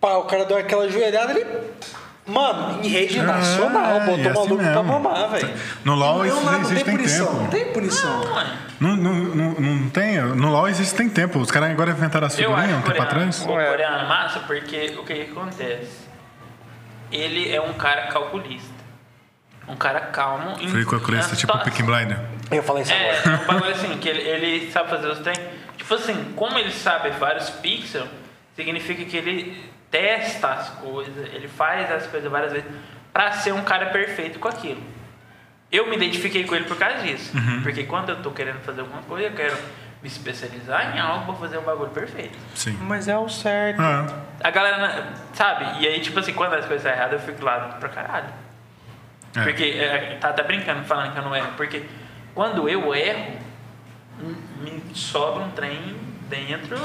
pá, o cara deu aquela joelhada ele. Mano, em rede Ah, nacional, é botou o assim maluco pra mesmo. mamar, velho. No LoL é Não, um isso não, não existe, tem tem punição. tempo. Não tem punição. Mano, Não, não, não, não tem. No LoL existe tem tempo. Os caras agora inventaram a eu acho figurinha o um tempo coreano, atrás. o coreano massa porque o que que acontece? Ele é um cara calculista. Um cara calmo. em- Fui com a na Cresta, tipo situação. Pick Blinder. Eu falei isso agora. É, o bagulho assim, que ele, ele sabe fazer os trem. Tipo assim, como ele sabe vários pixels, significa que ele testa as coisas, ele faz as coisas várias vezes pra ser um cara perfeito com aquilo. Eu me identifiquei com ele por causa disso. Uhum. Porque quando eu tô querendo fazer alguma coisa, eu quero me especializar em algo pra fazer um bagulho perfeito. Sim. Mas é o certo. Ah, A galera, não- sabe? E aí, tipo assim, quando as coisas estão erradas, eu fico lá pra caralho. é. Porque é, tá, tá brincando falando que eu não erro, porque quando eu erro, hum, me sobra um trem dentro.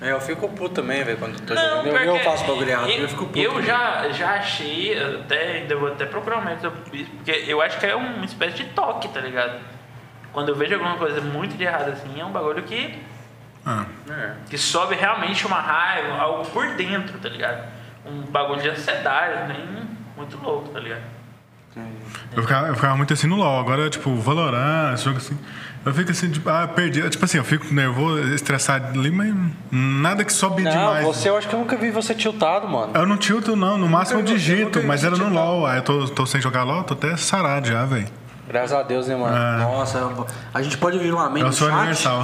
É, eu fico puto também, velho, quando eu tô Não, jogando. Eu, porque eu faço bagulho errado, eu, eu fico puto. eu já, já achei, até, ainda vou até procurar um método sobre isso, porque eu acho que é uma espécie de toque, tá ligado? Quando eu vejo alguma coisa muito de errado assim, é um bagulho que, né, Ah. que sobe realmente uma raiva, algo por dentro, tá ligado? Um bagulho de ansiedade, nem muito louco, tá ligado? Eu ficava, eu ficava muito assim no LoL. Agora, tipo, Valorant, esse jogo assim. Eu fico assim, tipo, ah, perdi. Tipo assim, eu fico nervoso, estressado ali, mas nada que sobe Não, demais. né? você, eu acho que eu nunca vi você tiltado, mano. Eu não tilto, não. No máximo eu nunca- eu digito, nunca mas era no digitava. LoL. Aí eu tô, tô sem jogar LoL, tô até sarado já, velho. Graças a Deus, né, mano? É. Nossa, a gente pode virar um amém Eu no sou chat? universal.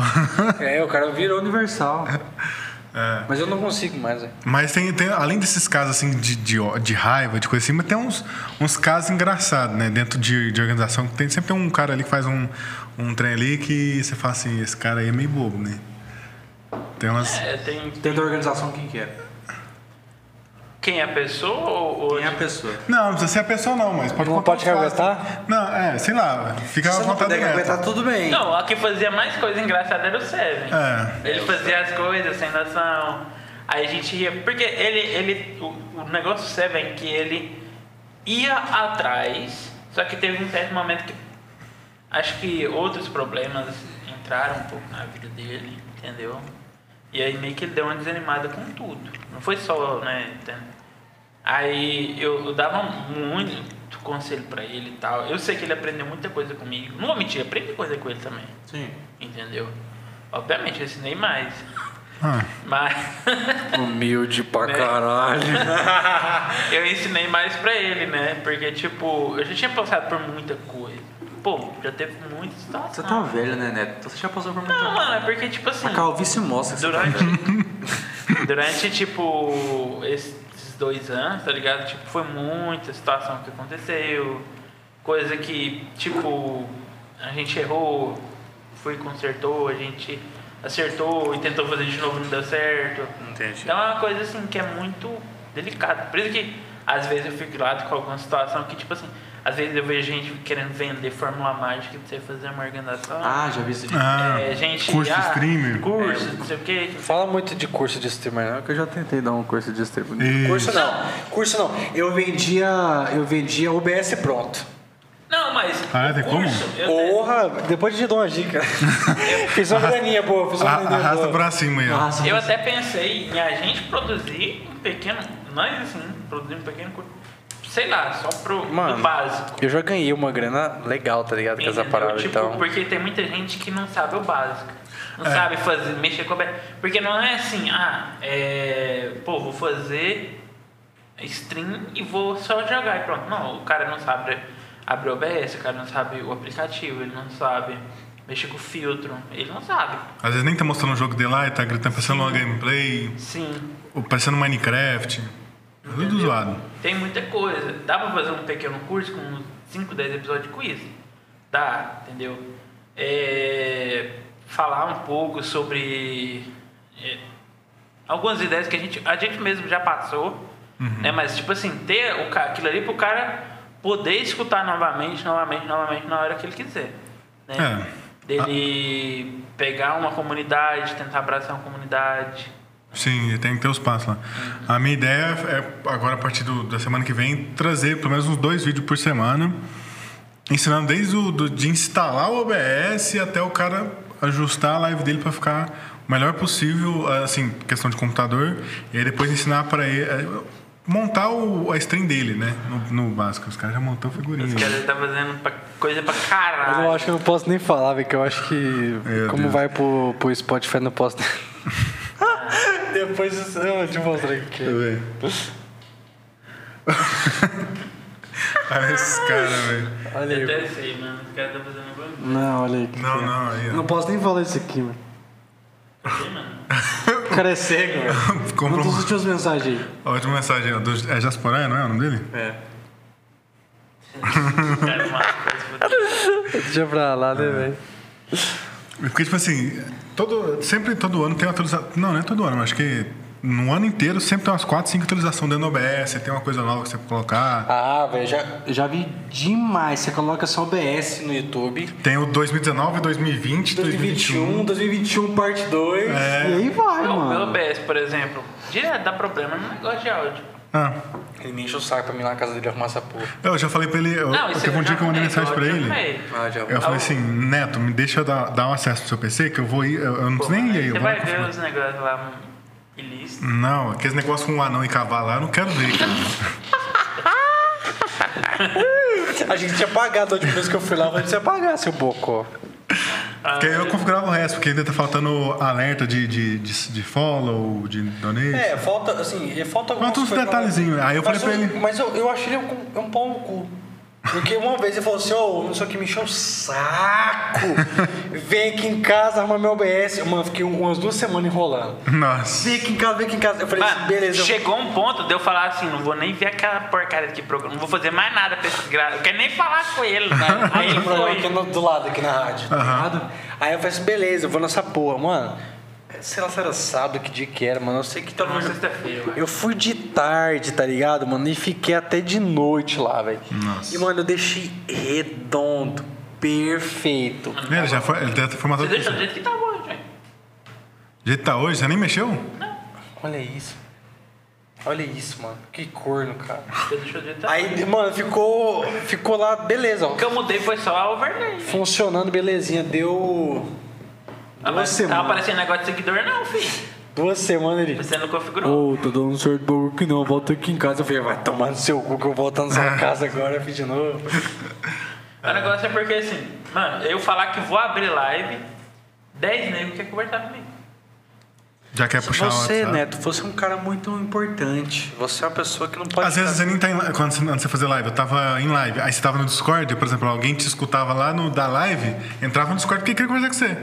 É, o cara virou. Universal. É. Mas eu não consigo mais, velho. Mas tem, tem- além desses casos assim de, de, ó- de raiva, de coisa assim, mas tem uns, uns casos engraçados, né? Dentro de, de organização, que tem, sempre tem um cara ali que faz um, um trem ali que você fala assim, esse cara aí é meio bobo, né? Tem umas. É, tem Dentro da organização, quem que é? quem é a pessoa ou... ou- Quem é a pessoa? Não, não precisa ser a pessoa não, mas pode Não contar pode uns fatos. aguentar? Não, é, sei lá, fica à Se você não vontade puder dela. aguentar, tudo bem. é Não, a que fazia mais coisa engraçada era o Seven. É. Ele fazia as coisas sem noção. Aí a gente ia. Porque ele. ele o, o negócio do Seven é que ele ia atrás, só que teve um certo momento que. Acho que outros problemas entraram um pouco na vida dele, entendeu? E aí meio que ele deu uma desanimada com tudo. Não foi só, né? entende? Aí eu, eu dava muito conselho pra ele e tal. Eu sei que ele aprendeu muita coisa comigo. Não vou mentir, aprendi coisa com ele também. Sim. Entendeu? Obviamente, eu ensinei mais. Ah, Mas Humilde pra Né? caralho. eu ensinei mais pra ele, né? Porque, tipo, eu já tinha passado por muita coisa. Pô, já teve muita Você situação. tá velho, né, Neto? Você já passou por muita Não, mano, é porque, tipo assim. A calvície mostra que você tá velho. Durante. durante, tipo, esses dois anos, tá ligado? Tipo, foi muita situação que aconteceu. Coisa que, tipo, a gente errou, foi e consertou, a gente acertou e tentou fazer de novo e não deu certo. Entendi. Então é uma coisa assim que é muito delicada. Por isso que às vezes eu fico lado com alguma situação que, tipo assim, às vezes eu vejo gente querendo vender fórmula mágica pra você fazer uma organização. Ah, já vi isso. de- ah, É, gente, curso ah, streamer. Curso, não sei o tipo, que. Fala muito de curso de streamer, não. Porque eu já tentei dar um curso de streaming. E- Curso não. Curso não. Eu vendia, eu vendia OBS pronto. Não, mas. Ah, tem o como? curso, eu- Porra, depois te dou uma dica. fiz uma graninha boa, fiz uma a- graninha arrasta né? boa. pra cima aí, ó. Nossa, Eu até pensei em a gente produzir um pequeno. Nós assim, produzir um pequeno curso. Sei lá, só pro Mano, do básico. Eu já ganhei uma grana legal, tá ligado? Com essa Uhum. entendeu? parada, tipo, então. porque tem muita gente que não sabe o básico. Não É. sabe fazer, mexer com a. be- Porque não é assim, ah, é. Pô, vou fazer stream e vou só jogar e pronto. Não, o cara não sabe abrir o OBS, o cara não sabe o aplicativo, ele não sabe mexer com o filtro, ele não sabe. Às vezes nem tá mostrando o jogo dele lá e tá gritando, parecendo uma gameplay, Sim. ou parecendo Minecraft. Tudo zoado. Tem muita coisa. Dá pra fazer um pequeno curso com uns 5, 10 episódios de quiz? Dá, entendeu? É, falar um pouco sobre é, algumas ideias que a gente, a gente mesmo já passou, né? Mas, tipo assim, ter o, ca- aquilo ali pro cara poder escutar novamente, novamente, novamente, na hora que ele quiser. Né? É. Dele pegar uma comunidade, tentar abraçar uma comunidade. Sim, tem que ter os passos lá. A minha ideia é, agora a partir do- da semana que vem, trazer pelo menos uns dois vídeos por semana, ensinando desde o do- de instalar o OBS até o cara ajustar a live dele para ficar o melhor possível, assim, questão de computador, e aí depois ensinar para ele. é, Montar o, a stream dele, né? No, no básico. Os caras já montou figurinha. né? Os caras tá fazendo pra- coisa pra caralho. Eu acho que eu não posso nem falar, velho, que eu acho que. Meu como Deus. vai pro, pro Spotify, eu não posso. Depois disso, eu vou te mostrar o que Deixa eu ver. Olha esse cara, velho. é. Olha aí. Até sei, mano. Os caras estão fazendo bagulho. Não, olha aí. Não, não, aí, ó. Não posso nem falar isso aqui, mano. O cara é cego, velho. Uma Comprou das um- últimas mensagens aí. A última mensagem ó, do, é Jasporã, não é o nome dele? É. Os caras matam coisa pra tudo. Deixa pra lá, né, velho? Porque, tipo assim, todo, sempre, todo ano tem uma atualização. Não, não é todo ano, mas acho que no ano inteiro sempre tem umas 4, 5 atualizações dentro do OBS, tem uma coisa nova que você colocar. Ah, velho, já. Eu já vi demais. Você coloca só OBS no YouTube. Tem o 2019, 2020, 2021. 2021, 2021 parte 2. É. E aí vai, Não, Pelo mano. OBS, por exemplo, direto dá problema no negócio de áudio. Ah, Ele me enche o saco pra mim lá na casa dele arrumar essa porra. eu já falei pra ele, eu, Não, isso teve eu um já dia que eu mandei falei, mensagem pra eu já ele. falei. Ah, já. Eu falei assim, Neto, me deixa eu dar, dar um acesso pro seu PC que eu vou ir. Eu, eu não Pô, preciso nem ir aí. Você Eu vou vai lá ver configurar. os negócios lá ilícitos. Não, aqueles negócios com o anão e cavalo lá, eu não quero ver. cara. A gente tinha pagado a última vez que eu fui lá, eu falei, você pagar, seu bocó. Porque aí eu configurava o resto, porque ainda tá faltando alerta de, de, de, de follow, de donate. É, falta, assim, falta algumas Falta uns coisas, detalhezinhos. Aí eu mas falei pra eu- ele. Mas eu, eu acho ele um, um pau no cu. Porque uma vez ele falou assim, ô, não sei o que, me encheu o saco. Vem aqui em casa, arruma meu OBS. Mano, fiquei umas duas semanas enrolando. Nossa. Vem aqui em casa, vem aqui em casa. Eu falei assim, Mano, beleza. eu- chegou um ponto de eu falar assim, não vou nem ver aquela porcaria de programa, não vou fazer mais nada pra esses graças, não quero nem falar com ele, né? Aí Tem ele um programa aqui foi. no- do lado, aqui na rádio, tá ligado? Aí eu falei assim, beleza, eu vou nessa porra, mano. Sei lá se era sábado, que dia que era, mano. Eu sei que todo Foi mundo... sexta-feira. mano. Eu fui de tarde, tá ligado, mano? E fiquei até de noite lá, velho. Nossa. E, mano, eu deixei redondo, perfeito. Ele já foi, ele deve ter Você formatado. deixou do Do jeito que tá bom, gente. jeito que tá hoje, você nem mexeu? Olha isso. Olha isso, mano. Que corno, cara. Você deixou do jeito que tá bom. Aí, mano, ficou, ficou lá, beleza, ó. O que eu mudei foi só a overlay. né? Funcionando, belezinha. Deu Ah, duas mas não tava semanas. aparecendo negócio de seguidor não, filho. Duas semanas ele... Você não configurou. Ô, tô dando um sorte do bagulho que não, volta aqui em casa. Eu falei, vai tomar. Tomar no seu cu que eu volto na Ah. sua casa agora, filho, de novo. O negócio é porque assim, mano, eu falar que vou abrir live, 10 negros quer conversar comigo. Já quer puxar Você, o WhatsApp? né? Neto, você é um cara muito importante. Você é uma pessoa que não pode... Às vezes você nem tá em, quando você, antes de você fazer live, eu tava em live, aí você tava no Discord, por exemplo, alguém te escutava lá no, da live, entrava no Discord porque queria conversar com você.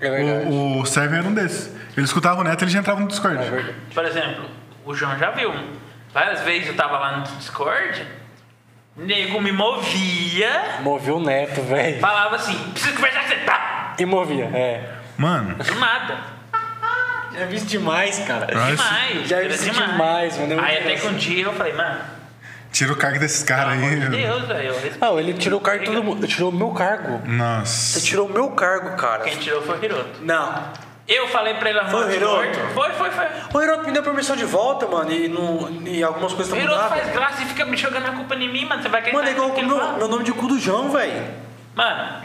É verdade. O, o Seven era um desses. Ele escutava o neto e ele já entrava no Discord. É verdade. Por exemplo, o João já viu. Várias vezes eu tava lá no Discord, nego me movia, Moveu o Neto, velho. falava assim, preciso conversar com você. Pá! E movia, é. Mano, Do nada. Já vi isso demais, cara. Nossa. É Demais. Já era existe demais. demais, mano, é muito Aí até que um engraçado. dia eu falei, mano, tira o cargo desses pelo caras amor de aí. Deus, velho. eu respeito. Ah, ele tirou o cargo de todo mundo. Tirou o meu cargo. Você Nossa. tirou o meu cargo, cara. Quem tirou foi o Hiroto. Não. Eu falei pra ele arrumar Foi o Hiroto? Foi, foi, foi. O Hiroto me deu permissão de volta, mano, e, não, e algumas coisas O estão Hiroto mudadas. faz graça e fica me jogando a culpa em mim, mano. Você vai querer Mano, é saber igual o com que o ele meu, fala? meu nome de cu do João, velho. Mano,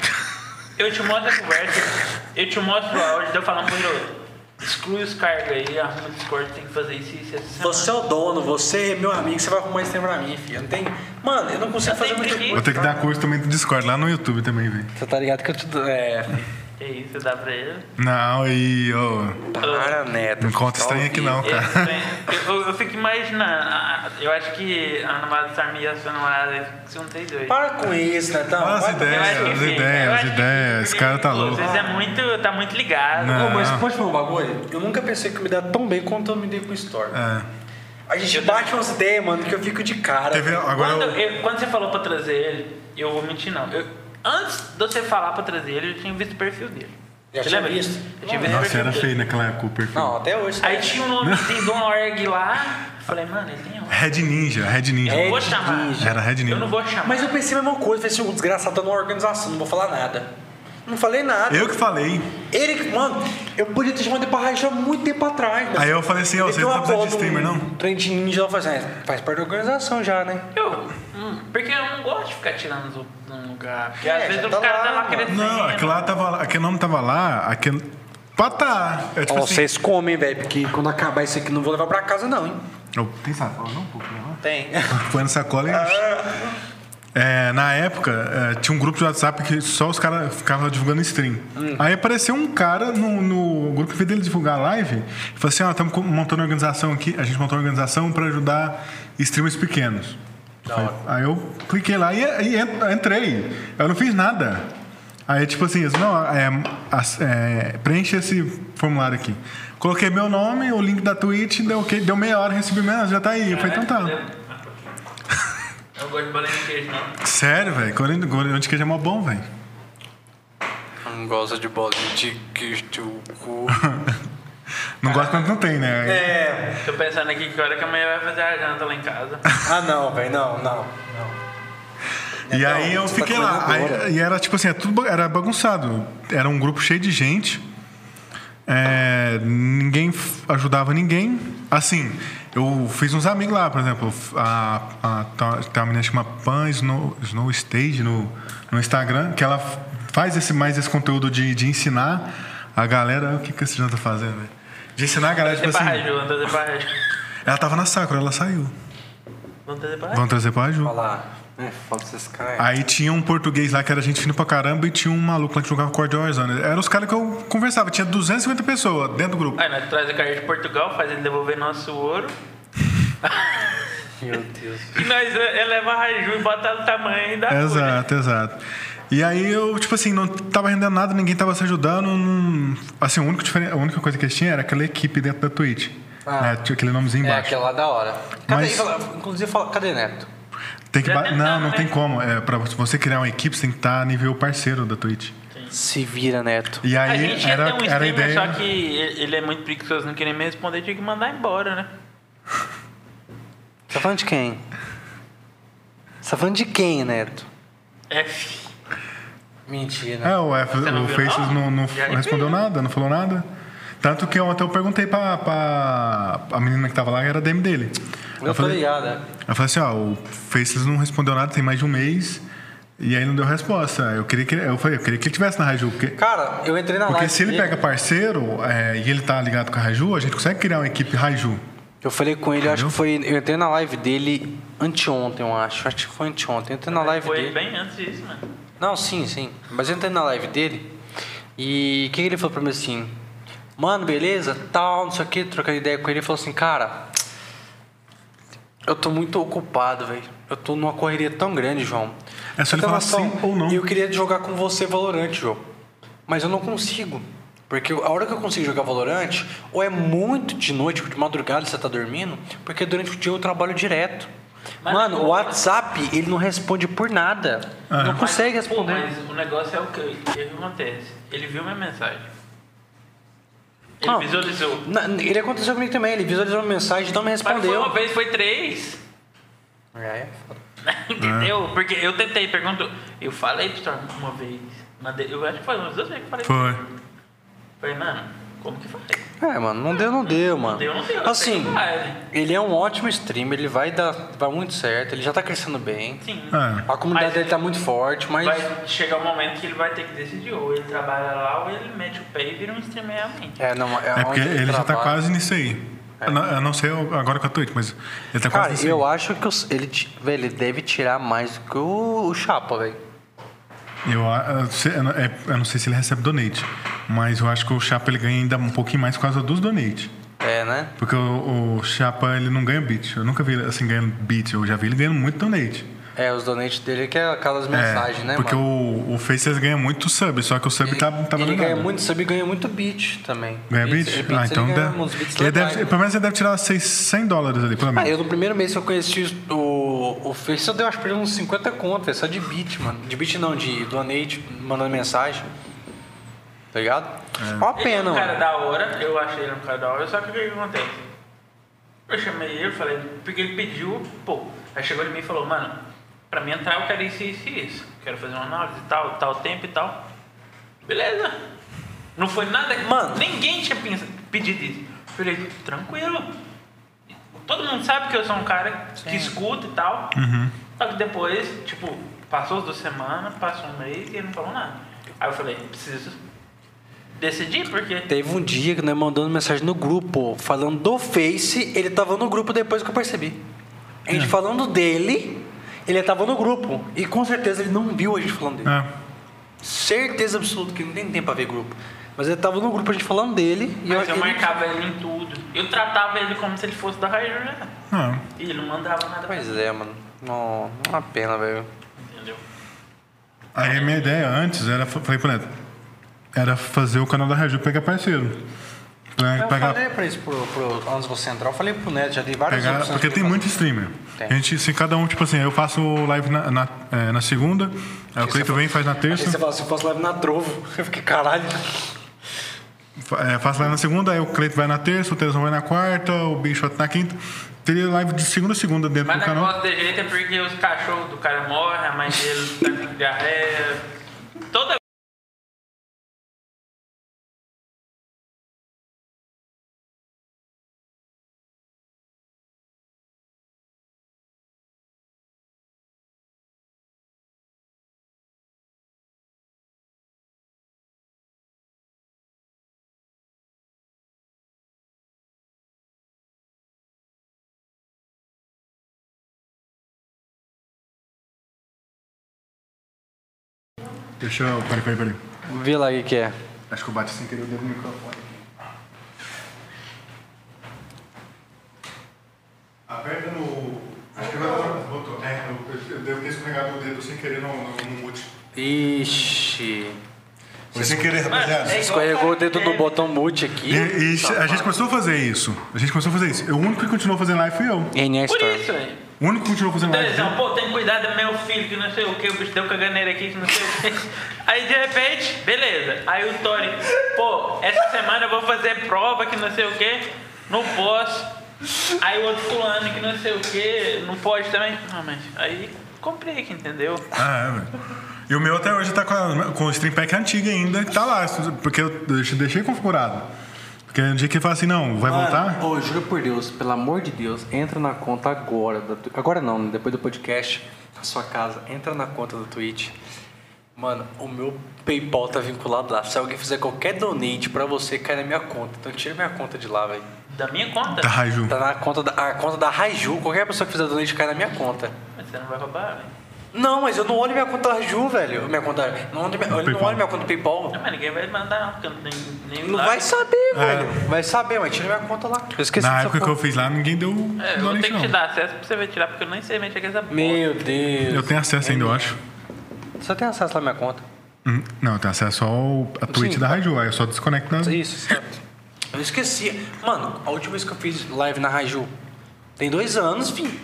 eu te mostro a conversa, eu te mostro o áudio, daí eu falo pro Hiroto. Exclui os cargos aí, arruma o Discord, tem que fazer isso e isso essa semana. Você é o dono, você é meu amigo, você vai arrumar esse tempo pra mim, filho. Não tem... Mano, eu não consigo Eu fazer tenho muita preguiça. Vou ter que dar curso também do Discord, lá no YouTube também, velho. Você tá ligado que eu te dou... É... Que isso, você dá pra ele? Não, e ô. Para, Neto. não conta estranho aqui não, Esse cara. trem- eu, eu, eu fico imaginando, a- a- eu acho que a namorada do Sarmi e a sua namorada são três dois. Para com isso, Netão. Olha as Vai tomar- Eu acho ideias, que as sim, eu ideias, acho as que ideias. sim, Esse cara tá porque louco. Vocês é muito, tá muito ligado. Não. Ô, mas pode falar um bagulho? Eu nunca pensei que eu me dar tão bem quanto eu me dei com o Storm. É. A gente bate umas ideias, mano, que eu fico de cara. Teve, agora Quando, eu- eu- quando você falou pra trazer ele, eu vou mentir não. um- Eu- antes de você falar pra trazer ele, eu tinha visto o perfil dele. Já você tinha lembra? visto? Eu tinha visto o Nossa, perfil era dele. feio naquela época o perfil. Não, até hoje. Aí tinha um nomezinho de uma org lá. Falei, mano, ele tem org. Red Ninja, Red Ninja. Eu não É. vou Red chamar. Ninja. Era Red Ninja. Eu não vou chamar. Mas eu pensei a mesma coisa, falei assim, o desgraçado tá numa organização, não vou falar nada. Não falei nada. Eu que falei. Ele que, mano, eu podia ter chamado ele pra raiz há muito tempo atrás, né? Aí eu falei assim, ó, Ele você tem não uma tá precisando de bola, streamer, um não? Trem de ninja, ela faz, assim, "Ah, faz parte da organização já, né? Eu, hum, porque eu não gosto de ficar tirando os outros de um lugar. Porque É, às já vezes o tá cara lá, tá lá mano. crescendo. Não, é aquele lá tava lá, aquele nome tava lá, aquele. Patá! É tipo Ó, assim. vocês comem, velho, porque quando acabar isso aqui não vou levar pra casa não, hein? Ô, Tem sacola não, um né? pô? pra lá? Tem. Põe na sacola e. É, na época, é, tinha um grupo de WhatsApp que só os caras ficavam divulgando stream. Aí apareceu um cara no, no grupo que veio dele divulgar a live e falou assim: Ó, estamos montando uma organização aqui, a gente montou uma organização para ajudar streamers pequenos. Aí, aí eu cliquei lá e, e en- entrei. Eu não fiz nada. Aí, tipo assim, eles, não, é, as- é, preenche esse formulário aqui. Coloquei meu nome, o link da Twitch, deu, ok, deu meia hora, recebi menos, já tá aí. Eu falei, então tá. É, Eu Né? gosto de bolinha de queijo, não. Sério, velho. Goleiro goleiro de queijo é mó bom, velho. Não gosta de bolinha de queijo de cu. Não gosto quando não tem, né? É. Tô pensando aqui que hora que a mãe vai fazer a janta lá em casa. Ah, não, velho, não, não, não. e Não, aí eu você tá fiquei lá. comendo agora. Aí- e era tipo assim, era, tudo, ba- era bagunçado. Era um grupo cheio de gente. É, ninguém f- ajudava ninguém. Assim, eu fiz uns amigos lá, por exemplo. f- A, a, tá- tem uma menina chamada Pan Snow, Snow Stage no, no Instagram, que ela f- faz esse, mais esse conteúdo de, de ensinar a galera. O que, que esse Jean tá fazendo, velho? De ensinar a galera, tipo É Trazer pra assim. Raju, vamos trazer pra Raju. Ela tava na Sakura, ela saiu. Vamos trazer pra Raju. Vamos trazer pra Ju. Olha lá. É, foda esses caras. Aí tinha um português lá que era gente fina pra caramba e tinha um maluco lá que jogava Cordial Warzone. Eram os caras que eu conversava, tinha 250 pessoas dentro do grupo. Aí nós traz a carta de Portugal, faz ele devolver nosso ouro. Meu Deus. E nós eleva a Raju e bota no tamanho da folha. Exato, exato. E aí eu, tipo assim, não tava rendendo nada, ninguém tava se ajudando. não- Assim, o único diferen- a única coisa que eles tinham era aquela equipe dentro da Twitch. Ah. né? Tinha aquele nomezinho É, embaixo. aquela lá da hora. Cadê, Mas- fala- inclusive, fala, cadê Neto? Tem que Já ba- tentaram, Não, não né? tem como. É, pra você criar uma equipe, você tem que estar nível parceiro da Twitch. Se vira, Neto. E A aí gente era, ia ter um era a streamer, ideia. só que ele ele é muito preguiçoso, não queria me responder, tinha que mandar embora, né? Você tá falando de quem? Você tá falando de quem, Neto? F. Mentira. É, o, F, Você não o viu, Faces não? não, não Já respondeu nada, não falou nada. Tanto que ontem eu perguntei pra, pra a menina que tava lá, era a DM dele. Eu ah. tô é. falei, ligada. eu falei assim, ó, o Faces não respondeu nada, tem mais de um mês, e aí não deu resposta. Eu queria que, ele- eu falei, eu queria que ele tivesse na Raju, porque, Cara, eu entrei na porque live. se ele dele, pega parceiro é, e ele tá ligado com a Raju, a gente consegue criar uma equipe Raju. Eu falei com ele, eu acho Entendeu? que foi. Eu entrei na live dele anteontem, eu acho. Acho que foi anteontem. Eu entrei na live Foi dele. bem antes disso, mano. Não, sim, sim. Mas eu entrei na live dele e o que, que ele falou pra mim assim? Mano, beleza? Tal, não sei o que, trocando ideia com ele, ele falou assim, cara. Eu tô muito ocupado, velho. Eu tô numa correria tão grande, João. É só ele Então, falar Rafael, sim ou não. Eu queria jogar com você Valorant, João. Mas eu não consigo. Porque a hora que eu consigo jogar Valorant, ou é muito de noite, de madrugada você tá dormindo, porque durante o dia eu trabalho direto. Mas- Mano, o WhatsApp, ele não responde por nada. É. Não consegue Mas, pô, responder. Mas o negócio é o que, o que acontece? Ele viu minha mensagem. Ele Não. visualizou. Na- ele aconteceu comigo também, ele visualizou uma mensagem e não me Mas foi respondeu. uma vez, foi três. É, Entendeu? É. Porque eu tentei, pergunto. Eu falei pro Storm uma vez. Mandei, eu acho que foi umas duas vezes que eu falei. Foi. Falei, mano, como que faz? é, mano, não deu, não deu, mano. deu, não deu, não Assim, sei como faz. ele é um ótimo streamer, ele vai dar vai muito certo, ele já tá crescendo bem. Sim. É. A comunidade Mas- dele tá muito forte, mas. Vai chegar um momento que ele vai ter que decidir. Ou ele trabalha lá, ou ele mete o pé e vira um streamer realmente. É, não, é, É porque onde ele, já tá trabalha. É. quase nisso aí. A não- a não ser agora com a Twitch, mas ele tá quase Cara, nisso aí. eu acho que os- ele, ti- velho, ele deve tirar mais do que o, o Chapa, velho. Eu, a- eu sei- eu não- é- eu não sei se ele recebe donate, mas eu acho que o Chapa ele ganha ainda um pouquinho mais por causa dos donate. É, né? Porque o, o Chapa ele não ganha beat. Eu nunca vi ele assim ganhando beat, eu já vi ele ganhando muito donate. É, os donates dele que é aquelas É, mensagens, né, porque mano? o, o Faces ganha muito sub, só que o sub Ele, tá, tá ele valendo ganha nada. muito sub e ganha muito beat também. Ganha Beats- beat? é, Ah, beats, então ele ganha deve- uns beats ele legais, deve- né? Pelo menos ele deve tirar 600 dólares ali, pelo Ah, menos. eu no primeiro mês que eu conheci o, o, o Face, eu dei acho que uns 50 conto, é só de beat, mano. De beat não, de donate, mandando mensagem. Tá ligado? Ó a Ele é pena, um cara mano. da hora, eu achei ele um cara da hora, só que o que que acontece? Eu chamei ele, falei, porque ele pediu, pô, aí chegou em mim e falou, mano, pra mim entrar eu quero isso, isso e isso. Quero fazer uma análise e tal, tal tempo e tal. Beleza. Não foi nada que. Mano. Ninguém tinha pensa- pedido isso. Falei, tranquilo. Todo mundo sabe que eu sou um cara que escuta e tal. Só que depois, tipo, passou as duas semanas, passou um mês e ele não falou nada. Aí eu falei, preciso decidir, porque Teve um dia que nós mandando mensagem no grupo, falando do Face, ele tava no grupo depois que eu percebi. A gente falando dele, ele tava no grupo. E com certeza ele não viu a gente falando dele. É. Certeza absoluta que não tem tempo pra ver grupo. Mas ele tava no grupo a gente falando dele. E Mas é eu ele- marcava ele em tudo. Eu tratava ele como se ele fosse da Raiju, né? Ah, E ele não mandava nada pra ele, Pois é, mano. Não, é uma pena, velho. entendeu? Aí a minha ideia antes era, falei pro Neto, era fazer o canal da Raju pegar parceiro. Pra- Eu pegar- falei pra isso pro, pro antes do Central, eu falei pro Neto, já dei várias Pegar- opções porque pra tem ele muito streamer. Tem. A gente, se cada um, tipo assim, eu faço live na, na, eh, na segunda, aí o é Cleiton vem e faz na fazer. Achei que você terça, fala assim, eu faço live na Trovo. Eu fiquei, caralho. fa- eh, faço live na segunda, aí o Cleiton vai na terça, o Terezão vai na quarta, o bicho na quinta. Teria live de segunda a segunda dentro Mas do o canal. negócio de jeito é porque os cachorros do cara morrem, a mãe dele tá com diarreia. Toda Deixa eu. Peraí, peraí, peraí. Vê lá o que que é. Acho que eu bati sem querer o dedo no microfone. Aperta no. É, deve ter escorregado o dedo sem querer no, no, no mute. Ixi. Foi sem querer, rapaziada. é Escorregou o dedo no Teve. botão mute aqui. E, e a gente começou a fazer isso. A gente começou a fazer isso. O único que continuou fazendo live fui eu. NS Por Store. isso, velho. O único que continuou fazendo live. Televisão, pô, tem que cuidar do meu filho, que não sei o que, o bicho deu caganeira aqui, que não sei o que. Aí de repente, beleza. Aí o Tony, pô, essa semana eu vou fazer prova que não sei o que, não posso. Aí o outro fulano que não sei o que, não pode também. Ah, mas aí complica, entendeu? Ah, é, velho. E o meu até hoje tá com, a- com o Stream Pack antigo ainda, que tá lá, porque eu deixei, deixei configurado. Porque no dia que ele fala assim, não, vai voltar? Ô, juro por Deus, pelo amor de Deus, entra na conta agora. da Twi- Agora não, né? depois do podcast, na sua casa, entra na conta da Twitch. Mano, o meu PayPal tá vinculado lá. Se alguém fizer qualquer donate pra você, cai na minha conta. Então tira minha conta de lá, velho. Da minha conta? Tá, Raju. Tá na conta da, a conta da Raiju. Qualquer pessoa que fizer donate cai na minha conta. Mas você não vai roubar, né? velho. Não, mas eu não olho minha conta da Raiju, velho. Minha conta, não olho minha, eu não PayPal. olho minha conta do PayPal. Não, mas ninguém vai mandar, não, porque eu não tenho nem Não lá. vai É. saber, velho. Vai saber, mas tira minha conta lá. Eu esqueci Na dessa época que porra. eu fiz lá, ninguém deu É, eu vou donate, ter que te não. dar acesso pra você ver tirar, porque eu nem sei mexer com essa porra. Meu Deus. Eu tenho acesso ainda, eu acho. Você tem acesso à minha conta. Hum, Não, eu tenho acesso só ao, a Twitch da Raju, aí eu só desconecto da... Isso, certo. Eu esqueci. Mano, a última vez que eu fiz live na Raju tem dois anos, fim.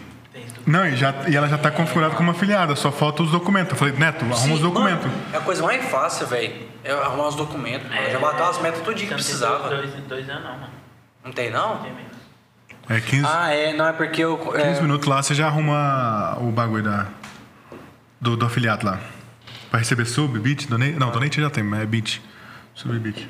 Não, e, já, e ela já tá configurada como afiliada, só falta os documentos. Eu falei, Neto, arruma os Sim, documentos. mano, é a coisa mais fácil, velho. É arrumar os documentos, mano. Eu já bateu as metas todo dia que Então, tem precisava. Dois, dois anos, não, mano. Não tem, não? Tem menos. É 15, Ah, é. Não, é porque eu... 15 É, minutos lá, você já arruma o bagulho da, do, do afiliado lá. Pra receber sub, bit, donate... Não, donate já tem, mas é bit. Sub e bit.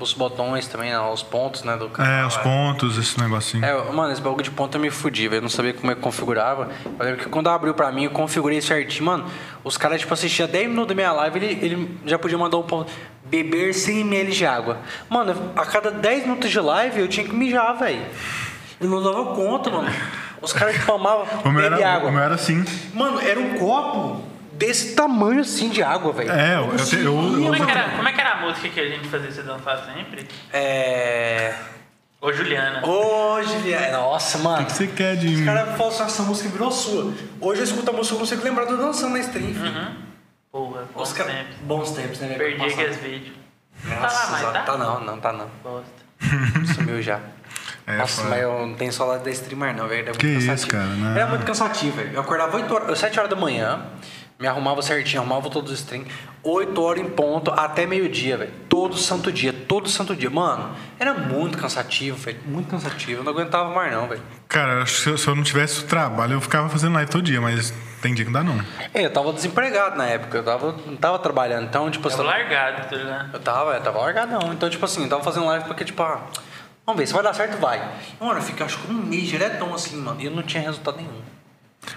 os botões também, né, os pontos, né, do É, canal. os pontos, esse negocinho. É, mano, esse bagulho de ponta eu me fudi, velho. Eu não sabia como é que configurava. Eu lembro que quando abriu pra mim, eu configurei certinho. Mano, os caras, tipo, assistiam 10 minutos da minha live, ele, ele já podia mandar um ponto. Beber 100 ml de água. Mano, a cada 10 minutos de live, eu tinha que mijar, velho. Eu não dava conta, mano. Os caras spamavam, O meu, bebe era, água. o meu era assim. Mano, era um copo desse tamanho assim de água, velho. É, eu, eu, te- eu, eu, Como é, que era, como é que era a música que a gente fazia você dançar sempre? É. Ô, Juliana. Hoje, viado. Nossa, mano. O que você quer de Os mim? caras falam assim, essa música virou sua. Hoje eu escuto a música, eu consigo lembrar de eu dançando na stream. filho. Os Porra, Uhum. bons cara- tempos. Bons tempos, né? velho? Perdi Nossa, aqueles vídeos. Não tá lá Nossa, mais, tá? tá não, não, tá não. Bosta. Sumiu já. É, Nossa, foda. mas eu não tenho saudade da streamer não, velho. Era muito Que isso, cansativo. cara, né? não. Era muito cansativo, velho. Eu acordava 8 horas, 7 horas da manhã, me arrumava certinho, arrumava todos os stream, 8 horas em ponto até meio-dia, velho. Todo santo dia, todo santo dia. Mano, era muito cansativo, velho. Muito cansativo. Eu não aguentava mais não, velho. Cara, eu acho que se eu, se eu não tivesse o trabalho, eu ficava fazendo live todo dia, mas tem dia que não dá, não. É, Eu tava desempregado na época, eu tava, não tava trabalhando. Então, tipo, Tava você- largado, tá ligado? Eu tava, eu tava largadão. Então, tipo assim, eu tava fazendo live porque, tipo, ah, vamos ver, se vai dar certo, vai. Mano, eu fiquei, acho que um mês diretão assim, mano. E eu não tinha resultado nenhum.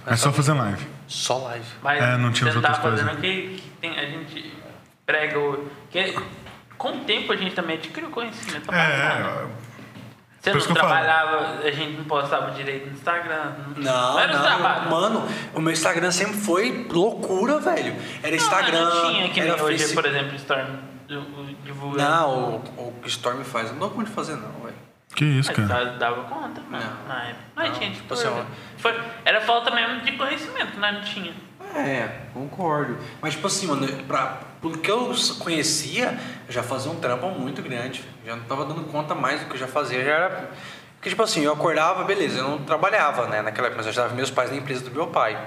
É só fazendo live. Só live. Mas É, não tinha as você não tava outras fazendo o que, que tem, a gente prega o... Que, com o tempo a gente também adquiriu conhecimento pra caralho. né? É, Você por isso não que eu falo. trabalhava, a gente não postava direito no Instagram. Não, era um não, trabalho. mano, o meu Instagram sempre foi loucura, velho. Era Não, Instagram, Não tinha que nem era hoje, Face- por exemplo, Storm o- o- divulga. Não, o, o Storm faz, não dá como de fazer não, velho. que isso, Mas cara. dava- dava conta, mano, Não. na época. Mas Não, tinha tipo tipo. assim, ó. foi, era falta mesmo de conhecimento que nós não tinha. É, concordo. Mas, tipo assim, mano, pra, pelo que eu s- conhecia, eu já fazia um trampo muito grande. Já não tava dando conta mais do que eu já fazia. Já era. Porque, tipo assim, eu acordava, beleza, eu não trabalhava, né? Naquela época, mas eu ajudava meus pais na empresa do meu pai.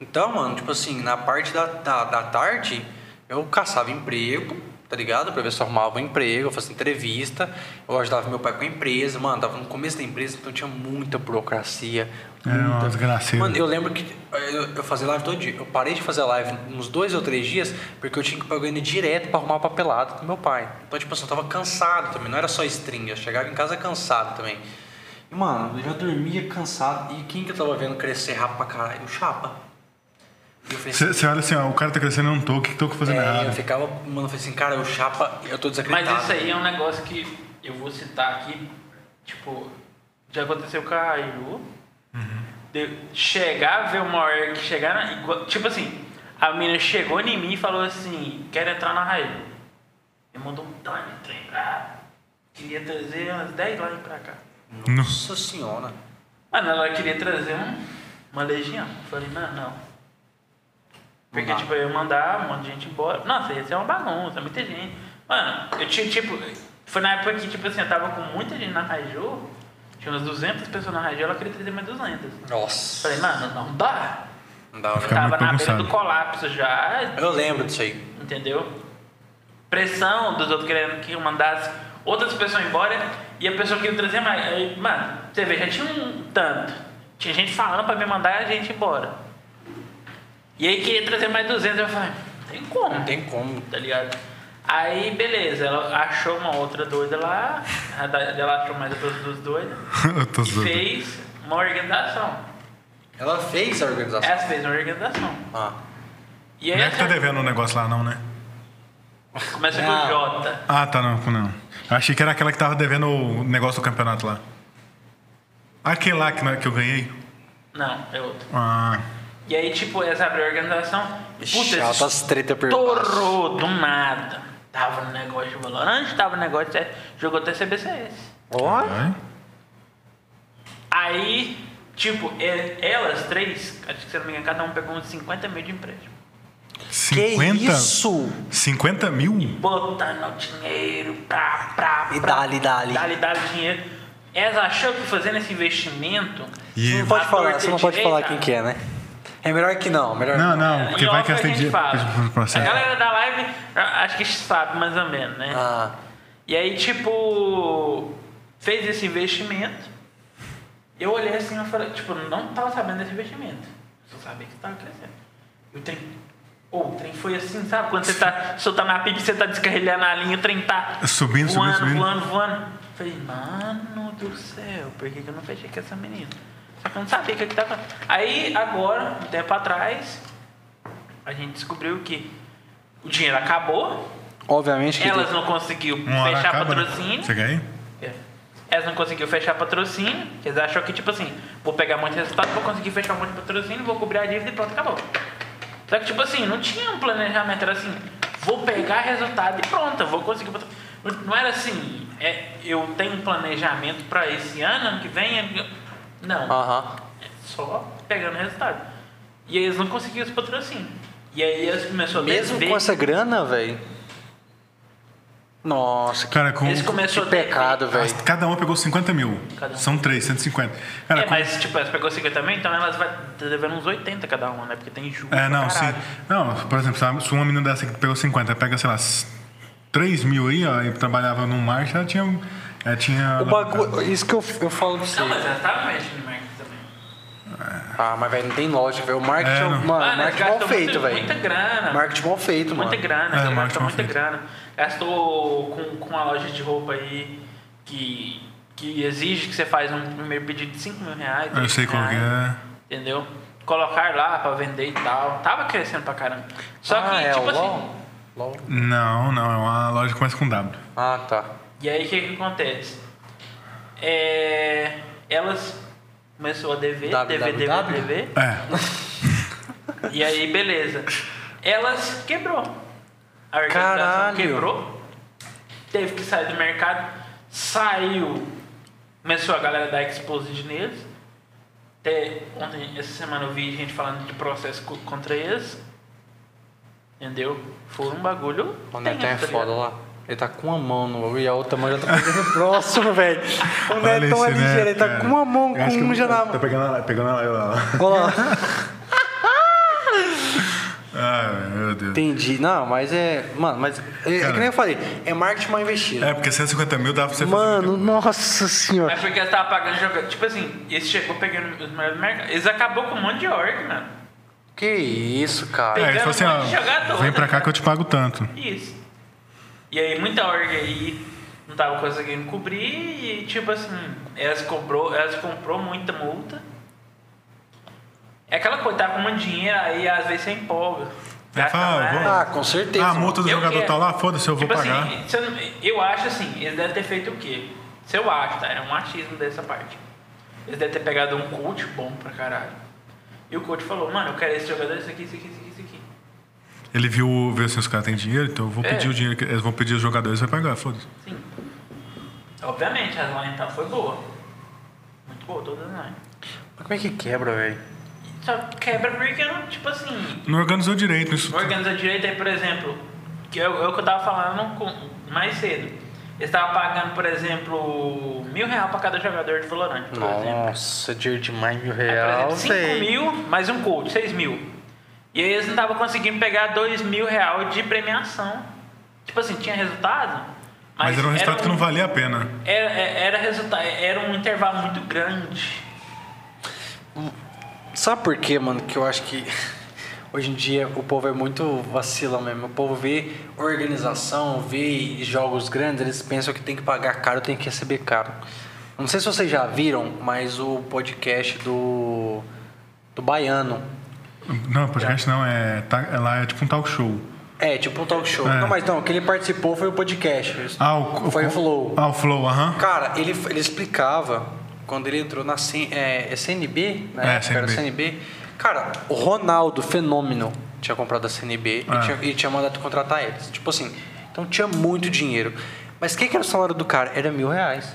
Então, mano, tipo assim, na parte da, da, da tarde, eu caçava emprego, tá ligado? Pra ver se eu arrumava um emprego, eu fazia entrevista, eu ajudava meu pai com a empresa, mano, tava no começo da empresa, então tinha muita burocracia. É uma muita- desgraceira. Mano, eu lembro que eu, eu fazia live todo dia. Eu parei de fazer live uns dois ou três dias porque eu tinha que ir pagando direto pra arrumar papelado com meu pai. Então, tipo assim, eu tava cansado também. Não era só string. Eu chegava em casa cansado também. E, mano, eu já dormia cansado. E quem que eu tava vendo crescer rápido pra caralho? O Chapa. E eu falei assim, Você você olha assim, ó, o cara tá crescendo, eu não tô, o que que eu tô fazendo é, eu errado? ficava, mano, eu falei assim, cara, o Chapa, eu tô Mas desacreditado. isso aí é um negócio que eu vou citar aqui. Tipo, já aconteceu com a Ayu. Uhum. De chegar, ver uma hora que chegar. na- igual- tipo assim, a menina chegou em mim e falou assim: Quero entrar na Ayu. Me mandou um tanto de trem pra. lá. Queria trazer umas 10 lá pra cá. Nossa. Nossa senhora. Ah, Mano, ela queria trazer um, uma legião. Eu Falei, não, não. Porque, tipo, eu ia mandar um monte de gente embora. Nossa, ia ser uma bagunça, muita gente. Mano, eu tinha, tipo... Foi na época que, tipo assim, eu tava com muita gente na Raju. Tinha umas 200 pessoas na Raju, ela queria trazer mais 200. Nossa. Falei, mano, não dá. Não dá, Eu né? Fica tava muito na beira bagunçado. do colapso já, Eu lembro disso aí. entendeu? Pressão dos outros querendo que eu mandasse outras pessoas embora e a pessoa queria trazer mais. Aí, mano, você vê, já tinha um tanto. Tinha gente falando pra me mandar a gente embora. E aí queria trazer mais 200, eu falei, não tem como. Não tem como. Tá ligado? Aí, beleza, ela achou uma outra doida lá, a da- ela achou mais outras duas doidas Eu tô e zoando. fez uma organização. Ela fez a organização. Ela fez uma organização. Ah. E aí Não é que tá essa- devendo um negócio lá, não, né? começa com Não. o Jota. Ah, tá, não, não. Eu achei que era aquela que tava devendo o negócio do campeonato lá. Aquele lá que, na- que eu ganhei. Não, é outro. Ah, E aí, tipo, essa abriu a organização. Ixi, Puta, ela esse tá as treta per estourou do nada. Tava no negócio de Valorant, tava no negócio de... Jogou até CBCS. Ó. vai. Aí, tipo, e- elas três, acho que se eu não me engano, cada um pegou uns 50 mil de empréstimo. 50, Que isso? 50 mil? Botando dinheiro pra, pra, E pra- dali, dali. Dali, dali dinheiro. Elas achou que fazendo esse investimento... E- Não pode a falar, torta você não pode direita- falar quem que é, né? É melhor que não, melhor Não, que não, porque Em vai off que elas a têm gente dinheiro fala. pro A processo. galera da live, a- acho que sabe mais ou menos, né? Ah, E aí, tipo, fez esse investimento. Eu olhei assim e falei, tipo, não tava sabendo desse investimento. Só sabia que tava crescendo. E o trem. Ou, o trem foi assim, sabe? Quando você tá soltando a pipa, e você tá descarrilhando a linha, o trem tá Subindo, subindo, voando, subindo. voando, voando. Falei, mano do céu, por que, que eu não fechei com essa menina? Só que eu não sabia o que, que tava. Aí, agora, um tempo atrás, a gente descobriu que o dinheiro acabou, obviamente que elas não conseguiu Uma hora fechar acaba, né? patrocínio. Você ganha? É. Elas não conseguiram fechar patrocínio, eles achou que, tipo assim, vou pegar um monte de resultado, vou conseguir fechar um monte de patrocínio, vou cobrir a dívida e pronto, acabou. Só que, tipo assim, não tinha um planejamento, era assim, vou pegar resultado e pronto, eu vou conseguir. patro- Não não era assim, é, eu tenho um planejamento pra esse ano, ano que vem. ano que- Não. tem. Ah, Aham. Ah. É só pegando resultado. E aí eles não conseguiram os patrocínios. E aí eles começaram a Mesmo dever- com essa grana, velho. Nossa, que Cara, com. Eles começaram a dever. pecado, velho. as- Cada uma pegou 50 mil. Cada um. São três, 150. Cara, É, com- mas tipo, elas pegou 50 mil, então elas vai tá devendo uns 80 cada uma, né? Porque tem juros. É, não, pra sim. caralho. Não, por exemplo, se uma- se uma menina dessa que pegou 50, pega, sei lá, 3 mil aí, ó, e trabalhava num marketing, ela tinha. Ela tinha O bagulho, isso que eu, eu falo pra você. Não, mas elas estavam mexendo em marketing também. Ah, mas velho, não tem lógica, velho. O marketing, É, é um- não. mano, Mano, marketing gastou mal feito, muita- Muita velho. grana. Marketing mal feito, mano. Muita grana, É, ele marketing gastou mal muita feito. grana. Gastou com, com uma loja de roupa aí que, que exige que você faz um primeiro pedido de 5 mil reais. Eu sei 10 qual que reais, é. Entendeu? Colocar lá pra vender e tal. Tava crescendo pra caramba. Só ah, que, é, tipo o LOL? assim. LOL? Não, não, é uma loja que começa com W. Ah, tá. E aí o que, que acontece? É, elas começou a dever, dever, dever, www? dever. É. E aí, beleza. Elas quebrou. A organização Caralho. quebrou. Teve que sair do mercado. Saiu. Começou a galera da Exposed neles. Até ontem, essa semana eu vi gente falando de processo co- contra eles. Entendeu? Foi um bagulho. O Netão é tenso, tá foda ligado? lá. Ele tá com uma mão no bagulho e a outra mão já tá pegando o próximo, velho. O Netão é esse, né, ligeiro, ele tá cara? com uma mão, Eu acho com que um eu- já na Tá mão. pegando a pegando a lá. Olha lá. Ah, meu Deus. Entendi. Não, mas é. Mano, mas. É, é Cara. que nem eu falei, é marketing mal investido. É, porque 150 mil dá pra você fazer. Mano, nossa senhora. Mas É porque eles estavam pagando jogando. Tipo assim, eles chegou pegando os melhores mercados. Eles acabou com um monte de org, mano. Que isso, É, cara. ele falou assim, ó, pegando um monte de jogador, vem pra né, cá que eu te pago tanto. Isso. E aí muita org aí não tava conseguindo cobrir e tipo assim, elas cobrou, elas comprou muita multa. É aquela coisa, tava com muito dinheiro, aí às vezes você empolga. Gasta fala, mais. vou- Ah, com certeza. Ah, a multa do Eu jogador quero. tá lá, foda-se, eu vou tipo pagar. assim, se eu, não- eu acho assim, eles devem ter feito o quê? Se eu acho, tá? É um achismo dessa parte. Eles devem ter pegado um coach bom pra caralho. E o coach falou, mano, eu quero esse jogador, isso aqui, isso aqui, isso aqui, isso aqui. Ele viu, viu assim, os caras têm dinheiro, então eu vou É. pedir o dinheiro, que eles vão pedir os jogadores, vai pagar, foda-se. Sim. Obviamente, a line então foi boa. Muito boa, toda a line. Mas como é que quebra, velho? Só quebra porque, não, tipo assim, Não organizou direito isso. organiza direito aí, por exemplo, que é o é o que eu tava falando com- mais cedo. Eles estavam pagando, por exemplo, mil reais pra cada jogador de Valorant, por exemplo. Nossa, dinheiro demais, mil Aí, real. por exemplo, 5 mil mais um coach, 6 mil. E aí eles não estavam conseguindo pegar 2 mil reais de premiação. Tipo assim, tinha resultado, mas, Mas era um resultado que não um- valia a pena. Era, era, resulta- era um intervalo muito grande. Sabe por quê, mano? Que eu acho que hoje em dia o povo é muito vacila mesmo. O povo vê organização, vê jogos grandes, eles pensam que tem que pagar caro, tem que receber caro. Não sei se vocês já viram, mas o podcast do do Baiano Não, podcast não, é, tá, é lá, é tipo um talk show. é tipo um talk show. É. Não, mas não, o que ele participou foi o podcast. Ah, o, foi o Flow. Ah, o Flow, aham. Cara, ele, ele explicava quando ele entrou na C- é, é CNB, É, né? Era CNB. CNB. Cara, o Ronaldo, fenômeno, tinha comprado a CNB É. e, tinha, e tinha mandado contratar eles. Tipo assim, então tinha muito dinheiro. Mas quem que era o salário do cara? Era mil reais.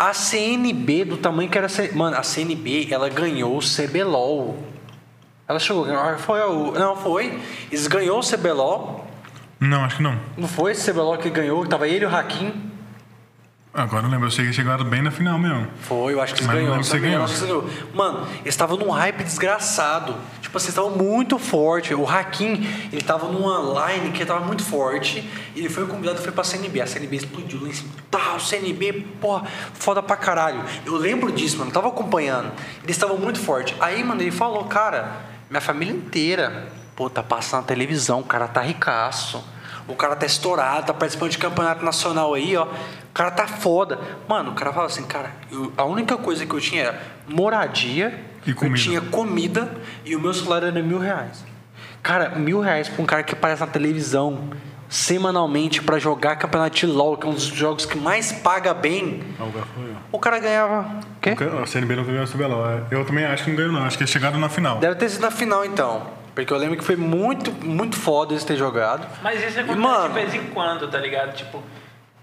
A CNB, do tamanho que era. a C- Mano, a CNB, ela ganhou o CBLOL. Ela chegou a ganhar. Foi a U- Não, foi. Eles ganhou o CBLOL. Não, acho que não. Não foi esse CBLOL que ganhou, que tava ele e o Hakim. Agora eu lembro, eu sei que chegaram bem na final mesmo. Foi, eu acho que eles Mas não ganharam. lembro se também, eu ganhou. acho que eles ganharam. Mano, eles estavam num hype desgraçado. Tipo assim, eles estavam muito forte. O Hakim, ele tava numa line que tava muito forte. E ele foi convidado foi pra CNB. A CNB explodiu lá em cima. Tá, o CNB, porra, foda pra caralho. Eu lembro disso, mano. eu Tava acompanhando. Eles estavam muito forte. Aí, mano, ele falou, cara, minha família inteira, pô, tá passando na televisão, o cara tá ricaço. O cara tá estourado, tá participando de campeonato nacional aí, ó. O cara tá foda. Mano, o cara fala assim, cara, eu- a única coisa que eu tinha era moradia, E eu comida. tinha comida e o meu salário era mil reais. Cara, mil reais pra um cara que aparece na televisão semanalmente pra jogar campeonato de LOL, que é um dos jogos que mais paga bem, o cara ganhava. O quê? O CNB não ganhou o CBLOL. é, Eu também acho que não ganhou, não. Acho que eles chegaram na final. Deve ter sido na final então. Porque eu lembro que foi muito, muito foda eles ter jogado. Mas isso E, acontece mano- de vez em quando, tá ligado? Tipo,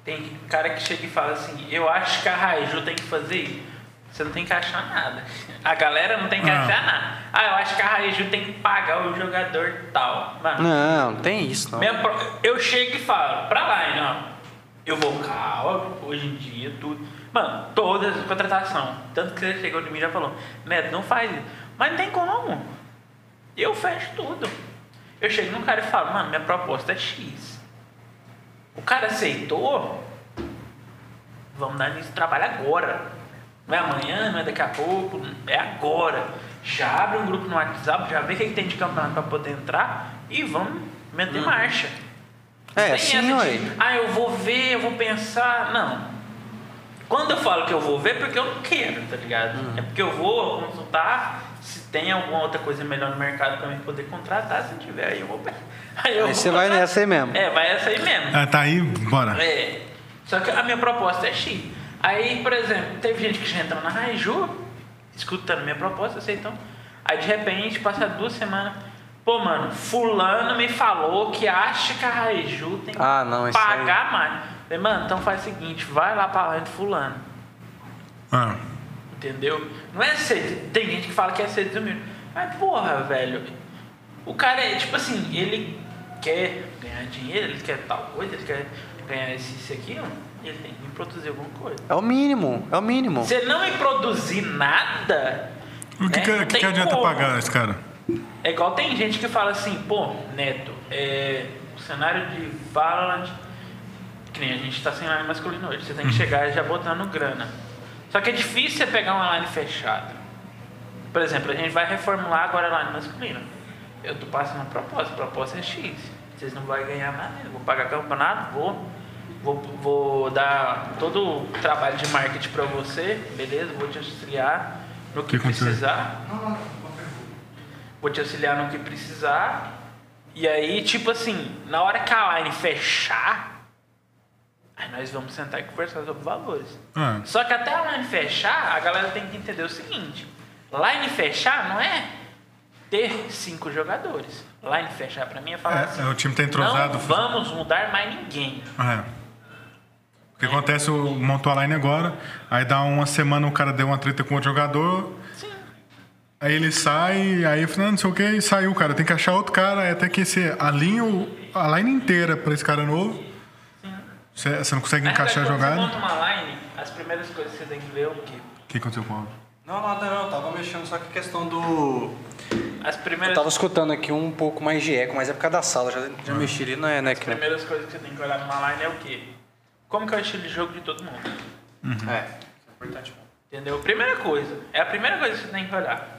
tem cara que chega e fala assim, eu acho que a Raiju tem que fazer isso. Você não tem que achar nada. A galera não tem que Ah. achar nada. Ah, eu acho que a Raiju tem que pagar o jogador tal. Mano, Não, não tem isso, não. minha pro- eu chego e falo, pra lá, hein, ó. Eu vou calma, hoje em dia, tudo. Mano, todas as contratações. Tanto que você chegou de mim e já falou, Neto, não faz isso. Mas não tem como. Eu fecho tudo. Eu chego num cara e falo, mano, minha proposta é X. O cara aceitou? Vamos dar início ao trabalho agora. Não é amanhã, não é daqui a pouco, é agora. Já abre um grupo no WhatsApp, já vê o que, que tem de campeonato pra poder entrar e vamos meter marcha. Uhum. É, Não tem assim, essa de, ué. Ah, eu vou ver, eu vou pensar. Não. Quando eu falo que eu vou ver, é porque eu não quero, tá ligado? Uhum. É porque eu vou consultar se tem alguma outra coisa melhor no mercado pra mim poder contratar. Se tiver, aí eu vou. pe- Aí, Aí eu vou você vai contratar. nessa aí mesmo. É, vai essa aí mesmo. Ah, tá aí, bora. É. Só que a minha proposta é X. Aí, por exemplo, teve gente que já entrou na Raiju, escutando minha proposta, aceitou. Aí de repente, passa duas semanas. Pô, mano, fulano me falou que acha que a Raiju tem que Ah, não, isso aí- pagar mais. Falei, mano, então faz o seguinte, vai lá pra lá de fulano. Ah, Entendeu? Não é ser. Tem gente que fala que é ser desumilde. Mas porra, velho. O cara é, tipo assim, ele quer ganhar dinheiro, ele quer tal coisa, ele quer ganhar isso, isso aqui, ó, ele tem que produzir alguma coisa. É o mínimo, é o mínimo. Se ele não me produzir nada. o que, né, que, é- não que tem que adianta como. pagar esse cara? É igual tem gente que fala assim, pô, Neto, é, o cenário de Valorant, que nem a gente tá sem line masculino hoje, você tem que Uhum. chegar já botando grana. Só que é difícil você pegar uma line fechada. Por exemplo, a gente vai reformular agora a line masculina. Eu tô passando uma proposta, a proposta é X. Vocês não vão ganhar nada, eu vou pagar campeonato, vou, vou, vou dar todo o trabalho de marketing pra você, beleza? Vou te auxiliar no que, Que aconteceu? precisar vou te auxiliar no que precisar. E aí, tipo assim, na hora que a line fechar, aí nós vamos sentar e conversar sobre valores. Ah, Só que até a line fechar, a galera tem que entender o seguinte: line fechar não é ter cinco jogadores. Line fechar pra mim é falar É, assim: é, o time tá entrosado, Não faz- vamos mudar mais ninguém. é. O que acontece, eu montou a line agora, aí dá uma semana o cara deu uma treta com outro jogador, Sim. Aí ele sai, aí eu falei, "Ah, não, não sei o que, e saiu, cara. Tem que achar outro cara, aí até que você alinha o- a line inteira pra esse cara novo. Você você não consegue encaixar a quando jogada. Você monta uma line, as primeiras coisas que você tem que ver é o quê? O que aconteceu com o Alves? Não, nada não, tava mexendo só com a questão do. As Eu primeiras, tava escutando aqui um pouco mais de eco, mas é por causa da sala, já, já mexi ali é, né, na, na as que- primeiras coisas que você tem que olhar numa line é o quê? Como que é o estilo de jogo de todo mundo? Uhum. É. Entendeu? Primeira coisa. É a primeira coisa que você tem que olhar.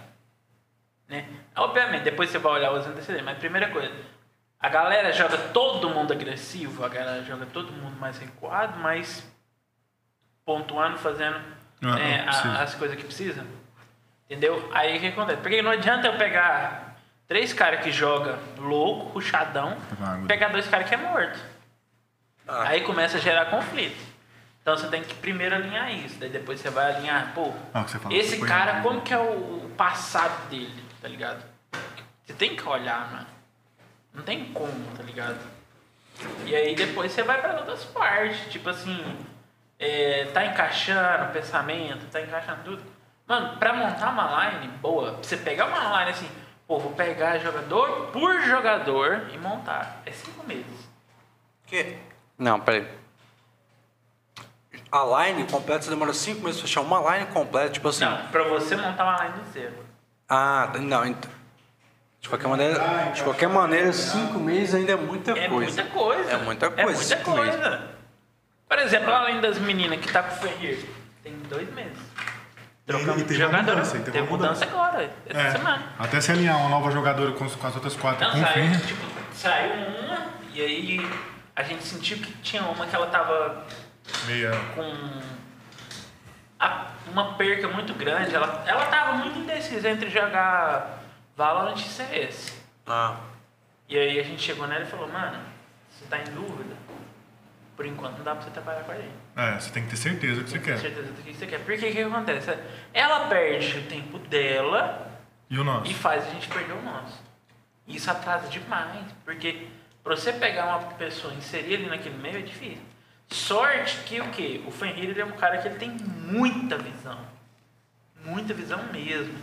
Né? Obviamente, depois você vai olhar os antecedentes, mas primeira coisa. A galera joga todo mundo agressivo, a galera joga todo mundo mais recuado, mas pontuando, fazendo Ah, né, ah, precisa. a- as coisas que precisa. Entendeu? Aí o que acontece? Porque não adianta eu pegar três caras que joga louco, ruchadão, Pegar água. pegar dois caras que é morto. Aí começa a gerar conflito. Então você tem que primeiro alinhar isso, daí depois você vai alinhar, pô, Ah, o que você falou, esse foi- cara, como que é o, o passado dele, tá ligado? Você tem que olhar, mano. Não tem como, tá ligado? E aí depois você vai para outras partes, tipo assim, é, tá encaixando o pensamento, tá encaixando tudo. Mano, pra montar uma line boa, pra você pegar uma line assim, pô, vou pegar jogador por jogador e montar. É cinco meses. Que? Não, peraí. A line completa, você demora 5 meses pra fechar uma line completa, tipo assim. Não, pra você montar uma line do zero. Ah, tá, não, então. De qualquer Ah, então maneira, de qualquer um maneira, Cinco meses ainda é muita É coisa. muita coisa. É muita É coisa, muita cinco meses. coisa. Por exemplo, além das meninas que tá com o Ferrir, tem dois meses. Trocamos e de teve uma jogador. mudança, e teve teve uma mudança agora, essa É, semana. até se alinhar uma nova jogadora com, com as outras quatro Não, com o saiu, Ferrer. tipo, saiu uma e aí a gente sentiu que tinha uma que ela tava Meia. com a- uma perca muito grande. Ela, ela tava muito indecisa entre jogar Valorant e CS. Ah. E aí a gente chegou nela e falou, mano, você tá em dúvida? Por enquanto não dá pra você trabalhar com a gente. É, você tem que ter certeza do que você Com quer. certeza do que você quer. Porque o que acontece? Ela perde o tempo dela E o nosso? e faz a gente perder o nosso. Isso atrasa demais. Porque pra você pegar uma pessoa e inserir ele naquele meio é difícil. Sorte que o quê? O Fenrir ele é um cara que ele tem muita visão. Muita visão mesmo.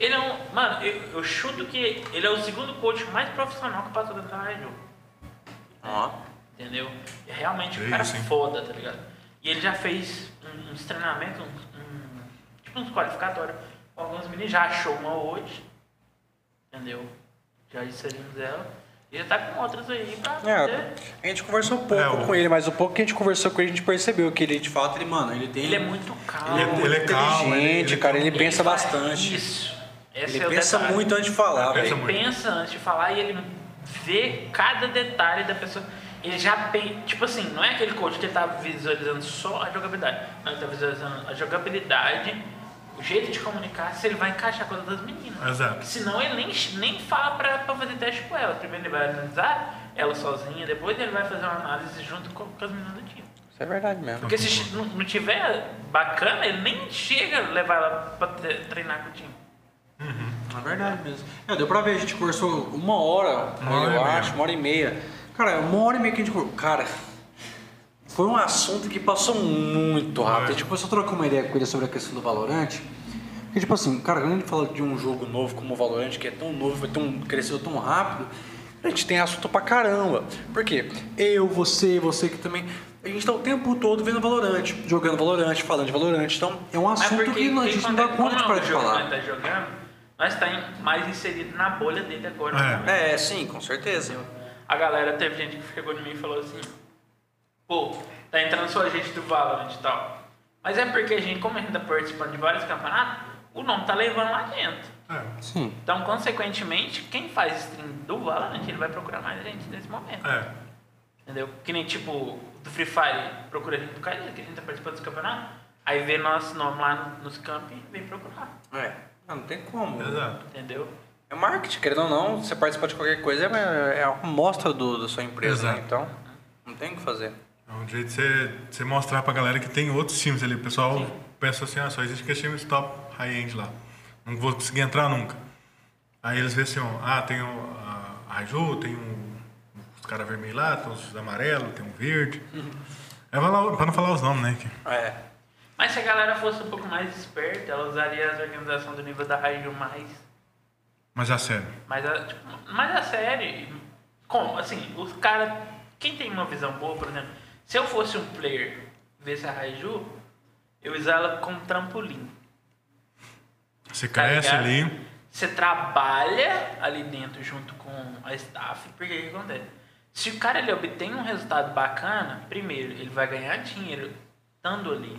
Ele é um. Mano, eu, eu chuto que ele é o segundo coach mais profissional que passou dentro da rádio. Ó. Entendeu? É realmente um É cara isso, hein? foda, tá ligado? E ele já fez um- uns treinamentos, uns, um, tipo uns qualificatórios com alguns meninos, já achou uma hoje, entendeu? Já inserimos ela. E já tá com outras aí pra É, poder. a gente conversou pouco É, o- com ele, mas o pouco que a gente conversou com ele, a gente percebeu que ele, de fato, ele, mano, ele tem. Ele é muito calmo. Ele é- ele é calmo, ele- inteligente, ele- cara, ele pensa faz bastante. Isso. Esse Ele é o pensa detalhe. muito antes de falar, Ele velho. muito. Ele pensa antes de falar e ele vê cada detalhe da pessoa. Ele já pensa. Tipo assim, não é aquele coach que ele tá visualizando só a jogabilidade. Não, ele tá visualizando a jogabilidade, o jeito de comunicar, se ele vai encaixar a coisa das meninas. Exato. Senão ele nem, nem fala pra, pra fazer teste com ela. Primeiro ele vai analisar ela sozinha, depois ele vai fazer uma análise junto com, com as meninas do time. Isso é verdade mesmo. Porque se chi- Então, não não tiver bacana, ele nem chega a levar ela pra tre- treinar com o time. É verdade mesmo. É, deu pra ver, a gente conversou uma hora, Uma hora eu e meia. acho, uma hora e meia. Cara, uma hora e meia que a gente conversou. Cara, foi um assunto que passou muito A rápido. gente começou a trocar uma ideia com ele sobre a questão do Valorante. Porque, tipo assim, cara, quando ele fala de um jogo novo como o Valorant, que é tão novo, foi um, tão, cresceu tão rápido, A gente tem assunto pra caramba. Por quê? Eu, você, você que também. A gente tá o tempo todo vendo Valorante, jogando Valorante, falando de Valorante. Então, é um Mas assunto porque que não- a quem gente não dá conta- conta de como parar é o de jogo que falar. Nós tá jogando, nós tá em- mais inserido na bolha dele agora. É. né? é, sim, com certeza. A galera teve gente que chegou em mim e falou assim: pô, tá entrando só gente do Valorant e tal. Mas é porque a gente, como a gente tá participando de vários campeonatos, o nome tá levando lá dentro. É, Sim. Então, consequentemente, quem faz stream do Valorant, ele vai procurar mais gente nesse momento. é. Entendeu? Que nem tipo, do Free Fire procura a gente por causa disso, que a gente tá participando dos campeonatos. Aí vê nosso nome lá nos campos e vem procurar. É. Ah, Não tem como. Exato. Entendeu? É marketing, querendo ou não, você participar de qualquer coisa é, é uma mostra do, da sua empresa, né? Exato. Então, não tem o que fazer. É um jeito de você, você mostrar pra galera que tem outros times ali. O pessoal pensa assim, ah, só existe aquele time top high-end lá. Não vou conseguir entrar nunca. Aí eles veem assim, ó, ah, tem o, a, a Raju, tem um, os caras vermelhos Uhum. lá, tem os amarelos, tem um verde. É, vai lá, pra não falar os nomes, né? que- É. Mas se a galera fosse um pouco mais esperta, ela usaria as organizações do nível da Raiju mais, Mas a sério. mais, a, tipo, mais a série. Como? Assim, os caras. Quem tem uma visão boa, por exemplo, se eu fosse um player e visse a Raiju, eu usava ela como trampolim. Você tá cresce ligado? ali. Você trabalha ali dentro junto com a staff, porque o que acontece? Se o cara ele obtém um resultado bacana, primeiro, ele vai ganhar dinheiro estando ali.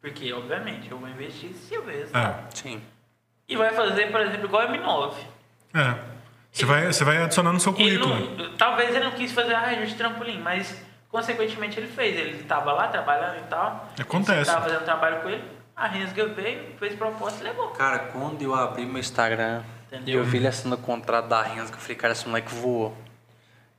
Porque, obviamente, eu vou investir se eu ver resultado. É. Sim. E vai fazer, por exemplo, igual a M9. é. Você, vai, você vai adicionando no seu Ele Um currículo. não, talvez ele não quis fazer a reajuste de trampolim, mas consequentemente ele fez. Ele estava lá trabalhando e tal. Acontece. Estava fazendo trabalho com ele. A Rensga veio, fez proposta e levou. Cara, quando eu abri meu Instagram e Entendeu? eu vi ele assinando o contrato da Renzo, que eu falei, cara, esse moleque voou.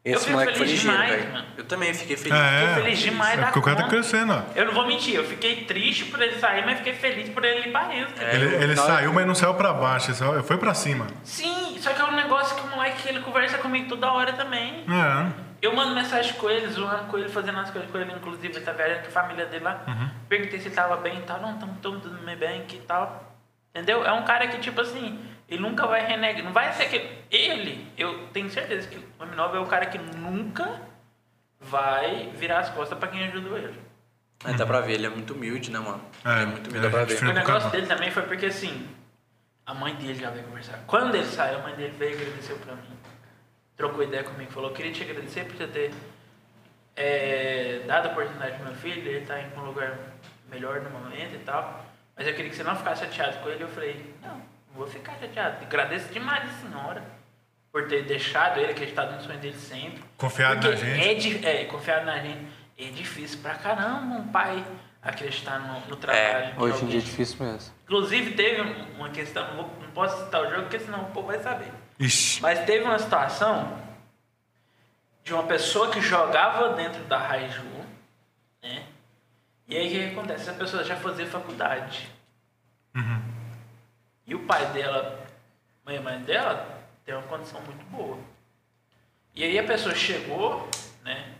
Esse fico moleque foi feliz ligeiro, demais, velho. mano. Eu também fiquei feliz. É, Fiquei feliz demais é da porque o cara tá conta. crescendo, ó. Eu não vou mentir, eu fiquei triste por ele sair, mas fiquei feliz por ele ir pra Rensga. É, Ele, eu- ele não, saiu, mas não saiu pra baixo, ele saiu- ele foi pra cima. Sim, só que é um negócio que o moleque ele conversa comigo toda hora também. É. Eu mando mensagem com ele, zoando com ele, fazendo as coisas com ele, inclusive ele tá viajando com a família dele lá. Perguntei se ele tava bem e tal. Não, tamo tamo tudo bem bem aqui e tal. Entendeu? É um cara que, tipo assim, ele nunca vai renegar. Não vai ser que. Ele, eu tenho certeza que o M9 é o cara que nunca vai virar as costas pra quem ajudou ele. Aí dá pra ver, ele é muito humilde, né, mano? É, ele é muito humilde, é dá pra diferente. ver. O Não, negócio calma. dele também foi porque assim, a mãe dele já veio conversar. Quando ele saiu, a mãe dele veio e agradeceu pra mim. Trocou ideia comigo, falou, queria te agradecer por você ter eh, dado a oportunidade pro meu filho, ele tá em um lugar melhor no momento e tal. Mas eu queria que você não ficasse chateado com ele. Eu falei, não, não vou ficar chateado. Agradeço demais a senhora por ter deixado ele acreditado no sonho dele sempre. Confiado Porque na gente. É, di- é, confiado na gente. É difícil pra caramba um pai acreditar no, no trabalho. É, Hoje de em alguém. dia é difícil mesmo. Inclusive teve um- uma questão, não, vou- não posso citar o jogo porque senão o povo vai saber. Ixi. Mas teve uma situação de uma pessoa que jogava dentro da Raiju, né? E aí o que que acontece? Essa pessoa já fazia faculdade. E o pai dela, mãe e mãe dela, tem uma condição muito boa. E aí a pessoa chegou, né?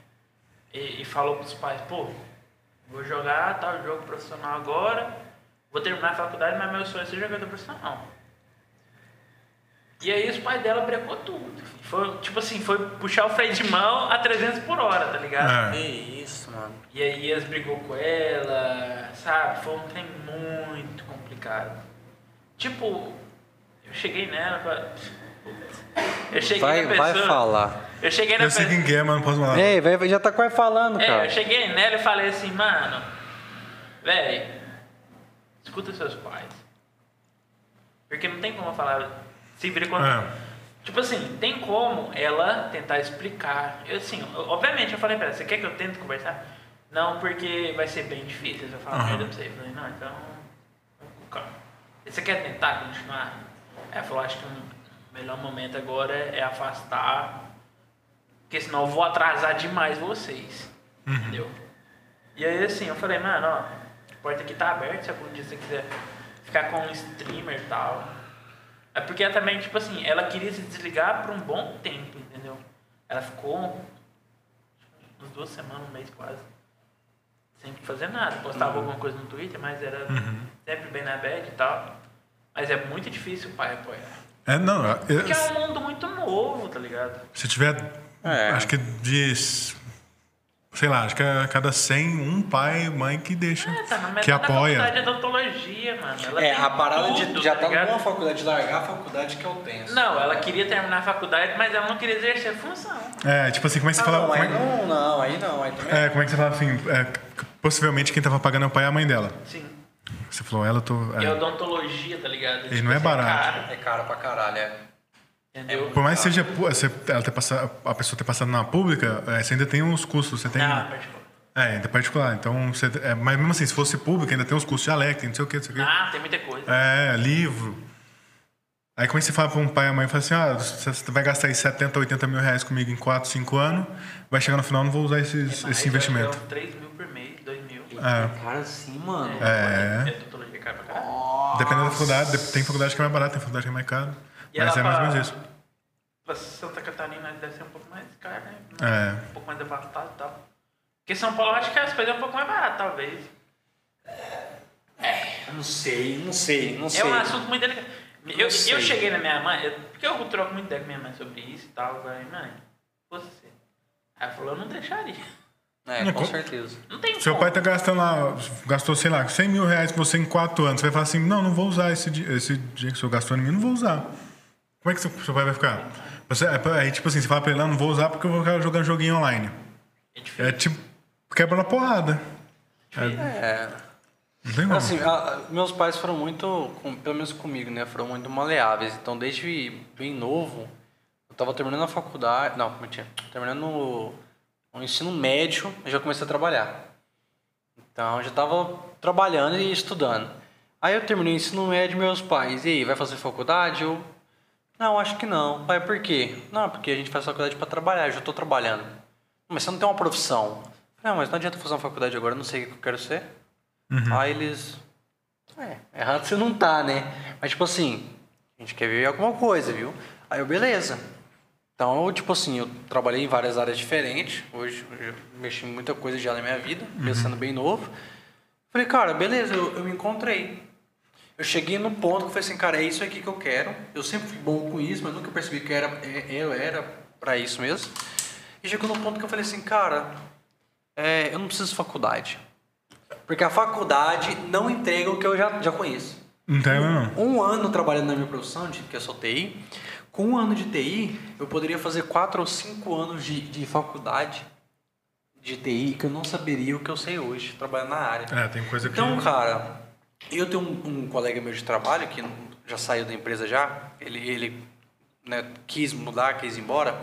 E, e falou pros pais, pô, vou jogar tal jogo profissional agora, vou terminar a faculdade, mas meu sonho é ser jogador profissional. E aí os pais dela brecou tudo. Foi, tipo assim, foi puxar o freio de mão a 300 por hora, tá ligado? É. Que isso, mano. E aí eles brigou com ela, sabe? Foi um trem muito complicado. Tipo, eu cheguei nela, falei, eu cheguei Vai, na vai pessoa. falar. Eu cheguei na Eu sei pessoa. quem que é, mas não posso falar. Ei, velho, já tá quase falando, É, cara. eu cheguei nela e falei assim, mano, velho, escuta seus pais. Porque não tem como eu falar, se vira quando. É. Tipo assim, tem como ela tentar explicar. Eu, assim, eu- obviamente eu falei pra ela, você quer que eu tente conversar? Não, porque vai ser bem difícil. Eu falar Aham. merda pra você. Eu falei, não, então. vamos com calma. E Você quer tentar continuar? Ela falou, acho que o melhor momento agora é afastar. Porque senão eu vou atrasar demais vocês. Entendeu? E aí assim, eu falei, mano, ó, a porta aqui tá aberta, se algum dia você quiser ficar com um streamer e tal. É porque ela também, tipo assim, ela queria se desligar por um bom tempo, entendeu? Ela ficou umas duas semanas, um mês quase, sem fazer nada. Postava Uhum. alguma coisa no Twitter, mas era sempre bem na bad e tal. Mas é muito difícil o pai apoiar. É, não. eu- Porque é um mundo muito novo, tá ligado? se tiver. É. Acho que de. Sei lá, acho que a cada 100, um pai e mãe que deixa. É, tá na metade que da apoia. faculdade de odontologia, mano. Ela É, tem a parada tudo, de já tá ligado? numa faculdade, largar a faculdade que eu penso. Não, ela queria terminar a faculdade, mas ela não queria exercer a função. É, tipo assim, como é que você Ah, fala. não, como é- aí não, não, aí não, aí também. É, como é que você fala assim? é, possivelmente quem tava pagando é o pai e a mãe dela. Sim. Você falou, ela, eu tô. E é. a odontologia, tá ligado? E não é assim, barato. caro, É caro pra caralho, é. entendeu? Por mais que seja pu- é, você- ela ter passado, a pessoa ter passado na pública, é, você ainda tem uns custos, você tem. Não, particular. É, ainda é particular. Então, você, é, mas mesmo assim, se fosse pública, ainda tem uns custos de alerta, não sei o que, não sei o que. Ah, tem muita coisa. É, livro. Aí como é que você fala pra um pai e a mãe fala assim, ah, você vai gastar aí 70, 80 mil reais comigo em 4, 5 anos, vai chegar no final não vou usar esses, Mas esse investimento. São 3 mil por mês, 2 mil. É, Cara, sim, mano. É. É odontologia cara pra caralho. dependendo da faculdade, dep- tem faculdade que é mais barata, tem faculdade que é mais cara. E Mas ela é mais ou fala- menos isso. Pra Santa Catarina deve ser um pouco mais caro, né? É. Um pouco mais afastado e tal. Porque São Paulo eu acho que as coisas é um pouco mais barato, talvez. É, não sei, não sei, não sei. É um assunto muito delicado. Eu, eu sei. cheguei na minha mãe, eu- porque eu troco muito ideia com minha mãe sobre isso e tal. Eu falei, mãe, você. Aí ela falou, eu não deixaria. É, com certeza. Não tem Seu como. pai tá gastando lá, gastou, sei lá, 100 mil reais com você em 4 anos. Você vai falar assim, não, não vou usar esse, di- esse dinheiro que o senhor gastou em mim, não vou usar. Como é que seu, seu pai vai ficar? Você, aí, tipo assim, você fala pra ele, não, não vou usar porque eu vou ficar jogando joguinho online. É difícil. É tipo, quebra na porrada. É. Não tem como. Assim, a- meus pais foram muito, com- pelo menos comigo, né? Foram muito maleáveis. Então, desde bem novo, eu tava terminando a faculdade. Não, mentira. Terminando o, o ensino médio, eu já comecei a trabalhar. Então, eu já tava trabalhando e estudando. Aí eu terminei o ensino médio, meus pais. E aí, vai fazer faculdade? Eu. Não, acho que não. Pai, por quê? Não, porque a gente faz faculdade para trabalhar, eu já tô trabalhando. Mas você não tem uma profissão. Não, mas não adianta fazer uma faculdade agora, eu não sei o que eu quero ser. Aí eles. É, errado você não tá, né? Mas tipo assim, a gente quer ver alguma coisa, viu? Aí eu, beleza. Então, eu, tipo assim, eu trabalhei em várias áreas diferentes. Hoje eu já mexi em muita coisa já na minha vida, pensando bem novo. Falei, cara, beleza, eu, eu me encontrei. Eu cheguei num ponto que eu falei assim, cara, é isso aqui que eu quero. Eu sempre fui bom com isso, mas nunca percebi que eu era, é- eu era pra isso mesmo. E chegou num ponto que eu falei assim, cara, é, eu não preciso de faculdade. Porque a faculdade não entrega o que eu já, já conheço. Não tem não. Um ano trabalhando na minha profissão, de, que eu sou TI, com um ano de TI, eu poderia fazer quatro ou cinco anos de, de faculdade de TI que eu não saberia o que eu sei hoje, trabalhando na área. É, tem coisa que... Então, cara, eu tenho um, um colega meu de trabalho que não- já saiu da empresa já, ele, ele né, quis mudar, quis ir embora.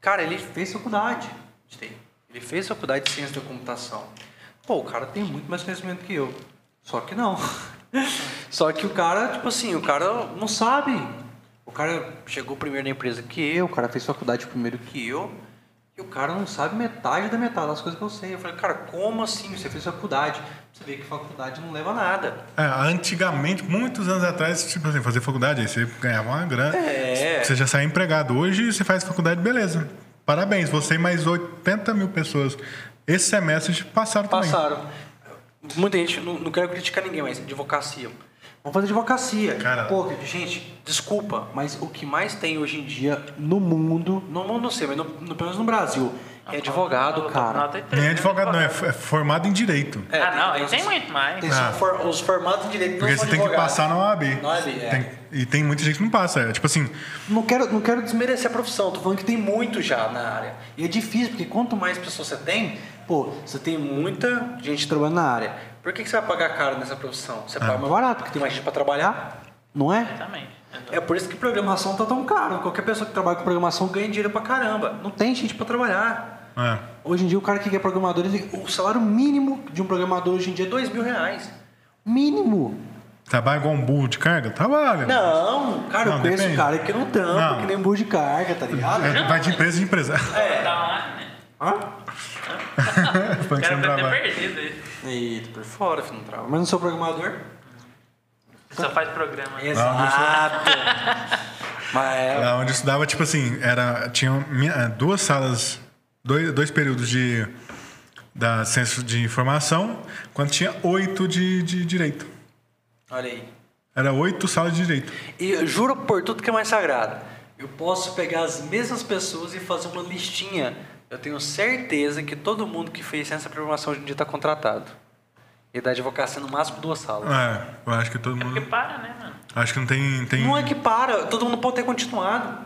Cara, ele fez faculdade de TI. Ele fez faculdade de ciência da computação. Pô, o cara tem muito mais conhecimento que eu. Só que não. Só que o cara, tipo assim, o cara não sabe. O cara chegou primeiro na empresa que eu, o cara fez faculdade primeiro que eu. E o cara não sabe metade da metade das coisas que eu sei. Eu falei, cara, como assim? Você fez faculdade. Você vê que faculdade não leva a nada. É, antigamente, muitos anos atrás, tipo assim, fazer faculdade, aí você ganhava uma grana. É. Você já sai empregado. Hoje você faz faculdade, beleza. Parabéns, você e mais 80 mil pessoas. Esse semestre passaram também. Passaram. Muita gente, não, não quero criticar ninguém, mas advocacia. Vamos fazer advocacia. Cara. Pô, gente, desculpa, mas o que mais tem hoje em dia no mundo, no mundo não sei, mas no, no- pelo menos no Brasil, Ah, é advogado, cara. Nem é advogado, não, é f- é formado em direito. É, ah, né?" não, aí tem os- muito mais. Tem só for- os formatos de direito não Ah. Porque são você tem que advogados. passar na OAB. Na OAB, é. Tem- e tem muita gente que não passa. É, tipo assim, Não quero, não quero desmerecer a profissão, tô falando que tem muito já na área. E é difícil, porque quanto mais pessoas você tem, pô, você tem muita gente trabalhando na área. Por que, que você vai pagar caro nessa profissão? Ah. Você paga mais barato, porque tem mais gente pra trabalhar, não é? Exatamente. É por isso que programação tá tão caro. Qualquer pessoa que trabalha com programação ganha dinheiro pra caramba. Não tem gente pra trabalhar. é, Hoje em dia o cara que é programador, ele O salário mínimo de um programador hoje em dia é dois mil reais. mínimo. trabalha igual um burro de carga? Trabalha. Não, cara, Não, eu conheço depende. cara que não tampa, Não. que Que nem... nem burro de carga, tá ligado? É, vai de empresa em empresa. É. Tá lá, né? Falando que você não O cara tá vai ter trabalha. perdido isso. Eita, por fora, filho, não trabalha. Mas não sou programador? Só faz programa. É. Exato. Mas é, Lá onde eu estudava, tipo assim, era, tinha minha- é, duas salas, dois, dois períodos de da ciência de informação, quando tinha oito de, de direito. olha aí. Era oito salas de direito. E eu juro por tudo que é mais sagrado. Eu posso pegar as mesmas pessoas e fazer uma listinha. Eu tenho certeza que todo mundo que fez ciência da programação hoje em dia está contratado. E da advocacia no máximo duas salas. É, eu acho que todo Porque mundo. para, né, mano? Acho que não tem. tem Não é que para, todo mundo pode ter continuado.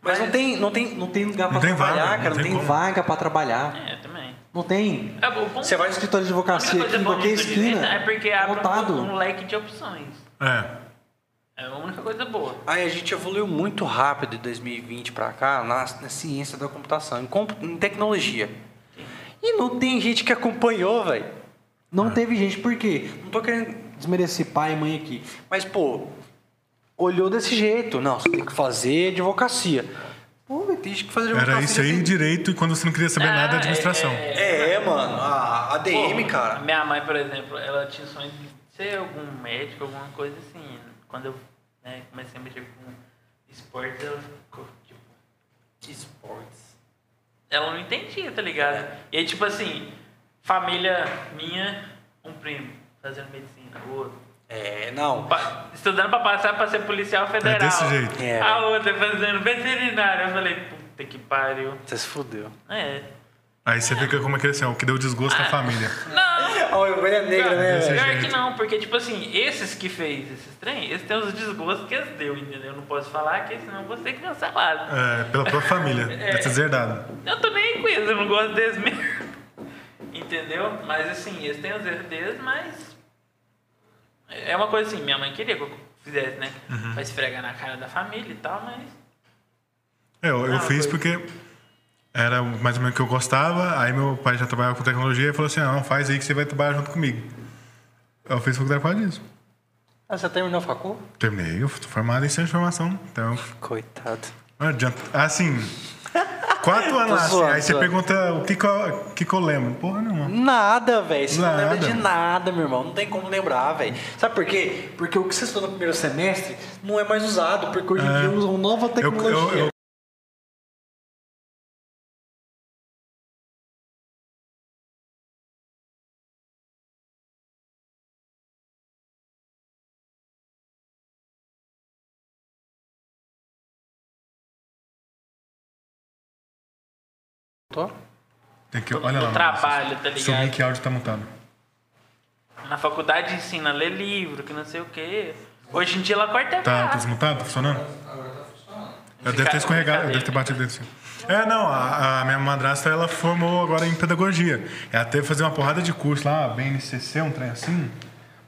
Mas não tem, não tem, não tem lugar Não para tem vaga, trabalhar, não cara. Não tem tem como. vaga para trabalhar. É, também. Não tem. É, o bom- Você vai no Escritório de a única advocacia aqui coisa em boa qualquer disso direito esquina. É porque tá abre lotado. um, um leque de opções. É. É a única coisa boa. Aí a gente evoluiu muito rápido de 2020 pra cá na, na ciência da computação, em, compu- em tecnologia. E não tem gente que acompanhou, velho. Não É. teve gente, por quê? Não tô querendo. Desmerecer pai e mãe aqui. Mas, pô, olhou desse jeito. Não, você tem que fazer advocacia. Pô, velho, tem gente que faz advocacia. Era isso aí, tem- direito, e quando você não queria saber nada, Ah, administração. é, É, mano, a ADM, Pô, cara. Minha mãe, por exemplo, ela tinha sonho de ser algum médico, alguma coisa assim. Quando eu né, comecei a mexer com esportes, ela ficou, tipo... Esportes. Ela não entendia, tá ligado? E aí, tipo assim, família minha, um primo fazendo medicina. na rua. É, não. Pa- Estudando pra passar pra ser policial federal. É desse jeito. É. A outra fazendo veterinário. Eu falei, puta que pariu. Você se fudeu. É. Aí você fica como aquele assim, ó, o que deu desgosto Ah. na família. Não! Olha, o é negra, né? Desse velho? Pior jeito. que não, porque, tipo assim, esses que fez esses trem, eles têm os desgostos que eles deu, entendeu? Eu não posso falar que senão eu vou ser cancelado. É, pela própria família. É. Deve ser herdado. Eu tô nem com eles, eu não gosto deles mesmo. Entendeu? Mas assim, eles têm os erros deles, mas. É uma coisa assim, minha mãe queria que eu fizesse, né? Uhum. Pra esfregar na cara da família e tal, mas. É, Eu, eu Ah, fiz foi. porque era mais ou menos o que eu gostava, aí meu pai já trabalhava com tecnologia e falou assim, ah, não, faz aí que você vai trabalhar junto comigo. Eu fiz faculdade por causa disso. Ah, você terminou a facu? Terminei, eu tô formado em ciência de formação, então Coitado. não adianta. Assim, quatro anos lá, assim, zoando, aí você zoando. pergunta o que que eu, o que que eu lembro. Porra nenhuma. Nada, velho. Você não lembra Nada. de nada, meu irmão. Não tem como lembrar, velho. Sabe por quê? Porque o que você estudou no primeiro semestre não é mais usado, porque hoje em dia usam nova É. Eu, tecnologia. eu, eu Tô? Tem que, olha lá. do trabalho, tá Seu ligado? link áudio tá montado. Na faculdade ensina a ler livro, que não sei o quê. Hoje em dia ela corta Tá, a tá braço. desmontado? Tá funcionando? Eu devo Fica- ter escorregado, eu fica devo ter batido dentro assim. É, não, a, a minha madrasta, ela formou agora em pedagogia. Ela teve que fazer uma porrada de curso lá, BNCC, um trem assim.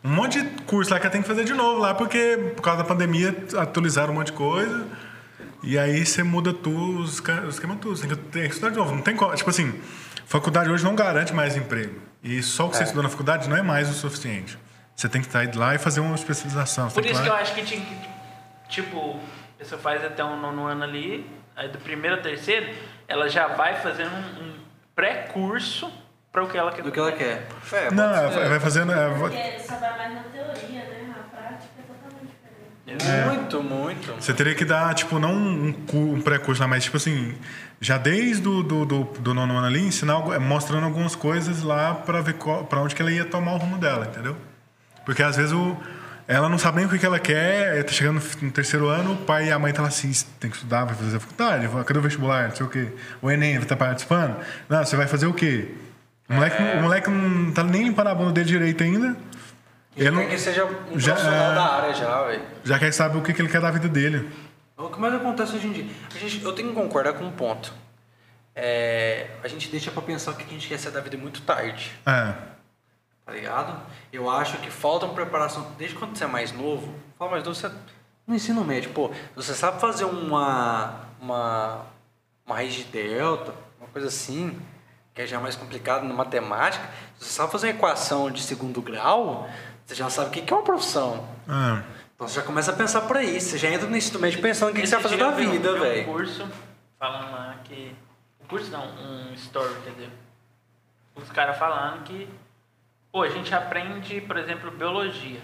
Um monte de curso lá que ela tem que fazer de novo lá, porque por causa da pandemia atualizaram um monte de coisa. E aí você muda tudo, os esca- os esquemas tudo. Você tem que, tem que estudar de novo. Não tem como. Tipo assim, faculdade hoje não garante mais emprego. E só o que você estudou na faculdade não é mais o suficiente. Você tem que sair de lá e fazer uma especialização. você Por tem isso lá- que eu acho que tinha que. Tipo, a pessoa faz até um nono ano ali, aí do primeiro ao terceiro, ela já vai fazendo um, um pré-curso pra o que ela quer. Do que ela quer. É, Não, pode ela ser. vai- vai fazendo. ela vai- Porque É, só vai mais na teoria, né? Na prática é totalmente diferente. É. Muito, muito. Você teria que dar, tipo, não um, cu- um pré-curso lá, mas, tipo assim, já desde o do, do, do nono ano ali, ensinar, algu- mostrando algumas coisas lá pra ver qual, pra onde que ela ia tomar o rumo dela, entendeu? Porque às vezes o, ela não sabe nem o que, que ela quer, tá chegando no f- no terceiro ano, o pai e a mãe estão lá assim, "Cê tem que estudar, vai fazer faculdade, vai- cadê o vestibular, não sei o quê, o Enem, vai tá participando? Não, você vai fazer o quê? O moleque, É. não- o moleque não tá nem limpando a bunda dele direito ainda. Ele não, Quer que seja um Já- profissional é. da área já, velho. já quer saber o que, que ele quer da vida dele. O que mais acontece hoje em dia? A gente, eu tenho que concordar com um ponto. É, a gente deixa pra pensar o que a gente quer ser da vida muito tarde. É. tá ligado? Eu acho que falta uma preparação. Desde quando você é mais novo, fala mais novo, você. No ensino médio, pô, você sabe fazer uma. Uma. Uma raiz de delta, uma coisa assim, que é já mais complicado na matemática. Você sabe fazer uma equação de segundo grau, você já sabe o que que é uma profissão. Ah, Então você já começa a pensar por aí, você já entra no ensino médio pensando o que, que você vai fazer da Esse dia eu vi um- vida, vi um velho. curso falando lá que. Um curso não, um story, entendeu? Os caras falando que. Pô, a gente aprende, por exemplo, biologia.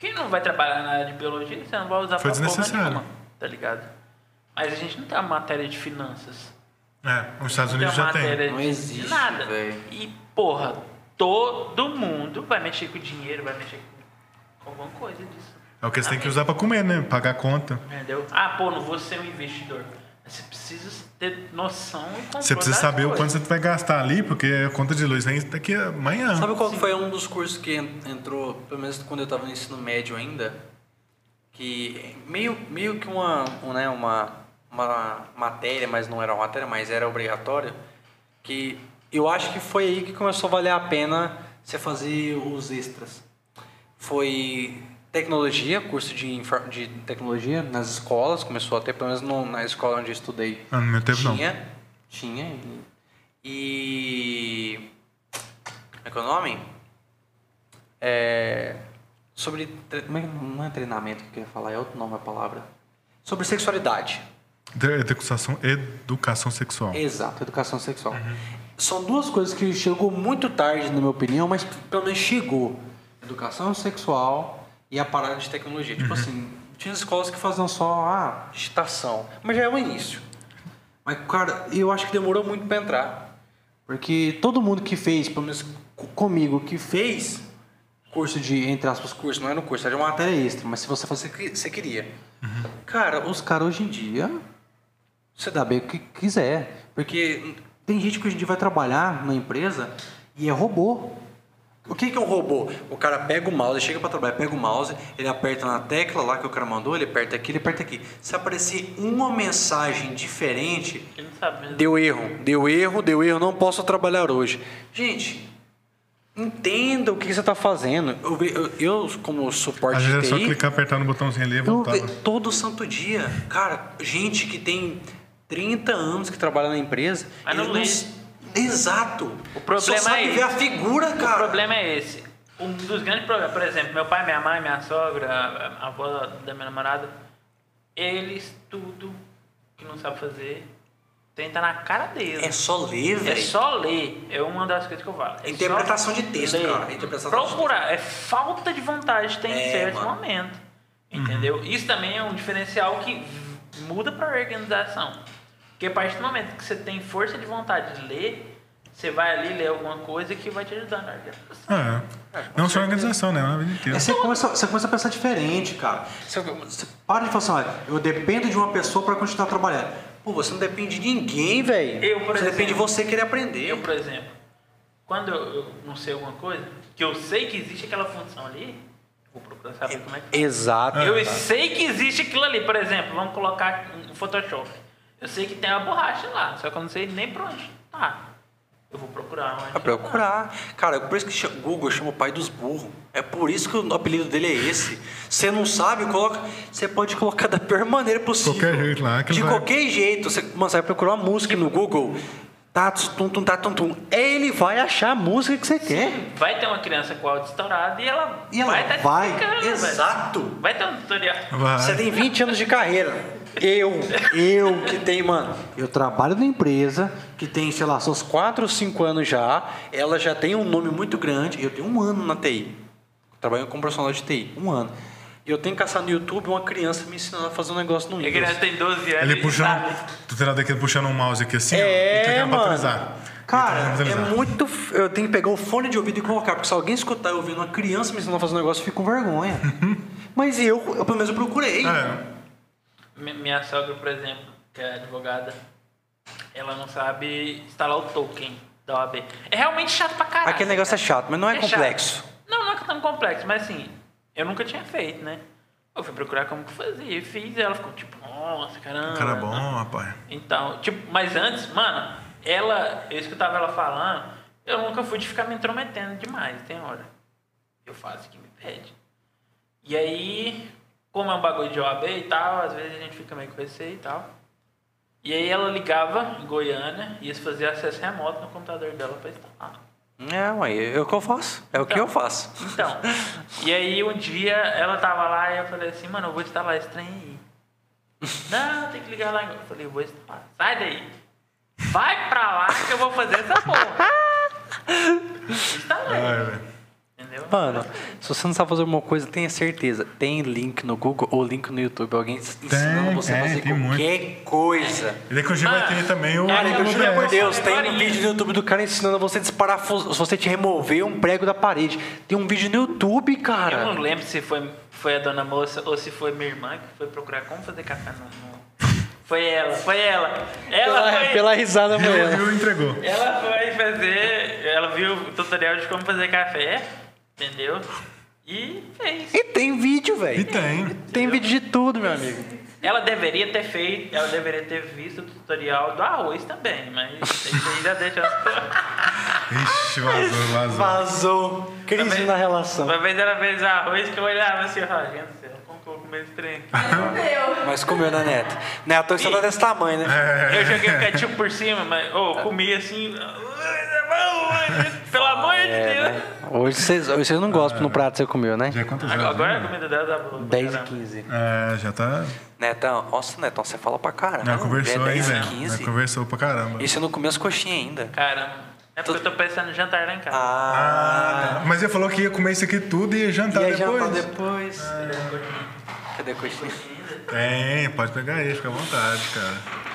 Quem não vai trabalhar na área de biologia, você não vai usar Foi pra porra desnecessário. nenhuma, tá ligado? Mas a gente não tem uma matéria de finanças. é, os Estados Não tem Unidos uma já tem. matéria Não de existe, nada. velho. E, porra, todo mundo vai mexer com dinheiro, vai mexer com- com alguma coisa disso. É o que você tem que usar pra comer, né? Pagar a conta. Entendeu? Ah, pô, não vou ser um investidor. Mas você precisa ter noção e controle. Você precisa das saber o coisas. quanto você vai gastar ali, porque a conta de luz vem daqui amanhã. Sabe qual foi um dos cursos que en- entrou, pelo menos quando eu estava no ensino médio ainda, que é meio, meio que uma, um, né, uma, uma matéria, mas não era uma matéria, mas era obrigatório, que eu acho que foi aí que começou a valer a pena você fazer os extras. Foi tecnologia, curso de, infor- de tecnologia nas escolas, começou até pelo menos no- na escola onde eu estudei. Ah, no meu tempo não. Tinha, tinha. e- E. Como é que é o nome? É. Sobre. tre- como é que- Não é treinamento que eu queria falar, é outro nome a palavra. Sobre sexualidade. De- Educação, educação sexual. Exato, educação sexual. São duas coisas que chegou muito tarde, na minha opinião, mas pelo menos chegou. Educação sexual e a parada de tecnologia. Tipo assim, tinha escolas que faziam só a digitação, mas já é o início. Mas, cara, eu acho que demorou muito pra entrar. Porque todo mundo que fez, pelo menos co- comigo, que fez, curso de, entre aspas, curso, não era um curso, era uma matéria extra, mas se você fosse, você queria. Cara, os caras hoje em dia, você dá bem o que quiser. Porque tem gente que hoje em dia vai trabalhar na empresa e é robô. O que, que é um robô? O cara pega o mouse, ele chega pra trabalhar, pega o mouse, ele aperta na tecla lá que o cara mandou, ele aperta aqui, ele aperta aqui. Se aparecer uma mensagem diferente, Ele não sabe mesmo. deu erro, deu erro, deu erro, não posso trabalhar hoje. Gente, entenda o que, que você está fazendo. Eu, ve- eu, eu, como suporte Às vezes de é só TI, clicar, apertar no botãozinho ali e eu voltar. ve- todo santo dia. Cara, gente que tem 30 anos que trabalha na empresa, Mas não ele lê. s- Exato. O problema Só sabe é ver a figura, cara. O problema é esse. Um dos grandes problemas, por exemplo, meu pai, minha mãe, minha sogra, a- a avó da minha namorada, eles tudo que não sabe fazer tenta na cara deles. É só ler, É velho. só ler. É uma das coisas que eu falo. É Interpretação só de texto, ler. cara. Interpretação Procurar. É falta de vontade tem em É, certo mano. Uhum. momento. Entendeu? Isso também é um diferencial que muda pra organização. Porque a partir do momento que você tem força de vontade de ler, você vai ali ler alguma coisa que vai te ajudar na organização. Ah, é. Não só a organização, né? Na vida inteira. Aí É, você começa, você começa a pensar diferente, cara. Você, você para de falar assim, olha, eu dependo de uma pessoa para continuar trabalhando. Pô, você não depende de ninguém, velho. Eu, por Você exemplo. depende de você querer aprender. Eu, por exemplo, quando eu, eu não sei alguma coisa, que eu sei que existe aquela função ali, vou procurar saber como é que Exato. Eu Ah, tá. sei que existe aquilo ali, por exemplo, vamos colocar um Photoshop. Eu sei que tem uma borracha lá, só que eu não sei nem pra onde tá. Eu vou procurar onde. Ah, Pra procurar. Cara, por isso que o Google chama o pai dos burros. É por isso que o apelido dele é esse. Você não sabe, coloca. Você pode colocar da pior maneira possível. Qualquer jeito lá, aquilo De vai- qualquer jeito. Você, mano, você vai procurar uma música no Google. Tatus, tum, tá, tum, tatum, tum. Ele vai achar a música que você quer. Vai ter uma criança com o áudio estourado e ela, E ela vai tá vai, explicando, velho. Exato. Vai ter um tutorial. Você Vai. tem 20 anos de carreira. Eu, eu que tenho, mano. Eu trabalho na empresa, que tem, sei lá, seus 4 ou 5 anos já, ela já tem um nome muito grande. Eu tenho um ano na TI. Trabalho como profissional de TI, um ano. E eu tenho que caçar no YouTube uma criança me ensinando a fazer um negócio no E a Windows. criança tem 12 anos. Ele e puxando. sabe. Tu terá daqui puxando um mouse aqui assim, ó, É, e clicando pra mano. atualizar. E Cara, clicando pra é atualizar. muito. f- Eu tenho que pegar o fone de ouvido e colocar, porque se alguém escutar eu ouvindo uma criança me ensinando a fazer um negócio, eu fico com vergonha. Mas eu, eu pelo menos eu procurei. É, Mi- Minha sogra, por exemplo, que é advogada, ela não sabe instalar o token da OAB. É realmente chato pra caralho. Aquele negócio é cara. chato, mas não é, É chato. complexo. Não, não é tão complexo, mas assim, eu nunca tinha feito, né? Eu fui procurar como que fazia e fiz. Ela ficou tipo, nossa, caramba. cara é bom, rapaz. Então, tipo, mas antes, mano, ela, eu escutava ela falando, eu nunca fui de ficar me intrometendo demais, tem hora. Eu faço o que me pede. E aí, como é um bagulho de OAB e tal, às vezes a gente fica meio com receio e tal. E aí ela ligava em Goiânia e eles faziam acesso remoto no computador dela pra instalar. É, ué, é o que eu faço. É o que Então. eu faço. Então, e aí um dia ela tava lá e eu falei assim, mano, eu vou instalar esse trem aí. Não, tem que ligar lá. Eu falei, eu vou instalar. Sai daí. Vai pra lá que eu vou fazer essa porra. É. Instalei, Ai, É, velho. entendeu? Mano, se você não sabe fazer alguma coisa, tenha certeza. Tem link no Google ou link no YouTube. Alguém Tem, Ensinando você a tem, é, fazer tem qualquer coisa. E daí que é o Gil vai ter também o. Cara, Cara, eu o juro por GPS. Deus, tem um Farinha. vídeo no YouTube do cara ensinando você a desparafusar, você te remover um prego da parede. Tem um vídeo no YouTube, Eu não cara. lembro se foi, foi a dona moça ou se foi minha irmã que foi procurar como fazer café no... no- Foi ela, foi ela. Ela foi... risada, O Gil entregou. Ela foi fazer. Ela viu o tutorial de como fazer café, entendeu? E fez. E tem vídeo, E velho. tem. Tem vídeo de tudo, meu amigo. Ela deveria ter feito. Ela deveria ter visto o tutorial do arroz também, mas isso aí já deixa. Ixi, vazou, vazou. Vazou. Crise Também- na Tá. relação. Uma vez ela fez arroz que eu olhava assim, eu falava, gente do céu, como que eu vou comer esse trem? Mas comeu na neta. Né, a torcida tá desse tamanho, né? É. Eu joguei o ketchup por cima, mas oh, comi assim. Pelo amor É, de né? Deus! É. Hoje vocês, hoje vocês não gostam um no prato que você comeu, né? Já é quantas horas? Agora a né? comida dela tá boa. pra 10 e caramba. 15. É, já tá. Netão, nossa, Netão, você fala pra caramba. Já conversou é aí, 10, velho. Já 15. conversou pra caramba. E você não comeu as coxinhas ainda. Caramba. É porque eu tô pensando em jantar lá em casa. Ah, Ah, mas ele falou que ia comer isso aqui tudo e ia e jantar aí tá depois. Ah. jantar depois. Cadê a coxinha? Tem, pode pegar aí, fica à vontade, cara.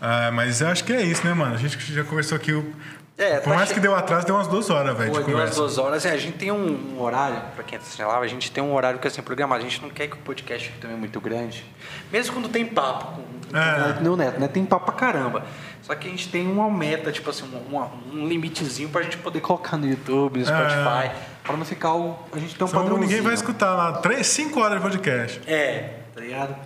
Ah, mas eu acho que é isso, né, mano? A gente já conversou aqui o- É, Por tá mais che- que deu atraso, deu umas duas horas, velho, Pô, de deu conversa. umas duas horas. É, a gente tem um, um horário, pra quem tá assistindo lá, a gente tem um horário que é assim programado. A gente não quer que o podcast fique também muito grande. Mesmo quando tem papo com É. com o Neo Neto, né? Tem papo pra caramba. Só que a gente tem uma meta, tipo assim, um, um, um limitezinho pra gente poder colocar no YouTube, no Spotify, pra não ficar o. A gente tem um É. Senão padrão. Então, ninguém vai escutar lá. Três, cinco horas de podcast. É, tá ligado?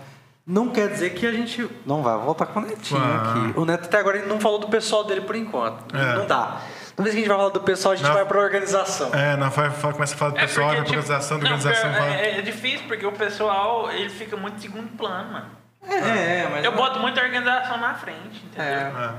Não quer dizer que a gente não vai voltar com o Netinho Ah. aqui. O Neto até agora ele não falou do pessoal dele por enquanto. É. Não dá. Toda vez que a gente vai falar do pessoal, a gente Não. vai pra organização. É, na vai, fala- começa a falar do É pessoal, porque, da tipo, organização, da não, organização. pior, fala- é, é difícil, porque o pessoal, ele fica muito em segundo plano, mano. É, é, mas. Eu boto muita organização na frente, entendeu? É. É.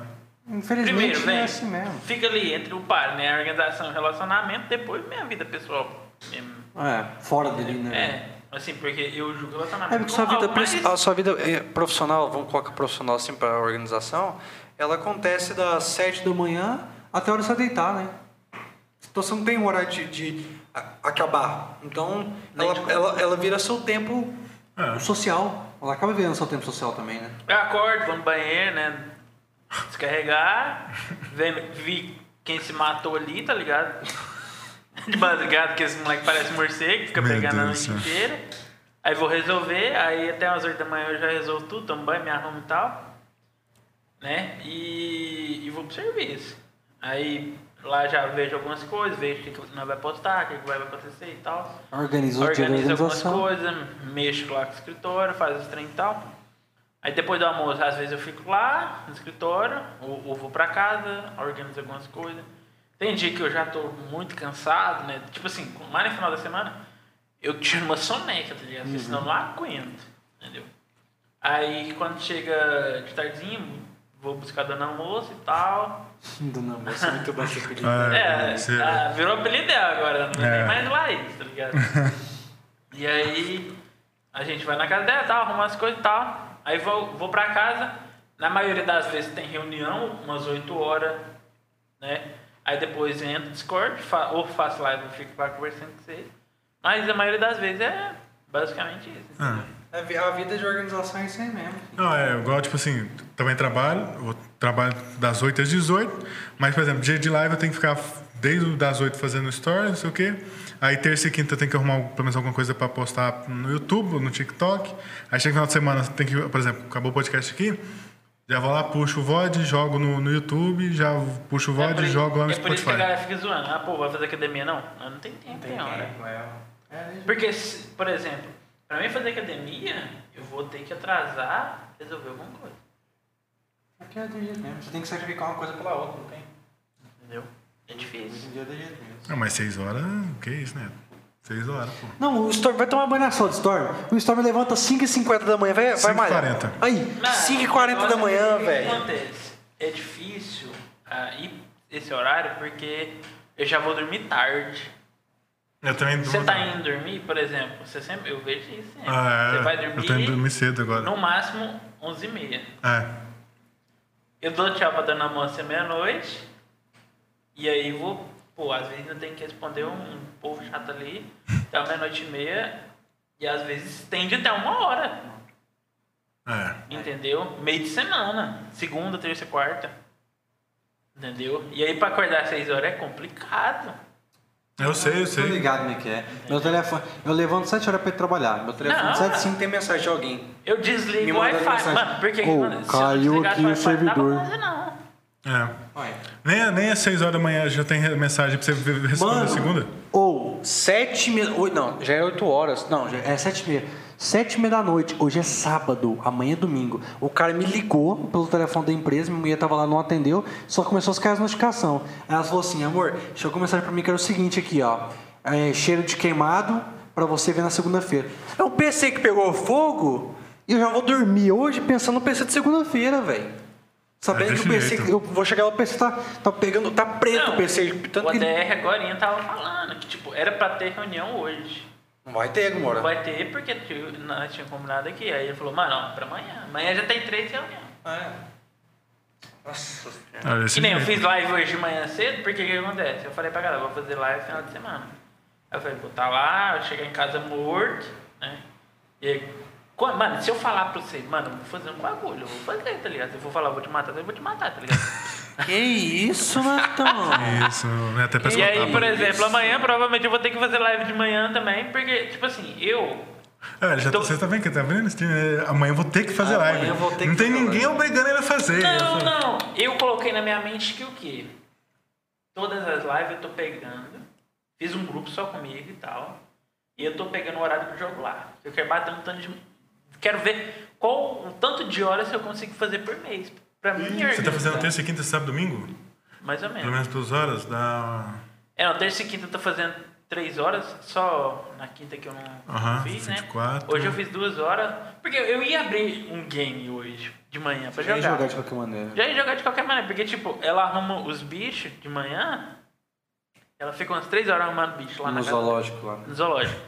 Infelizmente Primeiro, é vem. assim mesmo. Fica ali entre o par, né? A organização e o relacionamento, depois minha vida pessoal. mesmo. É, fora dele, né? É, assim, porque eu julgo relacionamento. É, porque sua como vida, algo mais- pres- a sua vida é, eh, profissional, vamos colocar profissional assim para a organização, ela acontece das 7 da manhã até a hora de você deitar, né? Então você não tem um horário de, de a- acabar. Então ela, ela, ela vira seu tempo É. Social. Ela acaba vivendo seu tempo social também, né? Eu acordo, vou no banheiro, né? Descarregar, vendo, vi quem se matou ali, tá ligado? De madrugada, que esse moleque parece morcego, fica Meu pegando a Deus noite do céu. inteira. Aí vou resolver, aí até umas 8 da manhã eu já resolvo tudo, tomo banho, me arrumo e tal. Né? E, e vou pro serviço. Aí lá já vejo algumas coisas, vejo o que, que nós vai postar, o que, que vai acontecer e tal Organiza o dia da organiza algumas organização. coisas, mexo lá com o escritório, faz os trem e tal. Aí depois do almoço, às vezes eu fico lá no escritório, ou, ou vou pra casa, organizo algumas coisas. Tem dia que eu já tô muito cansado, né? Tipo assim, mais no final da semana, eu tiro uma soneca, tá ligado? Porque Senão eu não aguento, entendeu? Aí quando chega de tardinho, vou buscar dando almoço e tal. Dona Moça, muito bom tipo esse apelido. É, É, você- ah, virou apelido dela agora, não é É. nem mais Laís, tá ligado? e aí a gente vai na casa dela, tal, arruma as coisas e tal. Aí vou, vou pra casa, na maioria das vezes tem reunião, umas 8 horas, né? Aí depois entra no Discord, fa- ou faço live e fico lá conversando com vocês. Mas a maioria das vezes é basicamente isso. Ah. A vi- A vida de organização é isso aí mesmo. Não, é igual, tipo assim, também trabalho, eu trabalho das 8 às 18, mas, por exemplo, dia de live eu tenho que ficar desde o das 8 fazendo story, não sei o quê. Aí terça e quinta eu tenho que arrumar pelo menos alguma coisa pra postar no YouTube, no TikTok. Aí chega no final de semana, tem que, por exemplo, acabou o podcast aqui, já vou lá, puxo o VOD, jogo no, no YouTube, já puxo o é por VOD, isso- jogo lá no é por isso que a Spotify. galera fica zoando. Ah, pô, vai fazer academia? Não, Ah, não tem tempo, tem hora. É, Porque, se- por exemplo, pra mim fazer academia, eu vou ter que atrasar, resolver alguma coisa. porque é do jeito mesmo. Você tem que sacrificar uma coisa pela outra, não tem? Entendeu? É Hoje difícil. em dia é do jeito mesmo. Não, mas 6 horas, que isso, né? 6 horas, pô. Não, o Storm vai tomar banho na sala do Storm. O Storm levanta 5h50 da manhã, vai, 5h40. vai malhar. Aí, Mas, 5h40 da negócio é manhã, que O que velho. acontece? É difícil ah, ir esse horário porque eu já vou dormir tarde. Eu também dou- Você tá indo dormir, por exemplo, você sempre, eu vejo isso sempre. Ah, é, você vai Eu tô indo dormir, dormir cedo agora. no máximo 11h30. É. Eu dou tchau pra dona moça meia-noite. E aí vou. Pô, às vezes eu tenho que responder um, um povo chato ali. Até meia-noite e meia. E às vezes estende até uma hora. É. Entendeu? Meio de semana. Segunda, terça, quarta. Entendeu? E aí pra acordar às seis horas é complicado. Eu sei, eu Tô sei. ligado, como é que é. Meu telefone, eu levanto 7 horas pra ir trabalhar. Meu telefone Não. 7 h Assim tem mensagem de alguém. Eu desligo Me o mandaram Wi-Fi. mensagem. Mano, porque Ô, mano, se eu caiu desligasse aqui o Wi-Fi, não dá pra servidor. fazer, não. É. Olha. Nem, nem às 6 horas da manhã já tem re- mensagem pra você ver- ver- responder Mano. segunda? Ou, Sete mil. Oito, não, já é oito horas. Não, já é. é 7 h 7 h da noite, hoje é sábado, amanhã é domingo. O cara me ligou pelo telefone da empresa, minha mulher tava lá, não atendeu, só começou a cair as notificações. Aí ela falou assim, amor, chegou uma mensagem pra mim que era o seguinte aqui, ó. É, cheiro de queimado pra você ver na segunda-feira. É um PC que pegou fogo E eu já vou dormir hoje pensando no PC de segunda-feira, velho. É Sabendo que desse o PC, jeito. que eu vou chegar lá, o PC tá, tá pegando, tá preto Não, o PC. Tanto O que ele- ADR agora tava falando que, tipo, era pra ter reunião hoje. Não vai ter, Não Gomorra. Vai ter, porque tio- nós tínhamos combinado aqui. Aí ele falou, mano, não, pra amanhã. Amanhã já tem três reuniões. Nossa senhora. Ah, desse Que nem eu jeito. fiz live hoje de manhã cedo, porque o que acontece? Eu falei pra galera, vou fazer live final de semana. Aí eu falei, vou tá lá, eu chegar em casa morto, né? E aí, co- mano, se eu falar pra vocês, mano, eu vou fazer um bagulho, eu vou fazer, tá ligado? Se eu for falar, eu vou te matar, eu vou te matar, tá ligado? Que isso, Natão? Isso, né? até pra E escutar. aí, por exemplo, amanhã provavelmente eu vou ter que fazer live de manhã também, porque, tipo assim, eu. É, ele já tá- Então- Você tá vendo que tá vendo? Steven? É, Amanhã eu vou ter que fazer Amanhã live. eu vou ter não que tem fazer ninguém obrigando ele a fazer. Não, não. Eu coloquei na minha mente que o quê? Todas as lives eu tô pegando. Fiz um grupo só comigo e tal. E eu tô pegando o horário que eu jogo lá. Eu quero bater um tanto de. Quero ver qual o tanto de horas que eu consigo fazer por mês. Pra mim, é Você tá fazendo terça, quinta, sábado, domingo? Mais ou Pelo menos. menos pelas horas da. É, não, terça e quinta eu tô fazendo três horas, só na quinta que eu não Aham, fiz, né? 24. Hoje eu fiz duas horas, porque eu ia abrir um game hoje, de manhã, pra Já jogar. ia jogar de qualquer maneira. Já ia jogar de qualquer maneira, porque, tipo, ela arruma os bichos de manhã, ela fica umas três horas arrumando bicho lá né? na No casa- zoológico lá. no zoológico.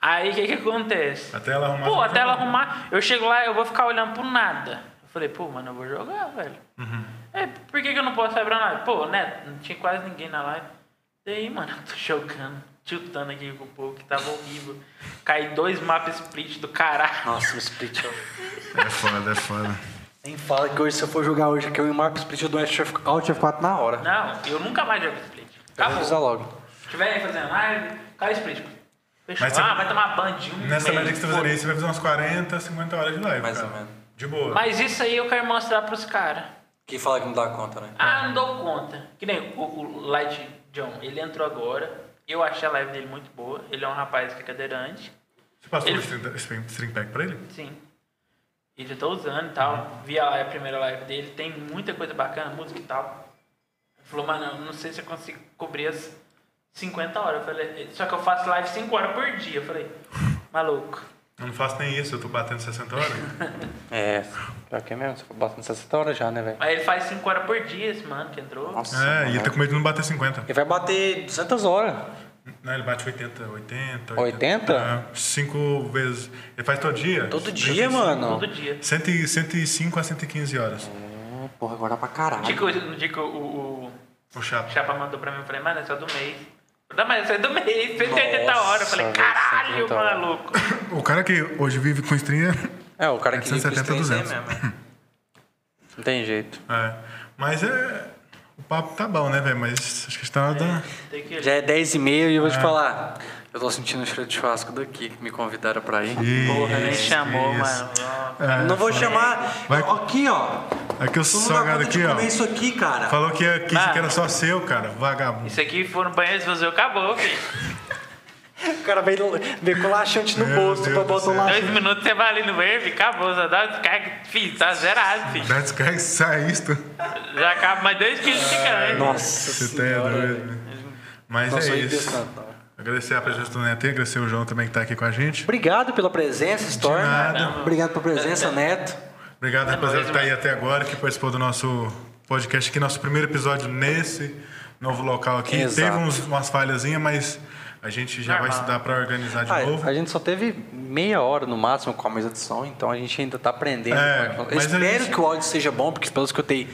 Aí, o que que acontece? Até ela arrumar. Pô, até ela arrumar, eu chego lá, eu vou ficar olhando pro nada. Eu falei, pô, mano, eu vou jogar, velho. É, por que, que eu não posso abrir a live? Pô, né, não tinha quase ninguém na live. E aí, mano, eu tô jogando, tiltando aqui com o povo que tava horrível. Cai dois mapas split do caralho. Nossa, o split. ó. É foda, é foda. Nem fala que hoje, se eu for jogar hoje, que eu e o Marcos split eu dou Alt F- Alt F4 na hora. Não, eu nunca mais jogo split. Pra avisar Acabou. logo. Se tiverem fazendo live, cai split. Fechou. Mas você- ah, vai tomar banho de um Nessa mês. média que você fazer isso, você vai fazer umas 40, 50 horas de live. Mais cara. ou menos. De boa. Mas isso aí eu quero mostrar pros caras. Quem fala que não dá conta, né? Ah, não dou conta. Que nem o, o Light John, ele entrou agora. Eu achei a live dele muito boa. Ele é um rapaz que é cadeirante. Você passou Ele- o string- string string pack pra ele? Sim. E já tô usando e tal. Uhum. Vi a, live- a primeira live dele, tem muita coisa bacana, música e tal. Ele falou, mano, eu não sei se eu consigo cobrir as 50 horas. Eu falei, só que eu faço live 5 horas por dia. Eu falei, maluco. Eu não faço nem isso, eu tô batendo 60 horas. É. Pior que é mesmo, você foi batendo 60 horas já, né, velho? Aí ele faz 5 horas por dia, esse mano que entrou. é, e ele tá com medo de não bater 50. Ele vai bater 200 horas. Não, ele bate 80, 80. 80? É, cinco vezes. Ele faz todo dia? assim, Todo dia, mano. Todo dia. 100, 105 a 115 horas. Porra, agora pra No caralho. dia que, eu- no dia que o- o, O O chato. Chapa mandou pra mim, eu falei, mano, essa é do mês. Não, mas essa é do mês, 180 horas. Eu falei, velho, caralho, 180 horas. maluco. O cara que hoje vive com stream É, o cara que liga com esse 170, trem aí 200. mesmo. né? Não tem jeito. é. é. Mas é. O papo tá bom, né, velho? Mas acho que está nada. Tem que Já é 10 e meia e eu vou te falar. Eu tô sentindo o cheiro de churrasco daqui, que me convidaram pra ir. Porra, nem chamou, isso. mano. Ó. É, Não vou chamar. Vai- Aqui, ó. Aqui o Tu não dá salgado conta aqui, de ó. comer isso aqui, cara. Falou que, que isso Mano. aqui era só seu, cara. Vagabundo. Isso aqui foi no banheiro, esvaziou, acabou, filho. O cara veio, veio com laxante no Meu bolso Deus pra do botar um céu. laxante. Dois minutos você vai ali no banheiro, filho, acabou. Só dá um descarga, filho, tá zerado, filho. Dá descarga e sai isto. Já acaba mais dois quilos de caralho. Nossa Você tá é doido. né? Mas Nossa, é eu ia isso. pensar, Agradecer a presença do Neto e agradecer o João também que tá aqui com a gente. Obrigado pela presença, Storm. Nada. Obrigado pela presença, Neto. Obrigado, rapaziada, que tá aí até agora, que participou do nosso podcast aqui, nosso primeiro episódio nesse novo local aqui. Exato. Teve uns- umas falhazinhas, mas a gente já vai Normal. estudar para organizar de Ah, novo. a gente só teve meia hora no máximo com a mesa de som, então a gente ainda tá aprendendo. É, como que fala. mas a Espero gente- que o áudio seja bom, porque pelo que eu tenho,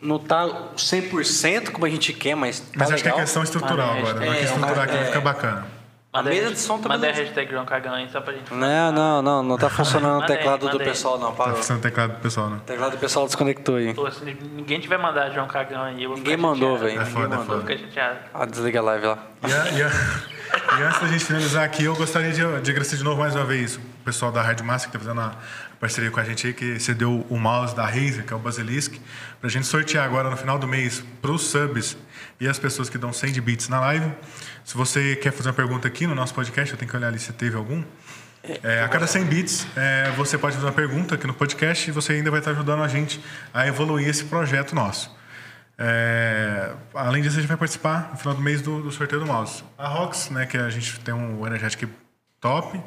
não tá 100% como a gente quer, mas tá Mas acho que é legal. questão estrutural Mas, agora. é, Vai que estruturar aqui é. vai ficar bacana. A Mandei- mesa de som também Mandei a não- é hashtag João Cagão aí, só pra gente... Não, não, não, não tá funcionando o Manda aí, teclado do manda aí. pessoal não, Tá parou. precisando teclado pro pessoal, né? O teclado do pessoal desconectou aí. Pô, se ninguém tiver mandado João Cagão aí, eu vou Ninguém ficar mandou, chateado. velho. É Ninguém foda, é mandou. Eu foda. vou ficar chateado. Ah, desliga a live lá. E, a- e a- e antes da gente finalizar aqui, eu gostaria de, de agradecer de novo mais uma vez o pessoal da Rádio Massa, que está fazendo uma parceria com a gente aí, que cedeu o mouse da Razer, que é o Basilisk, para a gente sortear agora no final do mês para os subs e as pessoas que dão 100 de bits na live. Se você quer fazer uma pergunta aqui no nosso podcast, eu tenho que olhar ali se teve algum. É, a cada 100 bits, é, você pode fazer uma pergunta aqui no podcast e você ainda vai estar ajudando a gente a evoluir esse projeto nosso. É, além disso, a gente vai participar no final do mês do, do sorteio do mouse. A Rox, né, que a gente tem um energético top.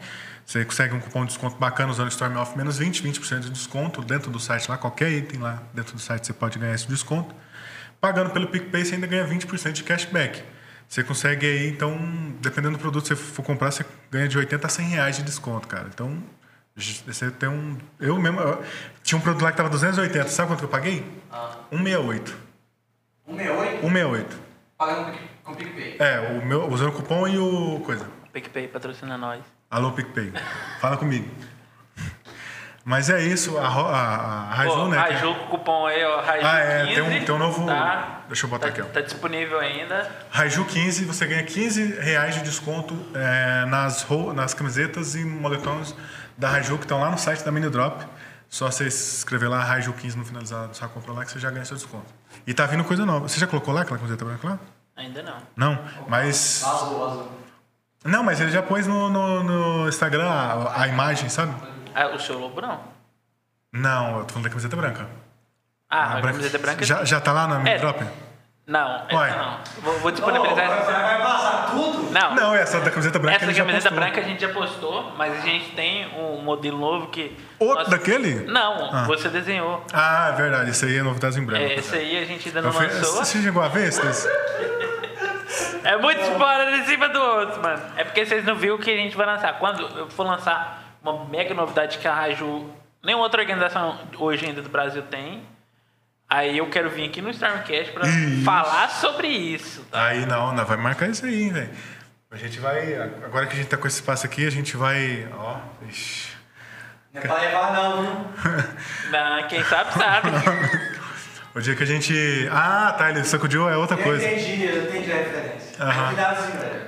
Você consegue um cupom de desconto bacana usando Storm Off menos 20, 20% de desconto dentro do site lá, qualquer item lá dentro do site você pode ganhar esse desconto. Pagando pelo PicPay você ainda ganha 20% de cashback. Você consegue aí, então, dependendo do produto que você for comprar, você ganha de 80 a 100 reais de desconto, cara. Então, j- você tem um. Eu mesmo. eu- tinha um produto lá que tava 280, sabe quanto que eu paguei? Ah. 168. 168, 168. pagando com PicPay. É, o meu, usando o cupom e o coisa. PicPay patrocina nós. Alô, PicPay. Fala comigo. Mas é isso, a, Ro- a, a Raju, Pô, né? cara? Raju com o cupom aí, ó. Raju Ah, é, tem um- 15, tem um novo- Tá, deixa eu botar tá, aqui, ó. Tá disponível ainda. Raiju 15, você ganha 15 reais de desconto é, nas, rou- nas camisetas e moletons da Raiju que estão lá no site da Mini Drop. Só você escrever lá Raiju 15 no finalizado, só compra lá que você já ganha seu desconto. E tá vindo coisa nova. Você já colocou lá aquela camiseta branca lá? Ainda não. Não, mas. Não, mas ele já pôs no, no- no Instagram a, a imagem, sabe? Ah, o seu lobo não. Não, eu tô falando da camiseta branca. Ah, a camiseta branca. Já, já tá lá na Mini É. Drop? Não, essa Ué. não. Vou, vou disponibilizar essa. vai passar tudo? Não, Não, essa da camiseta branca essa ele já camiseta postou. branca a gente já postou, mas a gente tem um modelo novo que. Outro nós- daquele? Não, Ah. você desenhou. Ah, é verdade. Isso aí é novidades em branco. É, esse aí a gente ainda não Eu fui- lançou. Você chegou a ver esse? desse? É muito spoiler em cima do outro, mano. É porque vocês não viram o que a gente vai lançar. Quando eu for lançar uma mega novidade que a Raju, nenhuma outra organização hoje ainda do Brasil tem, aí eu quero vir aqui no Stormcast pra Isso. falar sobre isso. Aí não, não, vai marcar isso aí, hein, velho. A gente vai. Agora que a gente tá com esse espaço aqui, a gente vai. Ó. ixi. Não é pra levar não, viu? Não, quem sabe, sabe. O dia que a gente. Ah, tá, ele sacudiu é outra Eu coisa. entendi, eu entendi a referência. Aham. Cuidado assim, velho.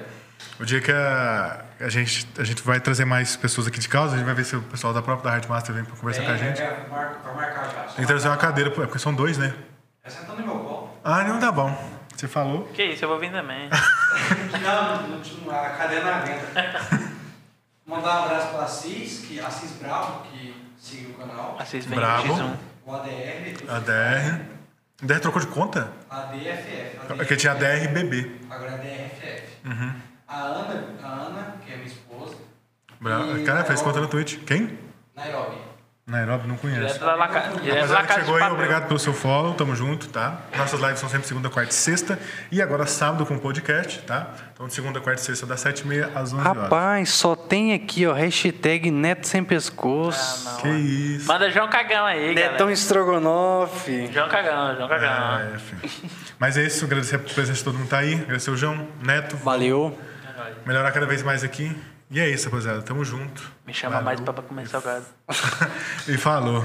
O dia que a, a gente, a gente vai trazer mais pessoas aqui de casa, a gente vai ver se o pessoal da própria da Hardmaster vem pra conversar É. com a gente. Tem Pra mar- pra marcar já. que trazer uma cadeira, pô, é porque são dois, né? Tá sentando no meu colo. Ah, não tá bom. Você falou. que isso, eu vou vir também. Não, não, não, a cadeira não aguenta. Mandar um abraço pra Assis, que, Assis Bravo, que seguiu o canal. Vocês vêm um. Bravo. no X1. O ADR. A DR. A DR trocou de conta? ADFF. Porque tinha a DRBB. Agora é DRFF. Uhum. A Ana, a Ana, que é minha esposa. Bra- e Cara, fez Nairobi- conta no Twitch. Quem? Nairobi. Nairobi, não conheço. Direto da Laca. Direto da Rapaziada que Laca de chegou aí, Papel. obrigado pelo seu follow, tamo junto, tá? Nossas lives são sempre segunda, quarta e sexta. E agora sábado com podcast, tá? Então de segunda, quarta e sexta, das 7h30 às 11 horas. Rapaz, só tem aqui, ó, hashtag Neto Sem Ah, Pescoço. não. Que isso. Manda João Cagão aí, Netão galera. Estrogonofe. João Cagão, João Cagão. É, enfim. Mas é isso, agradecer a presença de todo mundo que tá aí. Agradecer o João, Neto. Valeu. Melhorar cada vez mais aqui. E é isso, rapaziada. Tamo junto. Me chama mais Valeu. pra pra comer salgado. E falou.